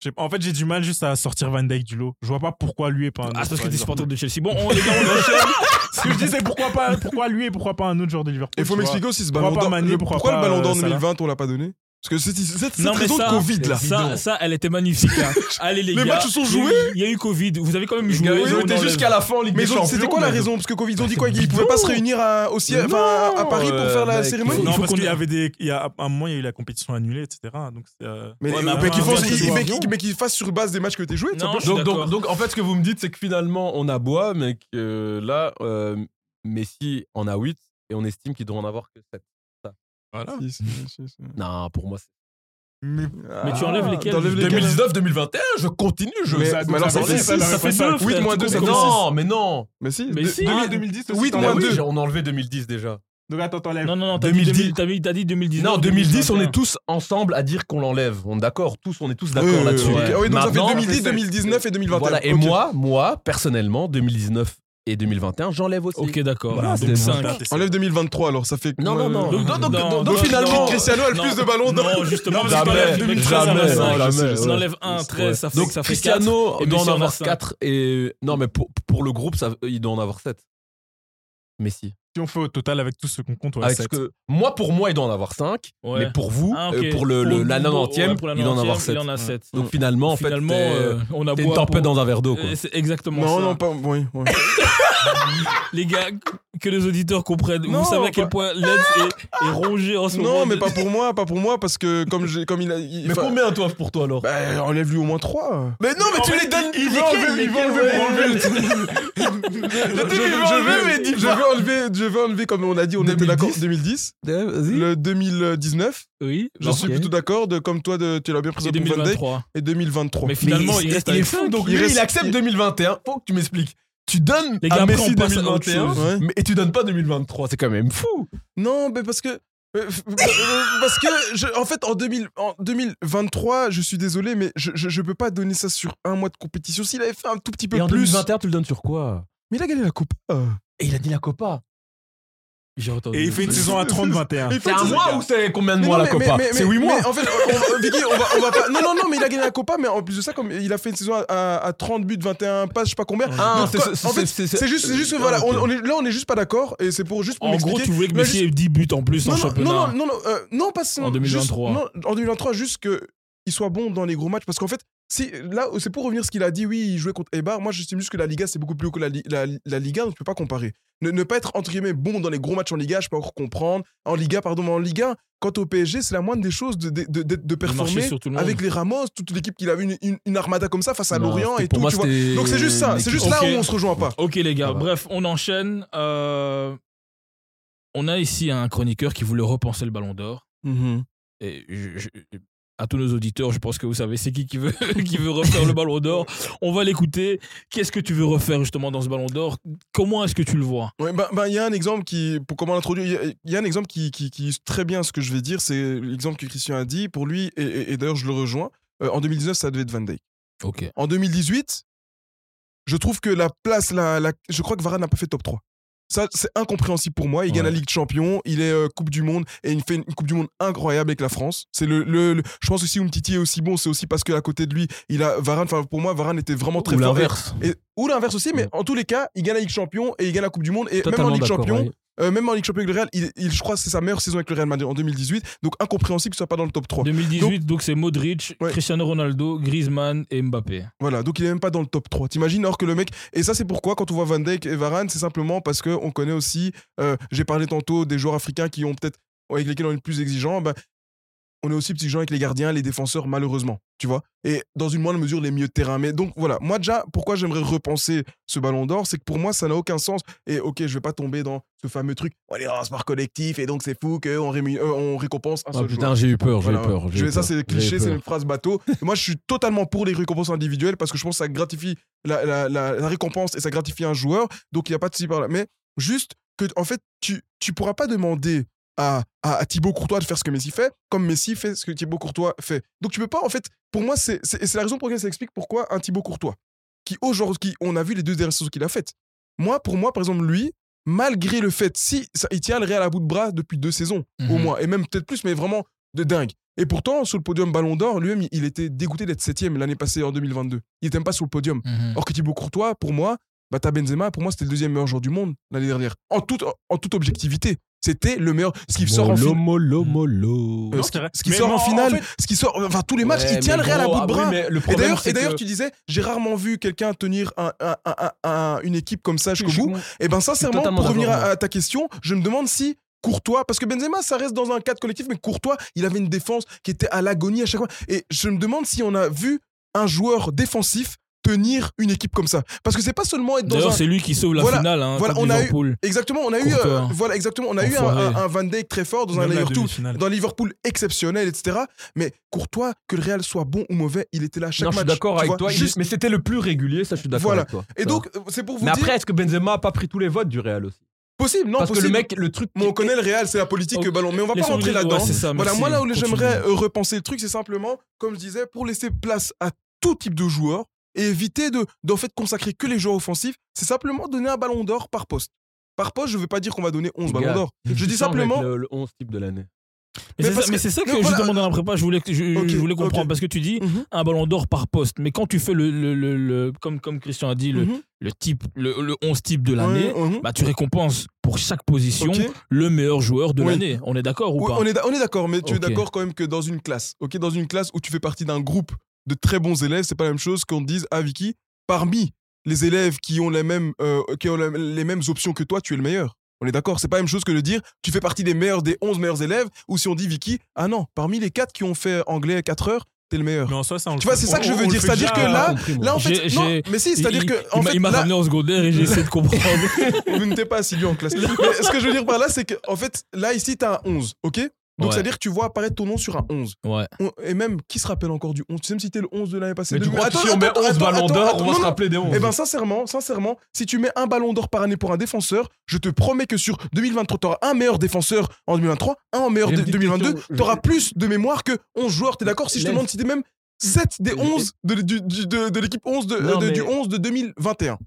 J'ai- En fait, j'ai du mal juste à sortir Van Dyke du lot. Je vois pas pourquoi lui et pas un autre.
Ah, c'est parce
quoi,
que t'es supporter
Liverpool.
de Chelsea. Bon, on, les gars, on enchaîne.
Ce que je dis, c'est pourquoi pas, pourquoi lui et pourquoi pas un autre joueur de Liverpool.
Et
tu
faut
vois.
m'expliquer aussi ce
Pourquoi
ballon
pas
d'or
Mané,
le-
pourquoi
pourquoi le
pas,
ballon d'or en
euh, Salah
2020 on l'a pas donné parce que c'est c'est- c'est
Non, mais
raison de
ça-
Covid là
Ça, ça, elle était magnifique. hein. Allez, les,
Les
gars.
matchs sont
il y a eu-
joués.
Il y a eu Covid. Vous avez quand même joué.
gars, ils
on
ont été
enlève.
jusqu'à la fin en Ligue
mais
des
ils ont-
Champions.
c'était quoi la
mais-
raison parce que Covid ils ont dit quoi qu'ils pouvaient pas se réunir à aussi enfin, à, à
Non,
Paris pour
euh,
faire la
mec,
cérémonie
il
Non,
faut
parce
qu'on
qu'il y
ait-
avait des. Il y a, à un moment, il y a eu la compétition annulée, etc. Donc, c'est, euh,
mais
Ouais, mais
mais
après,
qu'ils fassent-
on vient de
ils-
se
mais
voir.
qu'ils- mais qu'ils fassent sur base des matchs que t'as joué tout
Non,
simplement.
je suis
Donc, donc,
d'accord.
donc, en fait, ce que vous me dites, c'est que finalement, on a bois, mais que euh, là, euh, Messi en a 8 et on estime qu'il doit en avoir que 7.
voilà.
Si, si, si, si.
Non, pour moi, c'est.
Mais tu enlèves lesquels
T'enlèves lesquels
2019-2021, je continue, je.
Mais-
ça-
mais alors, ça
ça-
fait
ça-
Ça fait deux. frère,
8 moins
tu
2
comprends
ça fait
pas.
6
non, mais non.
mais si
Mais
de-
si.
de-
Ah,
2010,
aussi, t'en as
Mais oui,
deux.
j'ai- on a enlevé 2010 déjà.
Donc, attends, t'enlèves.
Non, non, non. T'as dit
2010.
2000, t'as mis- t'as dit 2019.
Non, 2010, on
2021.
est tous ensemble à dire qu'on l'enlève. On est d'accord, tous, on est tous
Oui,
d'accord
oui,
là-dessus.
oui, ok. Ah oui, donc ça fait
Maintenant,
2010, 2019 et 2021.
Voilà, et
Ok.
moi, moi, personnellement, 2019 et 2021, j'enlève aussi.
Ok, d'accord.
Voilà,
donc
c'est-
5.
Enlève 2023 alors ça fait
Non, non, non.
Euh,
Donc, donc, donc,
Non,
donc,
non,
finalement.
non.
Cristiano a le plus de ballons d'or
Non, justement,
Non,
parce que
jamais,
t'enlèves 2013 à
jamais,
25.
non, jamais,
On
ouais.
enlève 1, 13, ça fait,
Donc
ça fait 4.
Cristiano
et
doit
Messi
en
en a
avoir
cinq.
4 et non mais pour, pour le groupe ça, il doit en avoir 7. Messi.
Si on fait au total avec tout ce qu'on compte, ouais,
Avec
sept.
ce que moi pour moi il doit en avoir 5
Ouais.
mais pour vous
Ah, ok.
euh, pour le, le- la
pour-
90e
ouais, pour la
il doit en
90e,
avoir 7.
Il en a 7.
Donc finalement en
Finalement,
fait t'es-
euh, on a
t'es
beau
une
à
tempête
pour-
dans un verre d'eau quoi.
Euh, C'est exactement
Non,
ça.
non, pas. Oui, oui.
Les gars, que les auditeurs comprennent.
Non,
Vous savez à quel
pas-
point Let's est, est rongé en ce moment.
non, mais
de-
pas pour moi, pas pour moi, parce que comme, j'ai- comme il a. il-
mais
enfin,
combien toi pour toi alors
bah, enlève-lui au moins 3.
Mais non mais tu les donnes il veut enlever il veut enlever
[laughs] Je, veux- je veux- je veux enlever, je veux enlever, comme on a dit, on était d'accord, 2010.
euh, Vas-y.
Le 2019,
Oui.
je suis plutôt d'accord, de- comme toi, de, tu l'as bien pris
C'est
pour Van Dijk.
2023.
Et 2023.
Mais finalement, il, reste
il est
avec
fou
cinq.
donc
Il
lui, il
reste-
accepte
il-
2021 faut que tu m'expliques. Tu donnes
Les gars,
à
après,
Messi
on passe à autre
2021
chose.
Ouais.
mais- et tu donnes pas 2023 c'est quand même fou.
Non, mais parce que. euh, f- euh, parce que, je- en fait, en, 2000 en 2023, je suis désolé, mais je, je, je peux pas donner ça sur un mois de compétition. S'il avait fait un tout petit peu
Et en
plus.
2021 tu le donnes sur quoi
Mais il a gagné la coupe.
Et il a dit la Copa. J'ai entendu.
Et il fait une saison à 30-21.
Il fait
C'est un
une saison-
mois ou c'est combien de
Mais
mois
non,
la
mais-
Copa
mais- mais-
C'est 8
mais
mois.
en fait, on va- Vicky, on va, on va pas. Non, non, non, mais il a gagné la Copa, mais en plus de ça, comme il a fait une saison à, à- à 30 buts, 21 passes, je sais pas combien.
Ah,
Donc,
c'est-
quoi-
c'est-
en fait,
c'est- c'est-
c'est juste, c'est juste que voilà,
Ah, ok.
on, on est, là, on est juste pas d'accord, et c'est pour juste pour
En gros, tu
m'expliquer.
voulais que
Mais
Messi ait 10 buts en plus
Non,
en
non,
championnat.
non, non, non, non, euh, non, pas ça.
En 2023.
Juste- non, en 2023, juste que il soit bon dans les gros matchs, parce qu'en fait. Si, là, c'est pour revenir à ce qu'il a dit, oui, il jouait contre Eibar. Moi, j'estime juste que la Liga, c'est beaucoup plus haut que la, Li- la, la Liga, donc tu peux pas comparer. Ne, ne pas être, entre guillemets, bon dans les gros matchs en Liga, je peux encore comprendre. En Liga, pardon, mais en Liga, quant au PSG, c'est la moindre des choses de, de, de, de- de performer
sur tout le monde.
avec les Ramos, toute l'équipe qu'il avait une, une, une armada comme ça face à
Non,
Lorient
c'était-
et
pour
tout.
moi,
tu vois.
c'était Ah bah.
Donc c'est juste ça,
une
c'est
équipe-
juste là
Ok.
où on se rejoint pas.
Ok les gars,
Ça va.
bref, on enchaîne. Euh, on a ici un chroniqueur qui voulait repenser le Ballon d'Or. Et je- je- à tous nos auditeurs, je pense que vous savez c'est qui qui veut [laughs] qui veut refaire le Ballon d'Or. On va l'écouter. Qu'est-ce que tu veux refaire justement dans ce Ballon d'Or Comment est-ce que tu le vois
Ouais, ben, ben, il y a un exemple qui, pour comment l'introduire, il y a- il y, a un exemple qui, qui, qui illustre très bien ce que je vais dire, c'est l'exemple que Christian a dit, pour lui, et, et- et d'ailleurs je le rejoins, euh, en 2019 ça devait être Van Dijk.
Ok.
En 2018, je trouve que la place, la, la- je crois que Varane n'a pas fait top 3. Ça, c'est incompréhensible pour moi. Il gagne
Ouais.
la Ligue des Champions, il est euh, Coupe du Monde et il fait une, une Coupe du Monde incroyable avec la France. C'est le, le- le- je pense aussi Umtiti est aussi bon, c'est aussi parce que à côté de lui, il a Varane. Enfin, pour moi, Varane était vraiment très
Ou
fort.
l'inverse.
Et- ou l'inverse aussi, mais en tous les cas, il gagne la Ligue des Champions et il gagne la Coupe du Monde et même en Ligue des
d'accord,
Champions,
ouais.
euh, même en Ligue des Champions avec le Real, il, il- je crois que c'est sa meilleure saison avec le Real Madrid en 2018. Donc incompréhensible que ce soit pas dans le top 3.
2018, donc c'est Modric,
Ouais.
Cristiano Ronaldo, Griezmann et Mbappé.
Voilà, donc il est même pas dans le top 3. T'imagines alors que le mec et ça c'est pourquoi quand on voit Van Dijk et Varane, c'est simplement parce que on connaît aussi euh, j'ai parlé tantôt des joueurs africains qui ont peut-être avec lesquels on est le plus exigeant, bah, on est aussi exigeant avec les gardiens, les défenseurs malheureusement, tu vois. Et dans une moindre mesure les milieux de terrain. Mais donc voilà, moi déjà pourquoi j'aimerais repenser ce ballon d'or, c'est que pour moi ça n'a aucun sens et OK, je vais pas tomber dans ce fameux truc, on est un sport collectif et donc c'est fou qu'on rému- euh, on récompense un
Ah,
seul joueur.
putain, j'ai eu peur, j'ai eu
Voilà,
peur.
ouais.
j'ai
Je-
eu
ça,
peur,
c'est
j'ai eu
cliché, c'est
peur.
une phrase bateau. Et moi, je suis totalement pour les récompenses individuelles parce que je pense que ça gratifie la, la- la- la récompense et ça gratifie un joueur. Donc, il n'y a pas de souci par là. Mais juste, que, en fait, tu tu pourras pas demander à, à, à Thibaut Courtois de faire ce que Messi fait, comme Messi fait ce que Thibaut Courtois fait. Donc tu peux pas, en fait, pour moi, c'est c'est- et c'est la raison pour laquelle ça explique pourquoi un Thibaut Courtois, qui aujourd'hui, qui- on a vu les deux dernières saisons qu'il a faites. Moi, pour moi, par exemple, lui, malgré le fait, si ça, il tient le Real à bout de bras depuis deux saisons, au
Mhm.
moins, et même peut-être plus, mais vraiment de dingue. Et pourtant, sur le podium Ballon d'Or, lui-même, il- il était dégoûté d'être septième l'année passée en 2022. Il n'était même pas sur le podium.
Mhm.
Or que Thibaut Courtois, pour moi, bah, t'as Benzema, pour moi, c'était le deuxième meilleur joueur du monde l'année dernière. En toute, en toute objectivité, c'était le meilleur. Ce qui sort en finale.
Non,
ce qui,
c'est vrai.
ce qui
Mais
sort en
en- en
finale,
fait-
ce qui sort, enfin tous les matchs, il tient le Real à bout de bras. et d'ailleurs, et d'ailleurs, tu disais, j'ai rarement vu quelqu'un tenir un- un- un- un- une équipe comme ça jusqu'au bout. Et ben sincèrement,
totalement
pour revenir à,
d'accord,
à ta question, je me demande si Courtois, parce que Benzema, ça reste dans un cadre collectif, mais Courtois, il avait une défense qui était à l'agonie à chaque fois. Et je me demande si on a vu un joueur défensif tenir une équipe comme ça. Parce que c'est pas seulement être dans
D'ailleurs,
un...
c'est lui qui sauve la
Voilà,
finale. Hein,
voilà,
contre
on a eu-
Liverpool.
Exactement, on a eu,
Courtois.
hein.
euh, voilà, exactement, on a eu un,
Enfoiré.
un- un Van Dijk très fort dans un
Même la
Liverpool,
demi-finale.
dans Liverpool exceptionnel, etc. Mais Courtois, que le Real soit bon ou mauvais, il était là à chaque
Non, je
match.
suis d'accord
tu
avec
vois,
toi. il-
juste-
Mais c'était le plus régulier, ça, je suis d'accord
Voilà.
avec toi.
Et donc, euh, c'est pour vous
Mais
dire,
après, est-ce que Benzema a pas pris tous les votes du Real aussi
possible, non,
Parce que
possible.
le mec, le truc.
Mais on connaît le Real, c'est la politique
Ok.
ballon. Mais on va pas
Laissons-le
rentrer
dire,
là-dedans.
ouais, c'est ça,
voilà,
Ah, merci, hein,
moi là où
continue.
j'aimerais euh, repenser le truc, c'est simplement, comme je disais, pour laisser place à tout type de joueurs et éviter de d'en fait consacrer que les joueurs offensifs, c'est simplement donner un ballon d'or par poste. Par poste, je veux pas dire qu'on va donner 11
Gars,
ballons d'or. Je dis simplement,
Le, le 11 type de l'année.
Mais
mais
c'est
parce
ça- mais
que-
c'est ça que
mais
je
voilà.
demandais dans la prépa. Je voulais, que- je,
Ok,
je voulais comprendre
ok.
parce que tu dis
Mhm.
un ballon d'or par poste. Mais quand tu fais le, le, le- le- comme, comme Christian a dit, le,
Mhm.
le type, le, le 11 type de l'année,
Ouais, mhm.
bah, tu récompenses pour chaque position
Ok.
le meilleur joueur de
Oui.
l'année. On est d'accord ou
Oui,
pas
on est, d'a- on est d'accord, mais tu es
Ok.
d'accord quand même que dans une classe, ok, dans une classe où tu fais partie d'un groupe de très bons élèves, c'est pas la même chose qu'on te dise ah Vicky, parmi les élèves qui ont les mêmes, euh, qui ont la- les mêmes options que toi, tu es le meilleur. On est d'accord, c'est pas la même chose que de dire tu fais partie des meilleurs, des 11 meilleurs élèves, ou si on dit Vicky, ah non, parmi les 4 qui ont fait anglais 4 heures, t'es le meilleur.
Mais en soi, ça, on
Tu
le
vois,
fait-
c'est ça
on-
que je
on
veux
le
dire,
fait
c'est-à-dire
déjà,
que là,
compris, moi.
là en fait,
J'ai-
non,
j'ai-
mais si, c'est-à-dire
Ah, Il-
que
il-
en
il m'a-
fait,
il m'a
là-
ramené en secondaire et j'ai essayé de
[laughs]
comprendre.
vous n'étiez pas assidu en classe. Mais ce que je veux dire par là, c'est que, en fait, là, ici, t'as un 11, ok Donc,
Ouais.
c'est-à-dire que tu vois apparaître ton nom sur un 11.
Ouais.
On- et même, qui se rappelle encore du 11 Tu sais me citer le 11 de l'année passée
Mais tu
de-
crois que
Attends,
si on met
attends,
11
attends,
ballons d'or,
attends,
on va
non,
se
non.
rappeler des 11.
Eh ben sincèrement, sincèrement, si tu mets un ballon d'or par année pour un défenseur, je te promets que sur 2023, t'auras un meilleur défenseur en 2023, un meilleur
J'ai
de
une petite
2022,
question.
t'auras
Je-
plus de mémoire que 11 joueurs, t'es d'accord Si je te
Lens.
demande si t'es même 7 des
Je-
11 de, du- du- de- de l'équipe 11 de, euh,
Non,
de-
mais-
du 11 de 2021.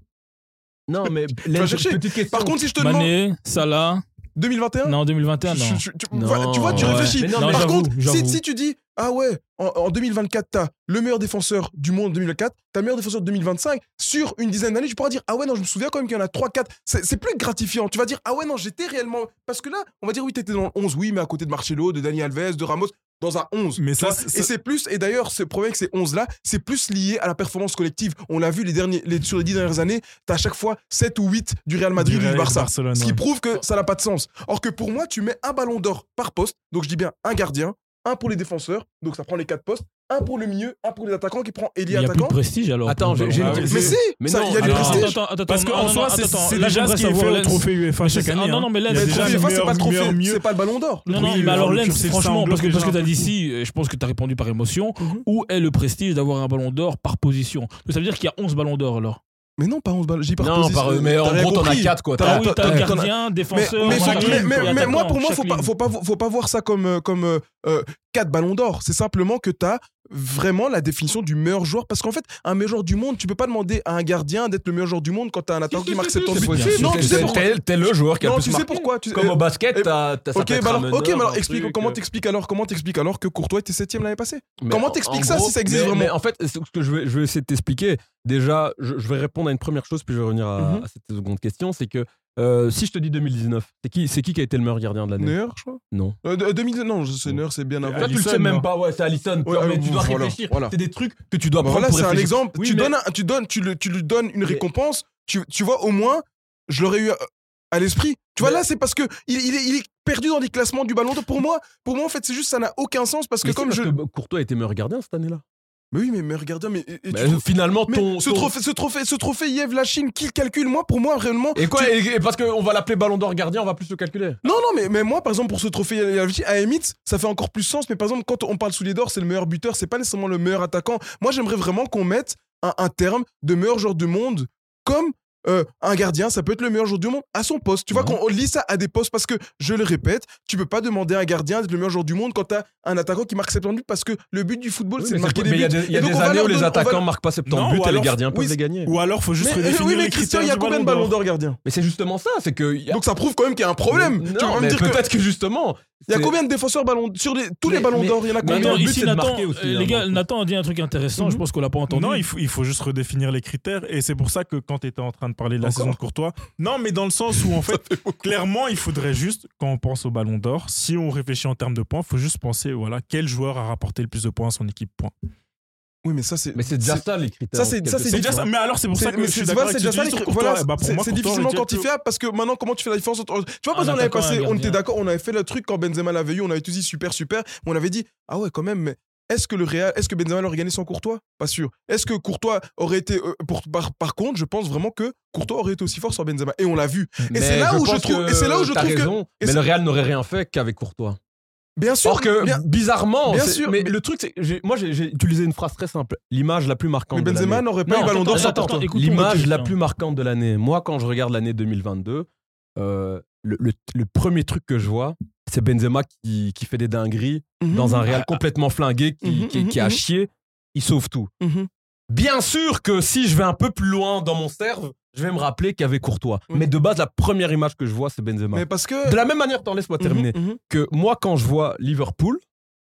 Non, mais
vas
Lens,
chercher.
petite question.
Par contre, si je te demande
Mané, Salah,
2021,
non, en 2021,
tu,
non.
tu- tu-
Non.
voilà, tu vois, tu
Ouais.
réfléchis.
Mais non,
Par
mais
j'avoue,
contre, si,
j'avoue.
si tu dis, ah ouais, en, en 2024, t'as le meilleur défenseur du monde 2024, t'as le meilleur défenseur de 2025, sur une dizaine d'années, tu pourras dire, ah ouais, non, je me souviens quand même qu'il y en a 3, 4. C'est c'est plus gratifiant. Tu vas dire, ah ouais, non, j'étais réellement. Parce que là, on va dire, oui, t'étais dans le 11, oui, mais à côté de Marcelo, de Dani Alves, de Ramos, dans un 11.
Mais
tu
Mm. ça,
vois.
c'est-
et c'est plus, et d'ailleurs, ce problème avec ces 11-là, c'est plus lié à la performance collective. On l'a vu les derniers, les, sur les 10 dernières années, t'as à chaque fois 7 ou 8 du Real Madrid
Du
ou
Real
du
et
Barça.
Barcelone,
Ce qui
ouais.
prouve que ça n'a pas de sens. Or que pour moi, tu mets un ballon d'or par poste, donc je dis bien un gardien, un pour les défenseurs, donc ça prend les quatre postes, un pour le milieu, un pour les attaquants qui prend
Il
Eli
n'y a plus de
attaquant.
prestige alors.
Attends,
pour le
j'ai-
ballon
j'ai-
d'or.
Mais si,
Mais
ça,
non,
il y a du
alors,
Alors,
prestige.
attends, attends, attends,
Parce
non,
qu'en
non,
soi,
non,
c'est-
attends,
c'est
là,
déjà ce
j'aimerais
qui est fait
savoir
au
Lens. Mais
trophée UEFA
c'est-
chaque
ah,
année.
non,
hein.
non, mais Lens,
Il y a
Mais
déjà,
déjà
trophée
le
UEFA, c'est
meilleur-
pas le trophée,
meilleur mieux.
c'est pas le ballon d'or.
Non,
Oui,
non,
oui,
mais alors
oui,
Lens,
c'est un
franchement,
bloc
parce que,
déjà
parce que tu as
un
dit
peu.
si, et je pense que tu as répondu par émotion,
Mhm.
où est le prestige d'avoir un ballon d'or par position Donc, Ça veut dire qu'il y a 11 ballons d'or alors.
Mais non, pas 11 balles, j'ai par
Non,
position,
par- mais
t'as
en
rien
gros, t'en as
compris.
4, quoi.
T'as-
T'as-
Ah oui, t'as
t'as-
le gardien,
Mais,
défenseur,
mais,
attaquant,
faut- mais- mais- mais
attaquant,
moi, pour moi, faut
chaque
pas,
ligne.
faut, pas, vo- faut pas voir ça comme, euh, comme, euh, comme 4 ballons d'or. C'est simplement que tu as vraiment la définition du meilleur joueur. Parce qu'en fait, un meilleur joueur du monde, tu peux pas demander à un gardien d'être le meilleur joueur du monde quand tu as un attaquant
[laughs]
qui marque 70
possible.
buts. Non, tu sais
T'es-
pourquoi.
t'es- T'es le joueur qui a
Non,
le plus
tu sais
marqué.
pourquoi. tu-
Comme au
eh,
basket, t'as t'as- ça
Ok,
peut être
bah alors,
Rameneur,
ok, mais alors
un
explique,
truc,
comment
euh,
t'expliques alors comment t'expliques alors que Courtois était septième l'année passée
Mais
Comment
en-
t'expliques
en
ça,
gros,
si ça existe
mais-
vraiment
mais En fait, ce que je vais, je vais essayer de t'expliquer, déjà, je, je vais répondre à une première chose, puis je vais revenir à,
Mhm.
à cette seconde question. C'est que euh, si je te dis 2019, c'est qui, c'est qui qui a été le meilleur gardien de l'année
Neuer, je crois.
Non.
Euh, de- euh, 2000 non, je- c'est Neuer, c'est bien avant.
Toi, tu le
Alisson,
sais
non.
même pas, ouais, c'est Allison.
Ouais, euh,
mais tu dois
voilà,
réfléchir.
voilà.
C'est des trucs que tu dois
Bah
prendre
voilà,
pour
c'est un
réfléchir.
exemple.
Oui,
tu,
mais-
donnes un- tu donnes, tu le- tu lui donnes une récompense. Tu, tu vois, au moins, je l'aurais eu à, à l'esprit. Tu vois,
Mais-
là, c'est parce que il, il est, il est perdu dans les classements du ballon d'or. Pour moi, pour moi, en fait, c'est juste ça n'a aucun sens parce que
Mais c'est
comme
parce
je.
que Courtois a été meilleur gardien cette année-là.
Mais oui, mais, mais regardez, mais, et- et tu
Mais
trouves-
Finalement,
mais
ton.
ce
ton-
trophée, ce trophée, ce trophée Yves Lachine, qui le calcule Moi, pour moi, réellement.
Et quoi
tu-
et, et parce qu'on va l'appeler Ballon d'Or gardien, on va plus le calculer.
Non, non, mais, mais moi, par exemple, pour ce trophée Yves Lachine, à Emit, ça fait encore plus sens. Mais par exemple, quand on parle soulier d'or, c'est le meilleur buteur, c'est pas nécessairement le meilleur attaquant. Moi, j'aimerais vraiment qu'on mette un, un terme de meilleur joueur du monde comme euh, un gardien, ça peut être le meilleur joueur du monde à son poste. Tu
Mhm.
vois, qu'on on lit ça à des postes parce que, je le répète, tu peux pas demander à un gardien d'être le meilleur joueur du monde quand t'as un attaquant qui marque 70 buts parce que le but du football, c'est de marquer des
mais il y a
buts.
des, il y a
Et donc,
des
on va
années
leur
où les
donner- on va-
attaquants marquent pas 70
Non,
buts
ou
et les
alors-
gardiens peuvent
oui,
les gagner.
Ou alors, faut juste
Mais- euh,
redéfinir
oui, mais
les
Christian,
critères
il y a
du
combien de
Ballon
ballons
d'Or
d'or gardien
Mais c'est justement ça, c'est que. il y a-
Donc ça prouve quand même qu'il y a un problème.
Non,
tu vas me
mais
dire que-
peut-être que, justement.
Il y a
c'est-
combien de défenseurs ballons sur les- tous les
Mais-
ballons
mais-
d'or Il y en a
mais
combien
Attends,
le but,
ici,
c'est de
Nathan,
marquer aussi,
euh,
hein,
les gars,
donc.
Nathan a dit un truc intéressant,
Mhm.
je pense qu'on l'a pas entendu.
Non, il faut, il faut juste redéfinir les critères. Et c'est pour ça que quand tu étais en train de parler de la
Encore
saison de Courtois, non, mais dans le sens où, en fait, clairement, il faudrait juste, quand on pense au ballon d'or, si on réfléchit en termes de points, il faut juste penser, voilà, quel joueur a rapporté le plus de points à son équipe, point.
Oui, mais ça c'est.
Mais c'est déjà ça, les critères.
ça, c'est-
en quelque
ça, c'est
C'est
sorte.
déjà ça. Mais alors, c'est pour ça
C'est
que
mais
je suis
c'est- tu
d'accord
vois,
avec
c'est
ce que
déjà
tu
ça,
dis
les-
sur Courtois.
voilà,
Eh ben, pour
c'est
moi,
c'est
Courtois
difficilement
aurait été plus-
quantifiable parce que maintenant, comment tu fais la différence entre. Tu vois,
Un
parce qu'on avait
attaquant et un
passé, on
gardien.
était d'accord, on avait fait le truc quand Benzema l'avait eu, on avait tous dit super, super, mais on avait dit, ah ouais, quand même, mais est-ce que le Real, est-ce que Benzema l'aurait gagné sans Courtois Pas sûr. Est-ce que Courtois aurait été. euh, pour, par, par contre, je pense vraiment que Courtois aurait été aussi fort sans Benzema. Et on l'a vu.
Mais
c'est là où je
pense
trouve-
que
et c'est là où je
t'as
trouve que-
raison,
et
Mais
c'est-
le Real n'aurait rien fait qu'avec Courtois.
Bien sûr.
Or que,
bien-
bizarrement,
bien
c'est-
sûr,
mais,
mais-
le truc, c'est j'ai- moi j'ai j'ai utilisé une phrase très simple. L'image la plus marquante.
mais
de
Benzema
l'année.
n'aurait pas eu
Non,
le ballon d'or sans
attends,
Courtois.
écoutons
L'image
Mathieu,
la
tiens.
plus marquante de l'année. Moi, quand je regarde l'année 2022, euh, le, le- le premier truc que je vois, c'est Benzema qui, qui fait des dingueries dans un Real complètement flingué, qui,
Mhm,
qui- qui a
mhm, mhm.
chié. Il sauve tout.
Mhm.
Bien sûr que si je vais un peu plus loin dans mon cerveau, je vais me rappeler qu'il y avait Courtois.
Oui.
Mais de base, la première image que je vois, c'est Benzema.
Mais parce que.
De la même manière, t'en laisse-moi terminer.
Mhm, mhm.
Que moi, quand je vois Liverpool,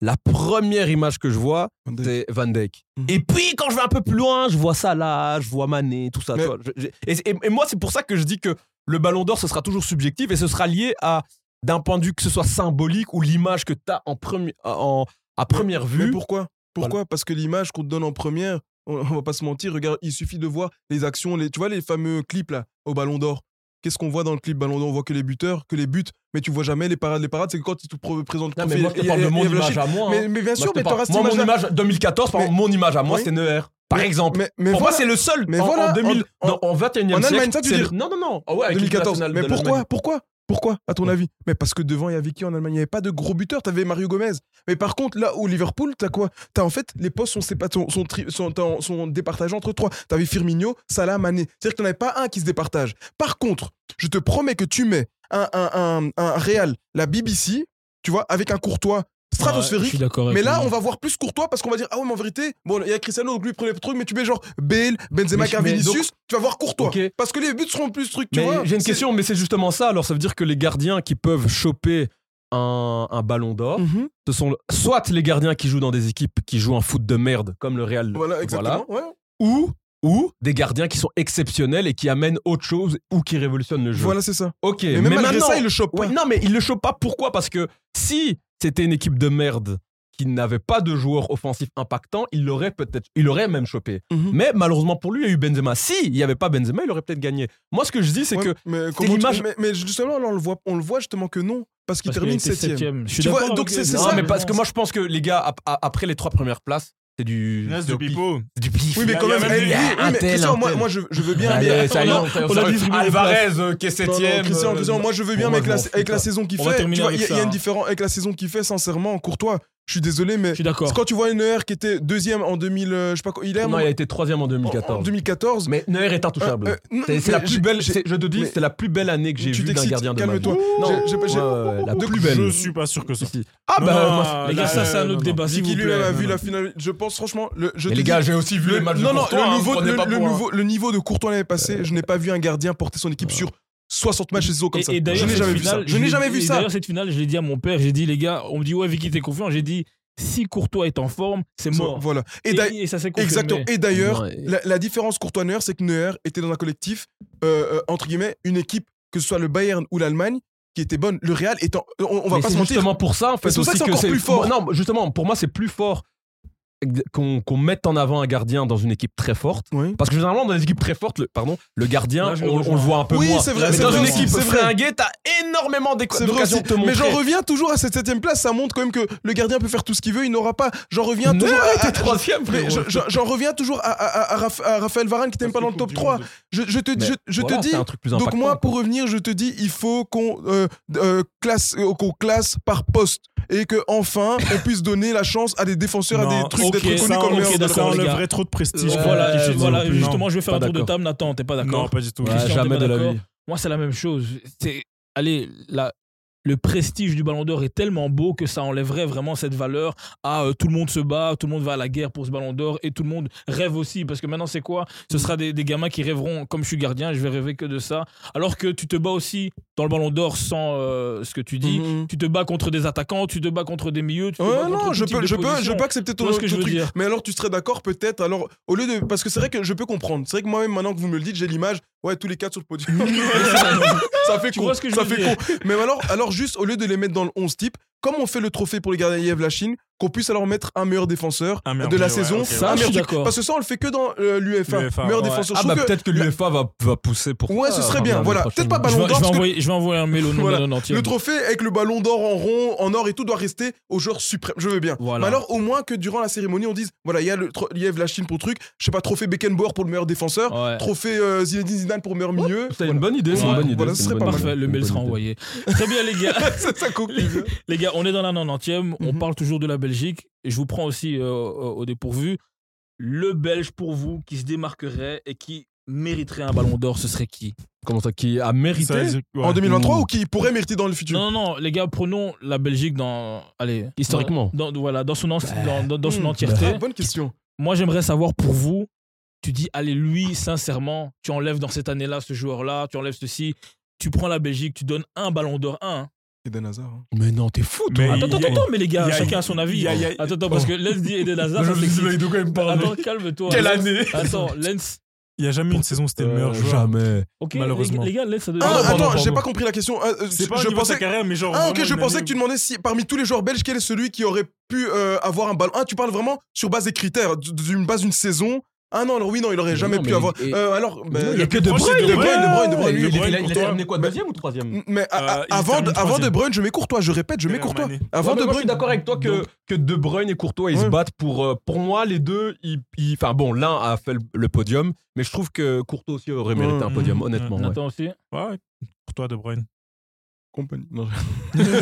la première image que je vois,
Van Dijk.
c'est Van Dijk.
Mhm.
Et puis, quand je vais un peu plus loin, je vois Salah, je vois Mané, tout ça.
Mais-
tu vois. Je- je- et, et- et moi, c'est pour ça que je dis que le ballon d'or, ce sera toujours subjectif et ce sera lié à, d'un point de vue que ce soit symbolique ou l'image que t'as en premi- en, à première
Mais
vue.
pourquoi Pourquoi Parce que l'image qu'on te donne en première, on, on va pas se mentir, regarde, il suffit de voir les actions, les, tu vois les fameux clips là, au Ballon d'Or. Qu'est-ce qu'on voit dans le clip Ballon d'or On voit que les buteurs, que les buts, mais tu vois jamais les parades. Les parades, c'est que quand ils te pr- présentent
Non,
le
mais
trophée,
moi, je te
il y a-
parle de
il y a-
mon
il y a la
image
chine.
à moi. hein.
Mais, mais bien
Moi,
sûr,
je te
mais
parle-
t'auras cette
moi, mon
image-là.
image 2014, par
Mais-
exemple, mon image à moi,
Oui.
c'est Neuer, par exemple.
Mais, mais
pour
voilà,
moi, c'est le seul.
mais
en, en
voilà,
2000,
en-
non, en 21e
en
siècle.
Allemagne, ça, tu
c'est
dis-
le- Non, non, non. Ah ouais, avec l'équipe
2014.
nationale
Mais
de
pourquoi
l'Allemagne.
Pourquoi Pourquoi À ton avis Mais parce que devant, il y avait qui en Allemagne Il n'y avait pas de gros buteurs. T'avais Mario Gomez. Mais par contre, là où Liverpool, t'as quoi T'as en fait, les postes sont, sépa- sont, sont, tri- sont, en- sont départagés entre trois. T'avais Firmino, Salah, Mané. C'est-à-dire que t'en avais pas un qui se départage. Par contre, je te promets que tu mets un, un, un, un Real, la BBC, tu vois, avec un Courtois
Ouais, je
stratosphérique.
suis d'accord avec
Mais là,
lui.
on va voir plus Courtois parce qu'on va dire Ah ouais, mais en vérité, bon, il y a Cristiano, donc lui il prenait le truc, mais tu mets genre Bale, Benzema,
Mais-
Cavani,
mais donc-
Vinicius, tu vas voir Courtois.
Ok.
Parce que les buts seront plus trucs, tu
Mais
vois.
j'ai une
C'est-
question, mais c'est justement ça. Alors, ça veut dire que les gardiens qui peuvent choper un, un ballon d'or,
Mhm.
ce sont le- soit les gardiens qui jouent dans des équipes qui jouent un foot de merde, comme le Real,
Voilà, exactement. ouais.
ou, ou des gardiens qui sont exceptionnels et qui amènent autre chose ou qui révolutionnent le jeu.
Voilà, c'est ça.
Ok,
Et même
mais
malgré
maintenant,
ça, il le chope
Ouais,
pas.
non, mais il le chope pas. Pourquoi Parce que si c'était une équipe de merde qui n'avait pas de joueurs offensifs impactants, il l'aurait peut-être, il aurait même chopé.
Mhm.
Mais malheureusement pour lui, il y a eu Benzema. Si il n'y avait pas Benzema, il aurait peut-être gagné. Moi, ce que je dis, c'est
Ouais,
que
mais, comment tu-
l'image-
mais, mais justement, là, on le voit, on le voit justement que non, parce qu'il
Parce
termine
qu'il était
septième.
septième. Je suis
Tu vois,
d'accord
donc
avec lui.
c'est
non,
ça,
mais
mais
parce que moi, je pense que les gars, ap- a- après les trois premières places, c'est du,
Nas
c'est
de
au pif.
Pipo.
C'est du pif.
Oui, mais quand
Il y a
même,
même
eh,
du-
oui, oui,
un
mais
tel,
Christian,
un
moi,
tel.
moi, je, je veux bien.
Allez,
mais-
ça y est,
Non,
on- on-
on a
on-
distribué les
Alvarez euh, qui est
non, non,
septième.
Christian,
euh,
Christian, moi je veux bien,
Bon, moi,
mais avec
je
la,
m'en fous,
avec la
quoi.
saison qu'il
On va
fait,
terminer
tu vois, il
avec
y, a- il
ça,
y a une
hein.
différence avec la saison qu'il fait, sincèrement, Courtois. Je suis désolé, mais
Je suis d'accord.
quand tu vois une ER qui était deuxième en 2000, euh, je sais pas quoi, il est à un
non,
moment-
il a été troisième en
en- en
2014.
2014.
Mais Neuer est intouchable.
Euh, euh, non,
c'est c'est la
mais
plus
j'ai-
belle.
j'ai-
c'est- Je te dis,
mais-
c'est la plus belle année que j'ai
Tu
vue d'un
t'excites,
gardien de ma vie.
calme-toi.
Non,
J'ai- j'ai- j'ai-
ouais, ouais, la
Donc,
plus belle.
Je suis pas sûr que ça.
Si, si. Ben. Ah
Non,
bah,
non,
moi,
non,
Les gars,
là,
ça, c'est un
non,
autre
non.
débat.
Vicky,
S'il vous
lui, même, a
plaît.
vu la finale. Je pense, franchement, le, je
Mais
te
les
dis-
gars, j'ai aussi vu
le,
les matchs de
non, non,
Courtois, hein,
le, niveau,
prenez
le-
pas
le
pour un-
niveau- le niveau de Courtois l'année passée, je n'ai pas vu un gardien porter son équipe sur 60 matchs et saison comme
Et-
ça.
et
je
d'ailleurs,
n'ai
cette
jamais vu ça.
finale,
Je n'ai jamais vu
et
ça.
D'ailleurs, cette finale, je l'ai dit à mon père. J'ai dit, les gars, on me dit, ouais, Vicky, t'es confiant. J'ai dit, si Courtois est en forme, c'est mort.
Voilà. Et,
Et,
d'ailleurs-
et ça s'est confirmé.
Exactement. Et d'ailleurs,
Non, et-
la, la différence Courtois-Neuer, c'est que Neuer était dans un collectif, euh, euh, entre guillemets, une équipe, que ce soit le Bayern ou l'Allemagne, qui était bonne. Le Real étant. euh, On, on va
Mais
pas
c'est
se mentir.
justement pour ça en fait
Mais c'est pour ça
aussi
que c'est
que
encore
c'est
plus fort.
Non, justement, pour moi c'est plus fort qu'on qu'on mette en avant un gardien dans une équipe très forte.
Oui.
Parce que généralement dans des équipes très fortes, le, pardon, le gardien,
Là, je le
on, on
rejoins.
le voit un peu
Oui,
moins.
c'est vrai,
Mais
c'est
dans
vrai
une
aussi,
équipe
c'est vrai.
fringuée, t'as énormément d'éco-
C'est vrai
d'occasions de
aussi.
te montrer.
Mais j'en reviens toujours à cette septième place. Ça montre quand même que le gardien peut faire tout ce qu'il veut. Il n'aura pas. J'en reviens
Neuer
toujours. à- à-
était troisième,
mais
frérot.
je- je- j'en reviens toujours à, à- à- à Raph- à Raphaël Varane qui t'aime pas dans le top 3. Je, je te,
Mais
je, je
voilà,
te dis.
c'est un truc plus
Donc
impactant,
moi,
quoi.
pour revenir, je te dis, il faut qu'on euh, euh, classe, euh, qu'on classe par poste. et que enfin
[laughs]
on puisse donner la chance à des défenseurs, à
Non,
des trucs
ok, ça,
d'être connus comme
ok,
meilleurs
d'accord,
Ça
défenseurs.
les gars.
enlèverait trop de prestige.
Voilà,
J'ai
euh,
dit
voilà,
non plus,
justement, je vais faire
Pas
un tour de
d'accord.
table. Nathan, t'es pas
non. Non,
d'accord
pas du tout.
Ouais. Christian,
jamais
t'es
de
pas
la
d'accord
vie.
Moi, c'est la même chose. C'est, allez, la- le prestige du Ballon d'Or est tellement beau que ça enlèverait vraiment cette valeur à euh, tout le monde se bat, tout le monde va à la guerre pour ce Ballon d'Or et tout le monde rêve aussi. Parce que maintenant, c'est quoi Ce sera des, des gamins qui rêveront, comme je suis gardien, je vais rêver que de ça. Alors que tu te bats aussi dans le Ballon d'Or sans euh, ce que tu dis.
Mhm.
Tu te bats contre des attaquants, tu te bats contre des milieux. Tu te bats
Ouais,
contre
non,
tout
je
type
peux,
de
je peux, je
position.
peux accepter ton,
vois ce que
ton
je veux
truc.
dire
Mais alors, tu serais d'accord peut-être. Alors, au lieu de, parce que c'est vrai que je peux comprendre. C'est vrai que moi-même, maintenant que vous me le dites, j'ai l'image. Ouais, tous les quatre sur le
[laughs]
podium. [laughs] ça fait
Tu
con.
vois ce que je
ça
veux
fait
dire
con. Mais alors, alors juste au lieu de les mettre dans le 11 type, comme on fait le trophée pour les gardiens Yves Lachine, qu'on puisse alors mettre un meilleur défenseur
Un meilleur
de la
milieu, ouais,
saison.
ok,
ouais.
un
Je suis
meilleur truc.
d'accord.
Parce que ça, on le fait que dans euh, l'UFA.
l'UEFA,
Meilleur
ouais.
défenseur.
Ah
Je
bah
trouve que
peut-être que l'UEFA va, va pousser pour
Ouais, ce serait bien, voilà. Peut-être pas
Je
Ballon
vais, je
d'Or,
vais
parce que-
envoyer, je vais envoyer un mail au nom
Voilà.
de la entière.
Le trophée avec le ballon d'or en rond, en or et tout doit rester au joueur suprême. Je veux bien.
Voilà.
Mais alors, au moins que durant la cérémonie, on dise voilà, il y a le tro- Liev Lachine pour truc, je sais pas, trophée Beckenbauer pour le meilleur défenseur,
Ouais.
trophée euh, Zinedine Zidane pour meilleur milieu.
C'est une bonne idée, c'est une
Ouais.
bonne idée.
Voilà, ce
c'est une
serait
bonne
pas
idée.
Parfait, le mail
Une
sera
bonne idée.
envoyé. Très bien, les gars.
[laughs] C'est ça qu'on
Les- Les gars, on est dans la 90e, on
Mhm.
parle toujours de la Belgique. Et je vous prends aussi euh, au au dépourvu. Le Belge pour vous qui se démarquerait et qui mériterait un ballon d'or, ce serait qui
Comment ça, qui a
Ça,
mérité
c'est- ouais.
En 2023 ou qui pourrait mériter dans le futur
Non, non, non, les gars, prenons la Belgique dans. Allez.
Historiquement.
Dans, dans- voilà, dans son, en-
Bah,
dans, dans- dans son
Hmm.
entièreté.
Ah, Bonne question.
Moi, j'aimerais savoir pour vous, tu dis, allez, lui, sincèrement, tu enlèves dans cette année-là ce joueur-là, tu enlèves ceci, tu prends la Belgique, tu donnes un ballon d'or, un.
Eden Hazard. hein.
Mais non, t'es fou,
Mais
Attends,
il y
attends,
a-
attends, mais les gars,
il y a-
chacun a son avis.
il y a- Oh. il y a-
Attends, attends, parce que Lens dit Eden Hazard, ça m'excite. Attends, calme-toi. Lens-
année
Attends, Lens.
Il n'y a jamais une saison où c'était le meilleur joueur.
Jamais.
Ok,
Malheureusement.
Les, les gars, Lens, ça devient.
Ah,
pardon,
attends,
pardon.
j'ai pas compris la question. Ah, euh,
C'est pas
je pensais.
carrière, mais genre.
Ah ok,
vraiment
je
une
pensais
année
que tu demandais si parmi tous les joueurs belges quel est celui qui aurait pu euh, avoir un ballon. Ah tu parles vraiment sur base des critères, d- d'une base d'une saison. Ah non alors oui non il aurait jamais
non,
pu
mais-
avoir.
et-
Euh, alors ben,
Il y a que De
Bruyne,
Bruyne.
De Bruyne,
De Bruyne, De Bruyne,
Il
De
était-
Bruyne,
il était
pourtant.
amené quoi, deuxième ou troisième
Mais a-
Euh, il
a- avant,
termine
de, avant
troisième.
De Bruyne, je m'écourtois, je répète, je
Et
m'écourtois.
Hermané.
Avant
Ouais, mais
De
moi, je suis
Bruyne,
d'accord avec toi que,
Donc-
que De Bruyne et Courtois, ils
Ouais.
se battent pour. euh, pour moi, les deux, ils. ils- Enfin bon, l'un a fait le, le podium, mais je trouve que Courtois aussi aurait mérité
Ouais,
un podium,
ouais,
honnêtement. ouais.
Nathan aussi.
Ouais, ouais. pour toi, De Bruyne.
compagnie. Non,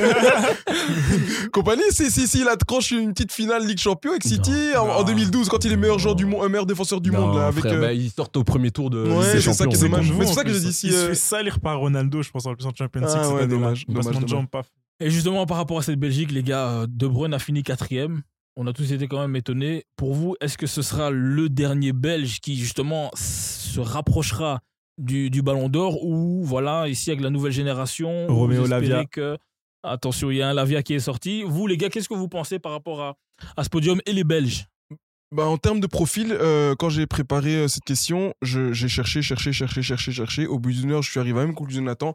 je- [laughs] compagnie, si, si, si, il accroche une petite finale Ligue Champion avec City en, en
Non.
2012 quand il est meilleur, joueur du monde, euh, meilleur défenseur du
Non,
monde. Là, avec,
frère,
euh,
bah, ils sortent au premier tour de.
Ouais,
Ligue des
c'est ça qui est
Champions,
dommage.
donc,
Mais c'est
En
ça que
plus,
je dis, si,
Il
euh,
se fait salir par Ronaldo, je pense, en plus en Champions
Ah
League. cette
ouais,
année-là.
dommage,
Passement
dommage,
de
dommage.
jambes, paf.
Et justement, par rapport à cette Belgique, les gars, euh, De Bruyne a fini quatrième. On a tous été quand même étonnés. Pour vous, est-ce que ce sera le dernier Belge qui, justement, s- se rapprochera du, du Ballon d'Or ou, voilà, ici, avec la nouvelle génération, vous
Roméo
espérez
Lavia.
que- Attention, il y a un Lavia qui est sorti. Vous, les gars, qu'est-ce que vous pensez par rapport à, à ce podium et les Belges
Bah, en termes de profil, euh, quand j'ai préparé euh, cette question, je- j'ai cherché, cherché, cherché, cherché, cherché. Au bout d'une heure, je suis arrivé à la même conclusion, Nathan.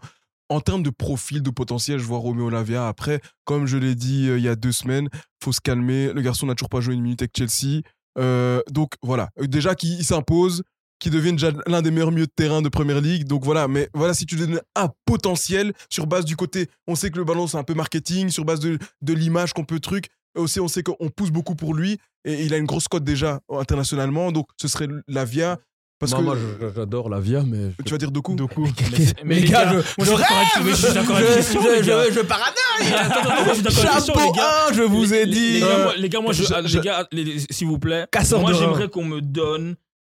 En termes de profil, de potentiel, je vois Romeo Lavia. Après, comme je l'ai dit euh, il y a deux semaines, faut se calmer. Le garçon n'a toujours pas joué une minute avec Chelsea. Euh, donc voilà, Euh, déjà qu'il il s'impose, qu'il devienne déjà l'un des meilleurs milieux de terrain de Première Ligue. Donc voilà, mais voilà, si tu donnes un potentiel sur base du côté, on sait que le ballon c'est un peu marketing, sur base de, de l'image qu'on peut truc. euh, Aussi, on sait qu'on pousse beaucoup pour lui et il a une grosse cote déjà internationalement. Donc ce serait Lavia parce
Moi,
que
moi, je- je- j'adore la Via, mais.
tu vas dire Doku.
Doku.
Mais,
mais les gars, je-
moi, je suis d'accord avec- mais je suis d'accord avec Christian, les gars. Attends, attends, attends, moi, je suis d'accord avec Christian, les gars.
1, je vous ai
Les, les gars,
euh,
moi- les gars, moi, je-
je-
ah, les
je-
gars, les- les- s'il vous plaît,
Casseur
moi
de reins.
j'aimerais qu'on me donne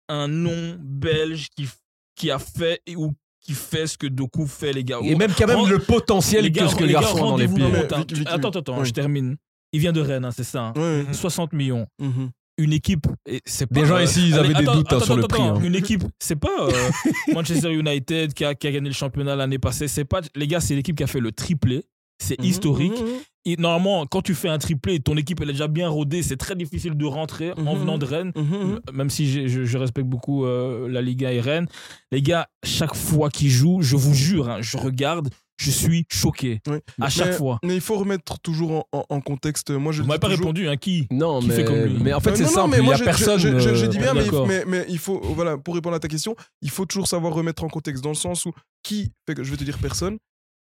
un nom belge qui, f- qui a fait et- ou qui fait ce que Doku fait, les gars.
Et même quand même
Rend-
le
les
potentiel
gars,
que ce que
les
les
gars,
garçons ont dans les
rendez-vous dans
pieds.
mon
Mais,
temps.
Vicky, Vicky,
Attends, attends, attends,
oui.
je termine. Il vient de Rennes, hein, c'est ça. hein.
Ouais, ouais.
60 millions.
Mhm.
Une équipe, et c'est pas,
Mm. Des gens
euh,
ici, ils
allez,
avaient des
attends,
doutes hein,
attends,
sur le
attends,
prix.
attends.
hein.
Une équipe, c'est pas euh, [laughs] Manchester United qui a, qui a gagné le championnat l'année passée. C'est pas, les gars, c'est l'équipe qui a fait le triplé.
Mhm.
Mhm.
C'est historique. Et normalement, quand tu fais un triplé, ton équipe elle est déjà bien rodée. C'est très difficile de rentrer en
Mhm.
venant de Rennes.
Mhm.
M- Même si j'ai- je, je respecte beaucoup euh, la Liga et Rennes, les gars, chaque fois qu'ils jouent, je vous jure, hein, je regarde, je suis choqué
Oui.
à chaque
Mais-
fois.
Mais il faut remettre toujours en, en- en contexte. Moi, je
Vous
le
m'avez
dis
pas
toujours.
répondu, hein, qui
Non,
Qui fait comme
mais,
lui.
mais en fait,
Mais
c'est
Euh, non, non,
simple.
mais
Il n'y
moi,
a
je- je-
personne.
Je, je- je
euh,
dis bien, mais, il-
d'accord.
mais- mais il faut, oh, voilà, pour répondre à ta question, il faut toujours savoir remettre en contexte dans le sens où qui, fait que je vais te dire personne,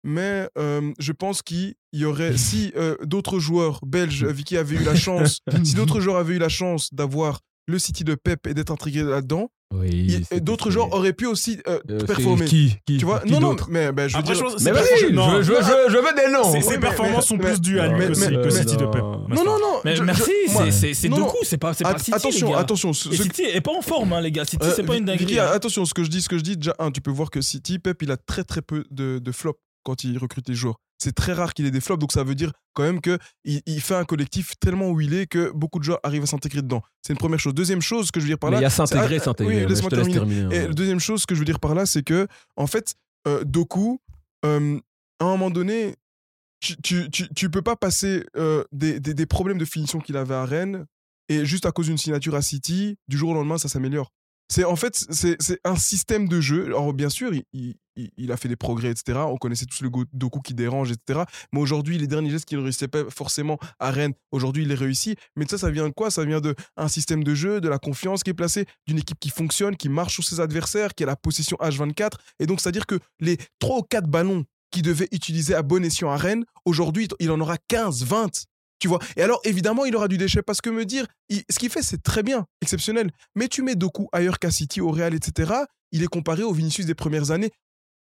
mais euh, je pense qu'il y aurait, si euh, d'autres joueurs belges, euh, Vicky avait eu la chance, si d'autres joueurs avaient eu la chance d'avoir le City de Pep et d'être intrigués là-dedans,
Oui.
Il- euh, D'autres genres auraient pu aussi euh, performer.
performé. Qui, qui
Tu vois
qui
Non, non,
d'autre
mais ben, je veux
Après,
dire.
je pense que
Mais
c'est
vas-y,
pas-
je,
non.
je- je- je veux des noms.
Ses-
Oui,
Ses
mais-
performances sont
mais-
plus dues à
mais-
lui que
mais-
City- que
mais-
City de
non.
Pep.
Non, non, non.
Mais
je- je-
merci,
moi-
c'est- c'est c'est
non,
deux
non.
coups, c'est pas, c'est
At-
pas City.
attention,
les gars.
attention. ce-
Et
ce-
City est pas en forme, hein, les gars. City,
euh,
c'est pas une dinguerie.
Vicky,
hein.
attention, ce que je dis, ce que je dis, déjà, un, tu peux voir que City, Pep, il a très très peu de, de flops quand il recrute les joueurs. C'est très rare qu'il ait des flops, donc ça veut dire quand même que il, il fait un collectif tellement où il est que beaucoup de joueurs arrivent à s'intégrer dedans. C'est une première chose. Deuxième chose que je veux dire par
Mais
là,
il y a s'intégrer,
Ah, oui,
s'intégrer. mais je
laisse-moi
te laisse
hein.
terminer. hein.
Et la deuxième chose que je veux dire par là, c'est que, en fait, euh, Doku, euh, à un moment donné, tu, tu, tu, tu peux pas passer euh, des, des, des problèmes de finition qu'il avait à Rennes et juste à cause d'une signature à City, du jour au lendemain, ça s'améliore. C'est en fait c'est c'est un système de jeu. Alors bien sûr, il, il, il a fait des progrès, etc. On connaissait tous le Go- Doku qui dérange, etc. Mais aujourd'hui, les derniers gestes qu'il ne réussissait pas forcément à Rennes, aujourd'hui, il les réussit. Mais ça, ça vient de quoi Ça vient de un système de jeu, de la confiance qui est placée, d'une équipe qui fonctionne, qui marche sur ses adversaires, qui a la possession H24. Et donc, c'est-à-dire que les 3 ou 4 ballons qu'il devait utiliser à bon escient à Rennes, aujourd'hui, il en aura 15, 20. Tu vois Et alors, évidemment, il aura du déchet parce que me dire, il- ce qu'il fait, c'est très bien, exceptionnel. Mais tu mets Doku ailleurs qu'à City, au Real, etc. Il est comparé au Vinicius des premières années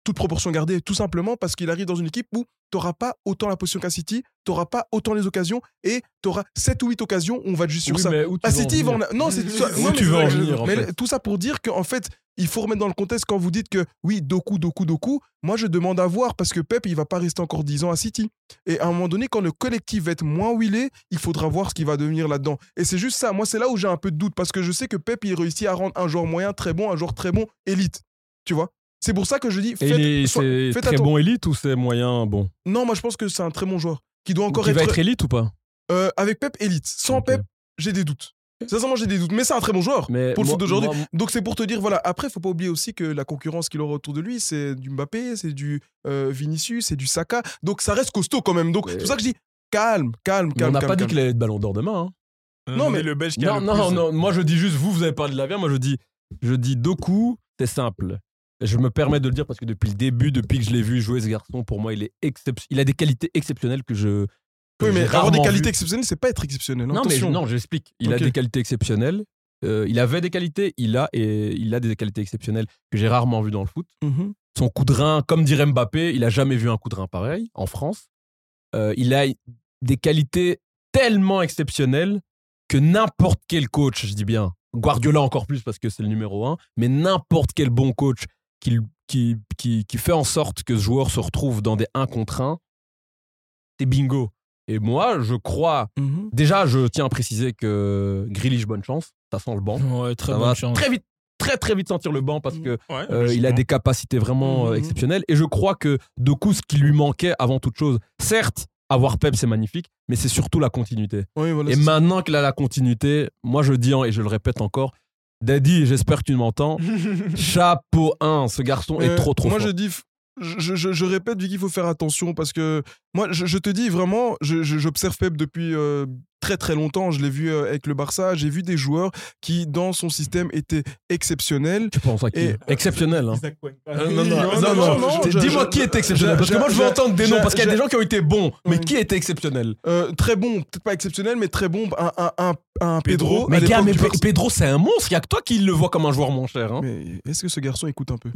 toute proportion gardée, tout simplement parce qu'il arrive dans une équipe où tu n'auras pas autant la position qu'à City, tu n'auras pas autant les occasions et tu auras 7 ou 8 occasions, on va te juste sur ça. À Ah, City, ils vont en- non, c'est
Où
non, mais
tu veux
c'est
en
vrai,
venir, en
mais
fait.
le- tout ça pour dire qu'en fait, il faut remettre dans le contexte quand vous dites que oui, Doku, Doku, Doku. Moi, je demande à voir parce que Pep, il va pas rester encore 10 ans à City. Et à un moment donné, quand le collectif va être moins où il est, il faudra voir ce qu'il va devenir là-dedans. Et c'est juste ça. Moi, c'est là où j'ai un peu de doute parce que je sais que Pep, il réussit à rendre un joueur moyen très bon, un joueur très bon, élite. Tu vois C'est pour ça que je dis.
Et
faites-
il est-
sois-
c'est
faites
très
attention.
bon élite ou c'est moyen bon
Non, moi, je pense que c'est un très bon joueur qui doit encore
Il va
être,
être élite ou pas
euh, avec Pep élite. Sans
Ok.
Pep, j'ai des doutes. Sincèrement, j'ai des doutes. Mais c'est un très bon joueur.
mais
Pour le
moi-
foot d'aujourd'hui.
moi-
Donc c'est pour te dire, voilà, après, faut pas oublier aussi que la concurrence qu'il aura autour de lui, c'est du Mbappé, c'est du euh, Vinicius, c'est du Saka. Donc ça reste costaud quand même. Donc
Ouais.
c'est pour ça que je dis, calme, calme,
Mais
calme.
on n'a
calme,
pas dit
calme.
qu'il allait être ballon d'or demain. hein.
Euh,
Non,
on
mais-
est le Belge qui a
Non,
le
non,
plus-
non. Moi, je dis juste, vous, vous avez parlé de l'avenir. Moi, je dis, je dis Doku, c'est simple. Je me permets de le dire parce que depuis le début, depuis que je l'ai vu jouer ce garçon, pour moi, il est excep- Il a des qualités exceptionnelles que je. que j'ai
Oui, mais avoir des
rarement vues.
qualités exceptionnelles, c'est pas être exceptionnel.
Non, mais je-
attention.
non, j'explique. Il a
Ok.
des qualités exceptionnelles. Euh, il avait des qualités. Il a et il a des qualités exceptionnelles que j'ai rarement vues dans le foot.
Mhm.
Son coup de rein, comme dirait Mbappé, il a jamais vu un coup de rein pareil en France. Euh, il a des qualités tellement exceptionnelles que n'importe quel coach, je dis bien, Guardiola encore plus parce que c'est le numéro un, mais n'importe quel bon coach qui, qui, qui, qui fait en sorte que ce joueur se retrouve dans des 1 contre 1, c'est bingo. Et moi, je crois
Mhm.
Déjà, je tiens à préciser que Grealish, bonne chance, ça sent le banc.
Ouais, très
Ça
bonne
va
chance.
très vite, très très vite sentir le banc parce que
Ouais,
euh, il a des capacités vraiment euh,
hein. Mhm.
exceptionnelles. Et je crois que Doku, ce qui lui manquait avant toute chose, certes, avoir Pep, c'est magnifique, mais c'est surtout la continuité.
Oui, voilà,
et
Ah, bah, c'est ça.
maintenant qu'il a la continuité, moi je dis, hein, et je le répète encore, Daddy, j'espère que tu
[laughs]
m'entends, chapeau 1, ce garçon est
Euh,
trop trop
Moi,
fort.
je dis. f- Je, je- je répète, Vicky, il faut faire attention parce que moi, je, je te dis vraiment, je- je- j'observe Pep depuis euh, très très longtemps. Je l'ai vu euh, avec le Barça, j'ai vu des joueurs qui, dans son système, étaient exceptionnels.
Tu penses à qui
Et- euh,
Exceptionnel. hein.
Isaac Cuenca.
Euh, non, non,
[laughs] Non,
non,
non,
non,
non,
je-
je-
Dis-moi
je-
qui est exceptionnel.
je-
Parce que moi, je veux
je-
entendre des noms.
je-
Parce qu'il y a
je-
des gens qui ont été bons. Mais
Oui.
qui était exceptionnel
Euh, très bon, peut-être pas exceptionnel, mais très bon. Un, un, un, un
Pedro.
Pedro. à
Mais gars,
l'époque
mais
du
Pe-
Barça.
Pedro, c'est un monstre. Il y a que toi qui le vois comme un joueur, mon cher. Hein.
Mais est-ce que ce garçon écoute [laughs] un peu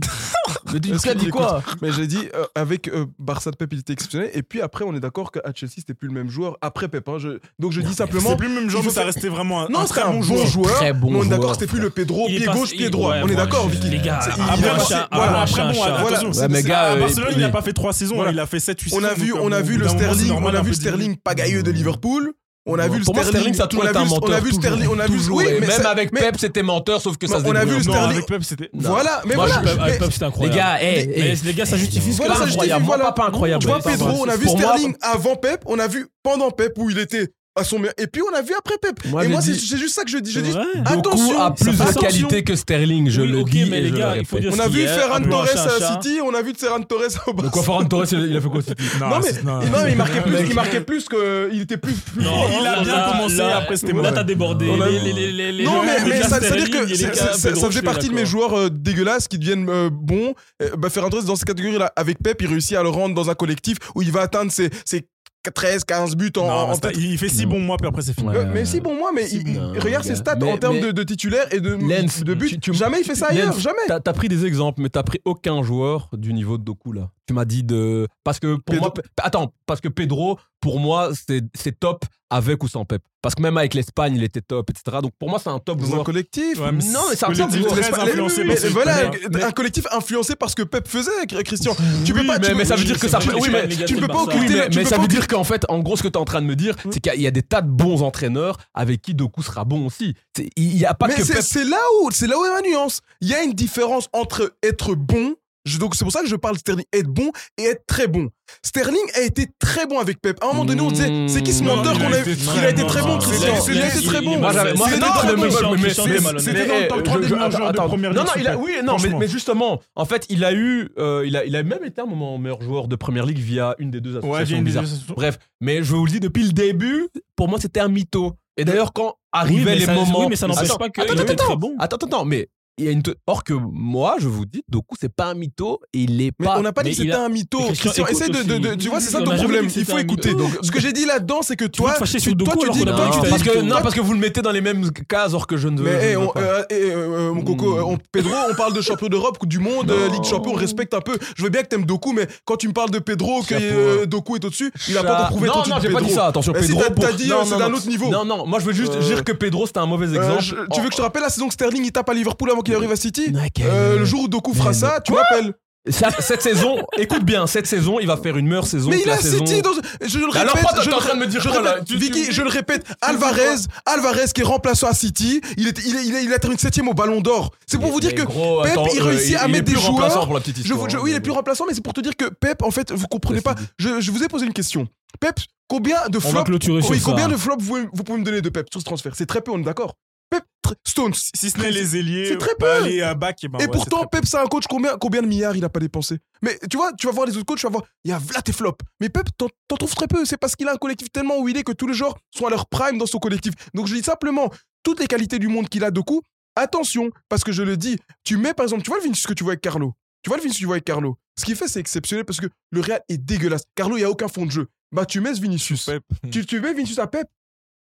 Mais tu
est-ce
tu as
qu'il
dit quoi
Mais j'ai dit, euh, avec euh, Barça de Pep, il était exceptionnel. Et puis après, on est d'accord qu'à Chelsea, c'était plus le même joueur après Pep. hein. Je- Donc je dis simplement.
C'est plus le même
il
genre,
faut
mais ça
faire-
restait vraiment un,
Non,
un
c'était
très
un
bon joueur.
joueur.
Très bon
mais on est
joueur,
d'accord, c'était plus le Pedro,
Il est
pied
pas-
gauche,
il-
pied droit.
ouais,
on est
moi,
d'accord,
je-
Vicky.
les gars,
C'est- il-
après,
il a
moi,
passé-
je-
voilà.
moi,
après,
un
bon,
chat.
attention,
Voilà.
c'est-
Ouais, mais
c'est-
gars,
à
euh,
Barcelone, il
il-
n'a pas fait 3 saisons,
Voilà.
il a fait 7 8
On a vu, on a vu le Sterling, on a vu le Sterling pagailleux de Liverpool. On a vu le
Pour moi, Sterling, ça a toujours
on a
été un
vu-
menteur.
On a vu
toujours,
Sterling, on a vu
toujours.
oui,
Et
mais
même
ça-
avec
mais-
Pep, c'était menteur, sauf que
mais
ça se
on a vu
débrouille.
le
Non,
Sterling.
avec Pep, c'était.
Non.
Voilà, mais
Moi,
voilà.
Avec Pep- avec
mais-
Pep, ah, c'est
Les
incroyable.
gars, eh, eh,
Mais les gars, ça justifie ce que
Voilà,
là,
ça justifie,
incroyable.
voilà.
Moi, pas incroyable.
Tu vois,
mais ça,
Pedro, on
voilà.
a vu
Pour moi-
Sterling avant Pep, on a vu pendant Pep où il était à son meilleur, et puis on a vu après Pep.
Moi,
et
j'ai
moi, c'est
dit-
c'est juste ça que je dis. Je dis, ah,
Ouais.
Doku
attention,
a plus de
attention.
qualité que Sterling, je
Oui,
le
ok,
dis.
mais
et
les
je le
gars, il faut
répète.
dire
On a
ce
vu
qu'il y a,
Ferran
un blanc,
Torres
un
à
chat.
City, on a vu Ferran Torres au
Donc, quoi,
Barça.
Ferran Torres, il a fait quoi City
Non, mais-
c'est-
Et Non, mais il marquait plus, il marquait plus que, il était plus. plus-
Non,
Il a
non,
bien
là,
commencé,
là,
après, c'était
Là,
mauvais.
t'as débordé.
On a-
Les- les- les- les- les-
Non,
les-
mais,
les
mais
gars,
ça, c'est-à-dire
Sterling,
que
les
c'est-
gars,
c'est- ça,
Pedro, je
faisait
suis
partie de mes
d'accord.
joueurs euh, dégueulasses qui deviennent euh, bons. Euh, bah, Ferran Torres, dans cette catégorie-là, avec Pep, il réussit à le rendre dans un collectif où il va atteindre ses, ses 13, 15 buts en,
Non,
en
mais c'est-
tête.
il fait six
Non.
bons mois, puis après c'est fini.
Ouais.
Euh, mais si, bon, moi, mais
Si,
il- il-
bon.
regarde ses stats
Mais-
en termes
mais-
de, de titulaire et de,
Lens,
de buts.
tu- tu-
jamais il fait ça
Lens,
ailleurs, jamais.
T'as t'as pris des exemples, mais t'as pris aucun joueur du niveau de Doku là. Tu m'as dit de parce que pour
Pedro-
moi, Pe- attends, parce que Pedro, pour moi, c'est c'est top avec ou sans Pep. Parce que même avec l'Espagne, il était top, etc. Donc pour moi, c'est un top
Dans un
joueur.
collectif.
Ouais, mais
Non, mais ça
c'est
ressemble
collectif
au-
très
Laisse pas-
influencé
mais-
par
mais
ce
voilà,
football.
un collectif influencé par ce que Pep faisait, Christian. Tu
Oui,
peux pas, tu
mais,
peux-
mais ça veut
oui,
dire que
c'est
ça.
vrai.
oui, mais,
tu peux pas
Oui,
occulter.
mais,
tu
mais
peux
ça
pas
veut dire qu'en fait, en gros, ce que t'es en train de me dire, c'est qu'il y a- il y, a des tas de bons entraîneurs avec qui Doku sera bon aussi. C'est- Il n'y a pas
mais
que
c'est
Pep.
c'est là où c'est là où est la nuance. Il y a une différence entre être bon, je- donc c'est pour ça que je parle de Sterling, être bon et être très bon. Sterling a été très bon avec Pep. À un moment donné, on disait c'est qui ce
Non,
menteur
il
qu'on
a
a
été
Il a été très bon,
bon.
Christian.
Il a-
Il a été
il-
très
il-
bon.
il-
Moi, j'avais- moi,
C'était
non,
très
mais
bon.
mais-
Christian.
mais-
Christian
mais-
Demalonnet.
mais-
C'était dans le top
eh,
3
je-
des
je-
meilleurs
attends,
joueurs de
attends.
première
Non,
ligue,
non,
s'il
il a,
te
oui,
plaît.
non, mais,
Franchement.
mais justement, en fait, il a eu, euh, il a, il a même été un moment meilleur joueur de première ligue via une des deux
Ouais,
associations.
j'ai une
bizarres. Bref, mais je vous le dis depuis le début, pour moi, c'était un mytho. Et d'ailleurs, quand arrivaient
mais
les
ça-
moments,
oui, mais ça n'empêche
Attends,
pas que-
attends,
il était
attends,
très bon.
Attends, attends, attends, mais. Il y a une te- Or que moi, je vous dis, Doku, c'est pas un mytho et il est
Mais
pas.
on n'a pas dit
mais
que
il
c'était
a-
un mytho.
Mais Christian,
Christian, essaie de,
écoute
de- de-
aussi.
tu vois, c'est
On
ça
n'a
ton
jamais
problème.
dit que
Il
c'était
faut
un
écouter.
mytho.
Donc, ce que j'ai dit là-dedans, c'est que
veux
toi,
te fâcher
tu-
sur
toi,
Doku
tu
alors
dis,
qu'on a
toi,
pas
tu
dit
dis-
hein. parce que,
toi,
non, eh,
tu-
parce que vous le mettez dans les mêmes cases, or que je ne. je
Mais hey,
ne veux
on-
pas.
euh, hey, euh, mon coco,
Hmm.
euh, on- Pedro, on parle de champion d'Europe, Coupe du Monde, euh, Ligue Champion, on respecte un peu. Je veux bien que t'aimes Doku, mais quand tu me parles de Pedro, que
Chapeau,
euh, Doku est au-dessus, il a
Chat-
pas encore prouvé
Non,
ton
non,
titre,
j'ai pas
Pedro.
dit ça. Attention,
Mais si,
Pedro.
t'as-
pour-
t'as dit,
Non,
euh,
non,
c'est d'un
non.
autre niveau.
Non, non, moi je veux juste
Euh,
dire que Pedro c'était un mauvais exemple. Oh.
Euh, je- tu veux que je te rappelle la saison que Sterling il tape à Liverpool avant qu'il arrive à City Euh, Le jour où Doku fera
Mais
ça, tu m'appelles.
Cette saison, écoute bien, cette saison, il va faire une meilleure saison.
Mais
que
il
la
a
saison...
City dans. Je le répète.
Alors, pourquoi t'es
je
en
le
train de me dire
je
quoi, là
répète,
Tu- tu-
Vicky, je le répète, Alvarez, Alvarez qui est remplaçant à City, il, est, il, est- il, est- il a terminé septième au Ballon d'Or. C'est pour vous dire
Mais
que
gros,
Pep,
attends,
il
euh,
réussit à
il est
mettre des
plus remplaçant
joueurs.
pour la petite
Je,
histoire,
vous- je-
hein,
oui, il est
mais
plus
bon.
remplaçant, mais c'est pour te dire que Pep, en fait, vous comprenez
Laisse
pas.
le dire.
Je, je vous ai posé une question. Pep, combien de
On va
flops,
clôturer sur
oui, combien
ça.
de flops vous, vous pouvez me donner de Pep sur ce transfert C'est très peu, on est d'accord. Pep, tr- Stones.
Si ce n'est les ailiers,
C'est très
bah,
peu.
les à bac, eh ben
Et
ouais,
pourtant,
c'est très
Pep, c'est un coach, combien, combien de milliards il a pas dépensé Mais tu vois, tu vas voir les autres coachs, tu vas voir, il y a Vlat et Flop. Mais Pep, t'en t'en trouves très peu. C'est parce qu'il a un collectif tellement où il est que tous les joueurs sont à leur prime dans son collectif. Donc je dis simplement, toutes les qualités du monde qu'il a de coup, attention, parce que je le dis, tu mets par exemple, tu vois le Vinicius que tu vois avec Carlo. Tu vois le Vinicius que tu vois avec Carlo. Ce qu'il fait, c'est exceptionnel parce que le Real est dégueulasse. Carlo, il n'y a aucun fond de jeu. Bah, tu mets ce Vinicius.
Pep.
Tu, tu mets Vinicius à Pep.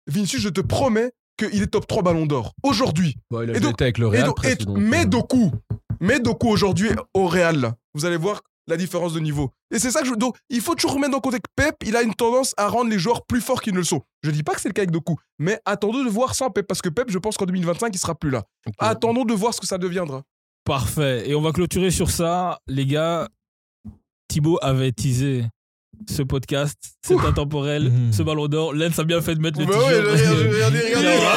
Vinicius, je te promets qu'il est top 3 ballon d'or. Aujourd'hui.
Ouais, il a
Et
déjà
donc-
été avec le
Et
Real.
donc-
presque,
et-
donc,
mais
euh,
Doku, mais Doku aujourd'hui au Real, là. vous allez voir la différence de niveau. Et c'est ça que je. Donc, il faut toujours remettre en contexte. Pep, il a une tendance à rendre les joueurs plus forts qu'ils ne le sont. Je dis pas que c'est le cas avec Doku, mais attendons de voir sans Pep, parce que Pep, je pense qu'en 2025, il sera plus là.
ok.
Attendons de voir ce que ça deviendra.
Parfait. Et on va clôturer sur ça. Les gars, Thibaut avait teasé ce podcast. C'est intemporel.
Mhm.
Ce ballon d'or. Lens a bien fait de mettre le
Mmh. Bah
t-shirt.
ouais, le-
parce que-
regardez, regardez, regardez.
Il y aura-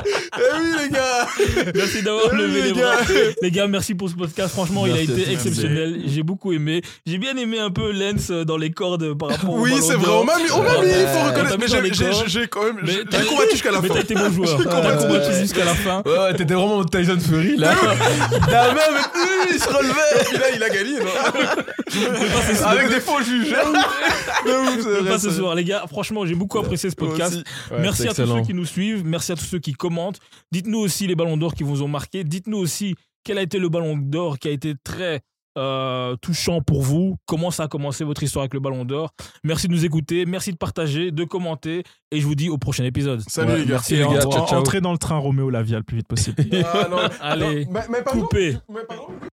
Eh oui, les gars
[laughs] Merci d'avoir
Eh oui,
levé les
les
bras.
gars
Les gars, merci pour ce podcast. Franchement, il
Merci
a
à
été
toi,
exceptionnel. J'ai beaucoup aimé. J'ai bien aimé un peu Lens euh, dans les cordes par rapport au
Oui,
Ballon
c'est vrai,
d'Or.
on m'a mis, on m'a
Euh,
mis, il
on
faut
t'a
reconnaître.
mis
Mais
dans les
j'ai- j'ai
corps.
j'ai- j'ai quand même.
Mais
J'ai
t'as-
j'ai combattu jusqu'à la
Mais
fin.
t'as été bon
[laughs]
joueur.
J'ai
T'as
combattu
combattu
Ouais.
jusqu'à la fin.
Ouais, ouais, t'étais vraiment en mode Tyson Fury
[laughs]
là. La même,
Ah,
euh, il se relevait
Et là, il a gagné. non
avec des faux juges.
De ouf, c'est
Mais
vrai,
pas
c'est
ce
vrai.
soir, les gars. Franchement, j'ai beaucoup apprécié ce
Moi
podcast.
aussi.
merci à tous ceux qui nous suivent, merci à tous ceux qui commentent. Dites-nous aussi les ballons d'or qui vous ont marqué. Dites-nous aussi quel a été le ballon d'or qui a été très euh, touchant pour vous. Comment ça a commencé votre histoire avec le ballon d'or Merci de nous écouter, merci de partager, de commenter. Et je vous dis au prochain épisode.
Salut les gars.
Merci
Et
les gars,
en-
ciao, ciao.
Entrez dans le train Roméo Lavia le plus vite possible.
Ah, non.
Allez,
Attends, mais- mais pardon,
coupez.
mais pardon.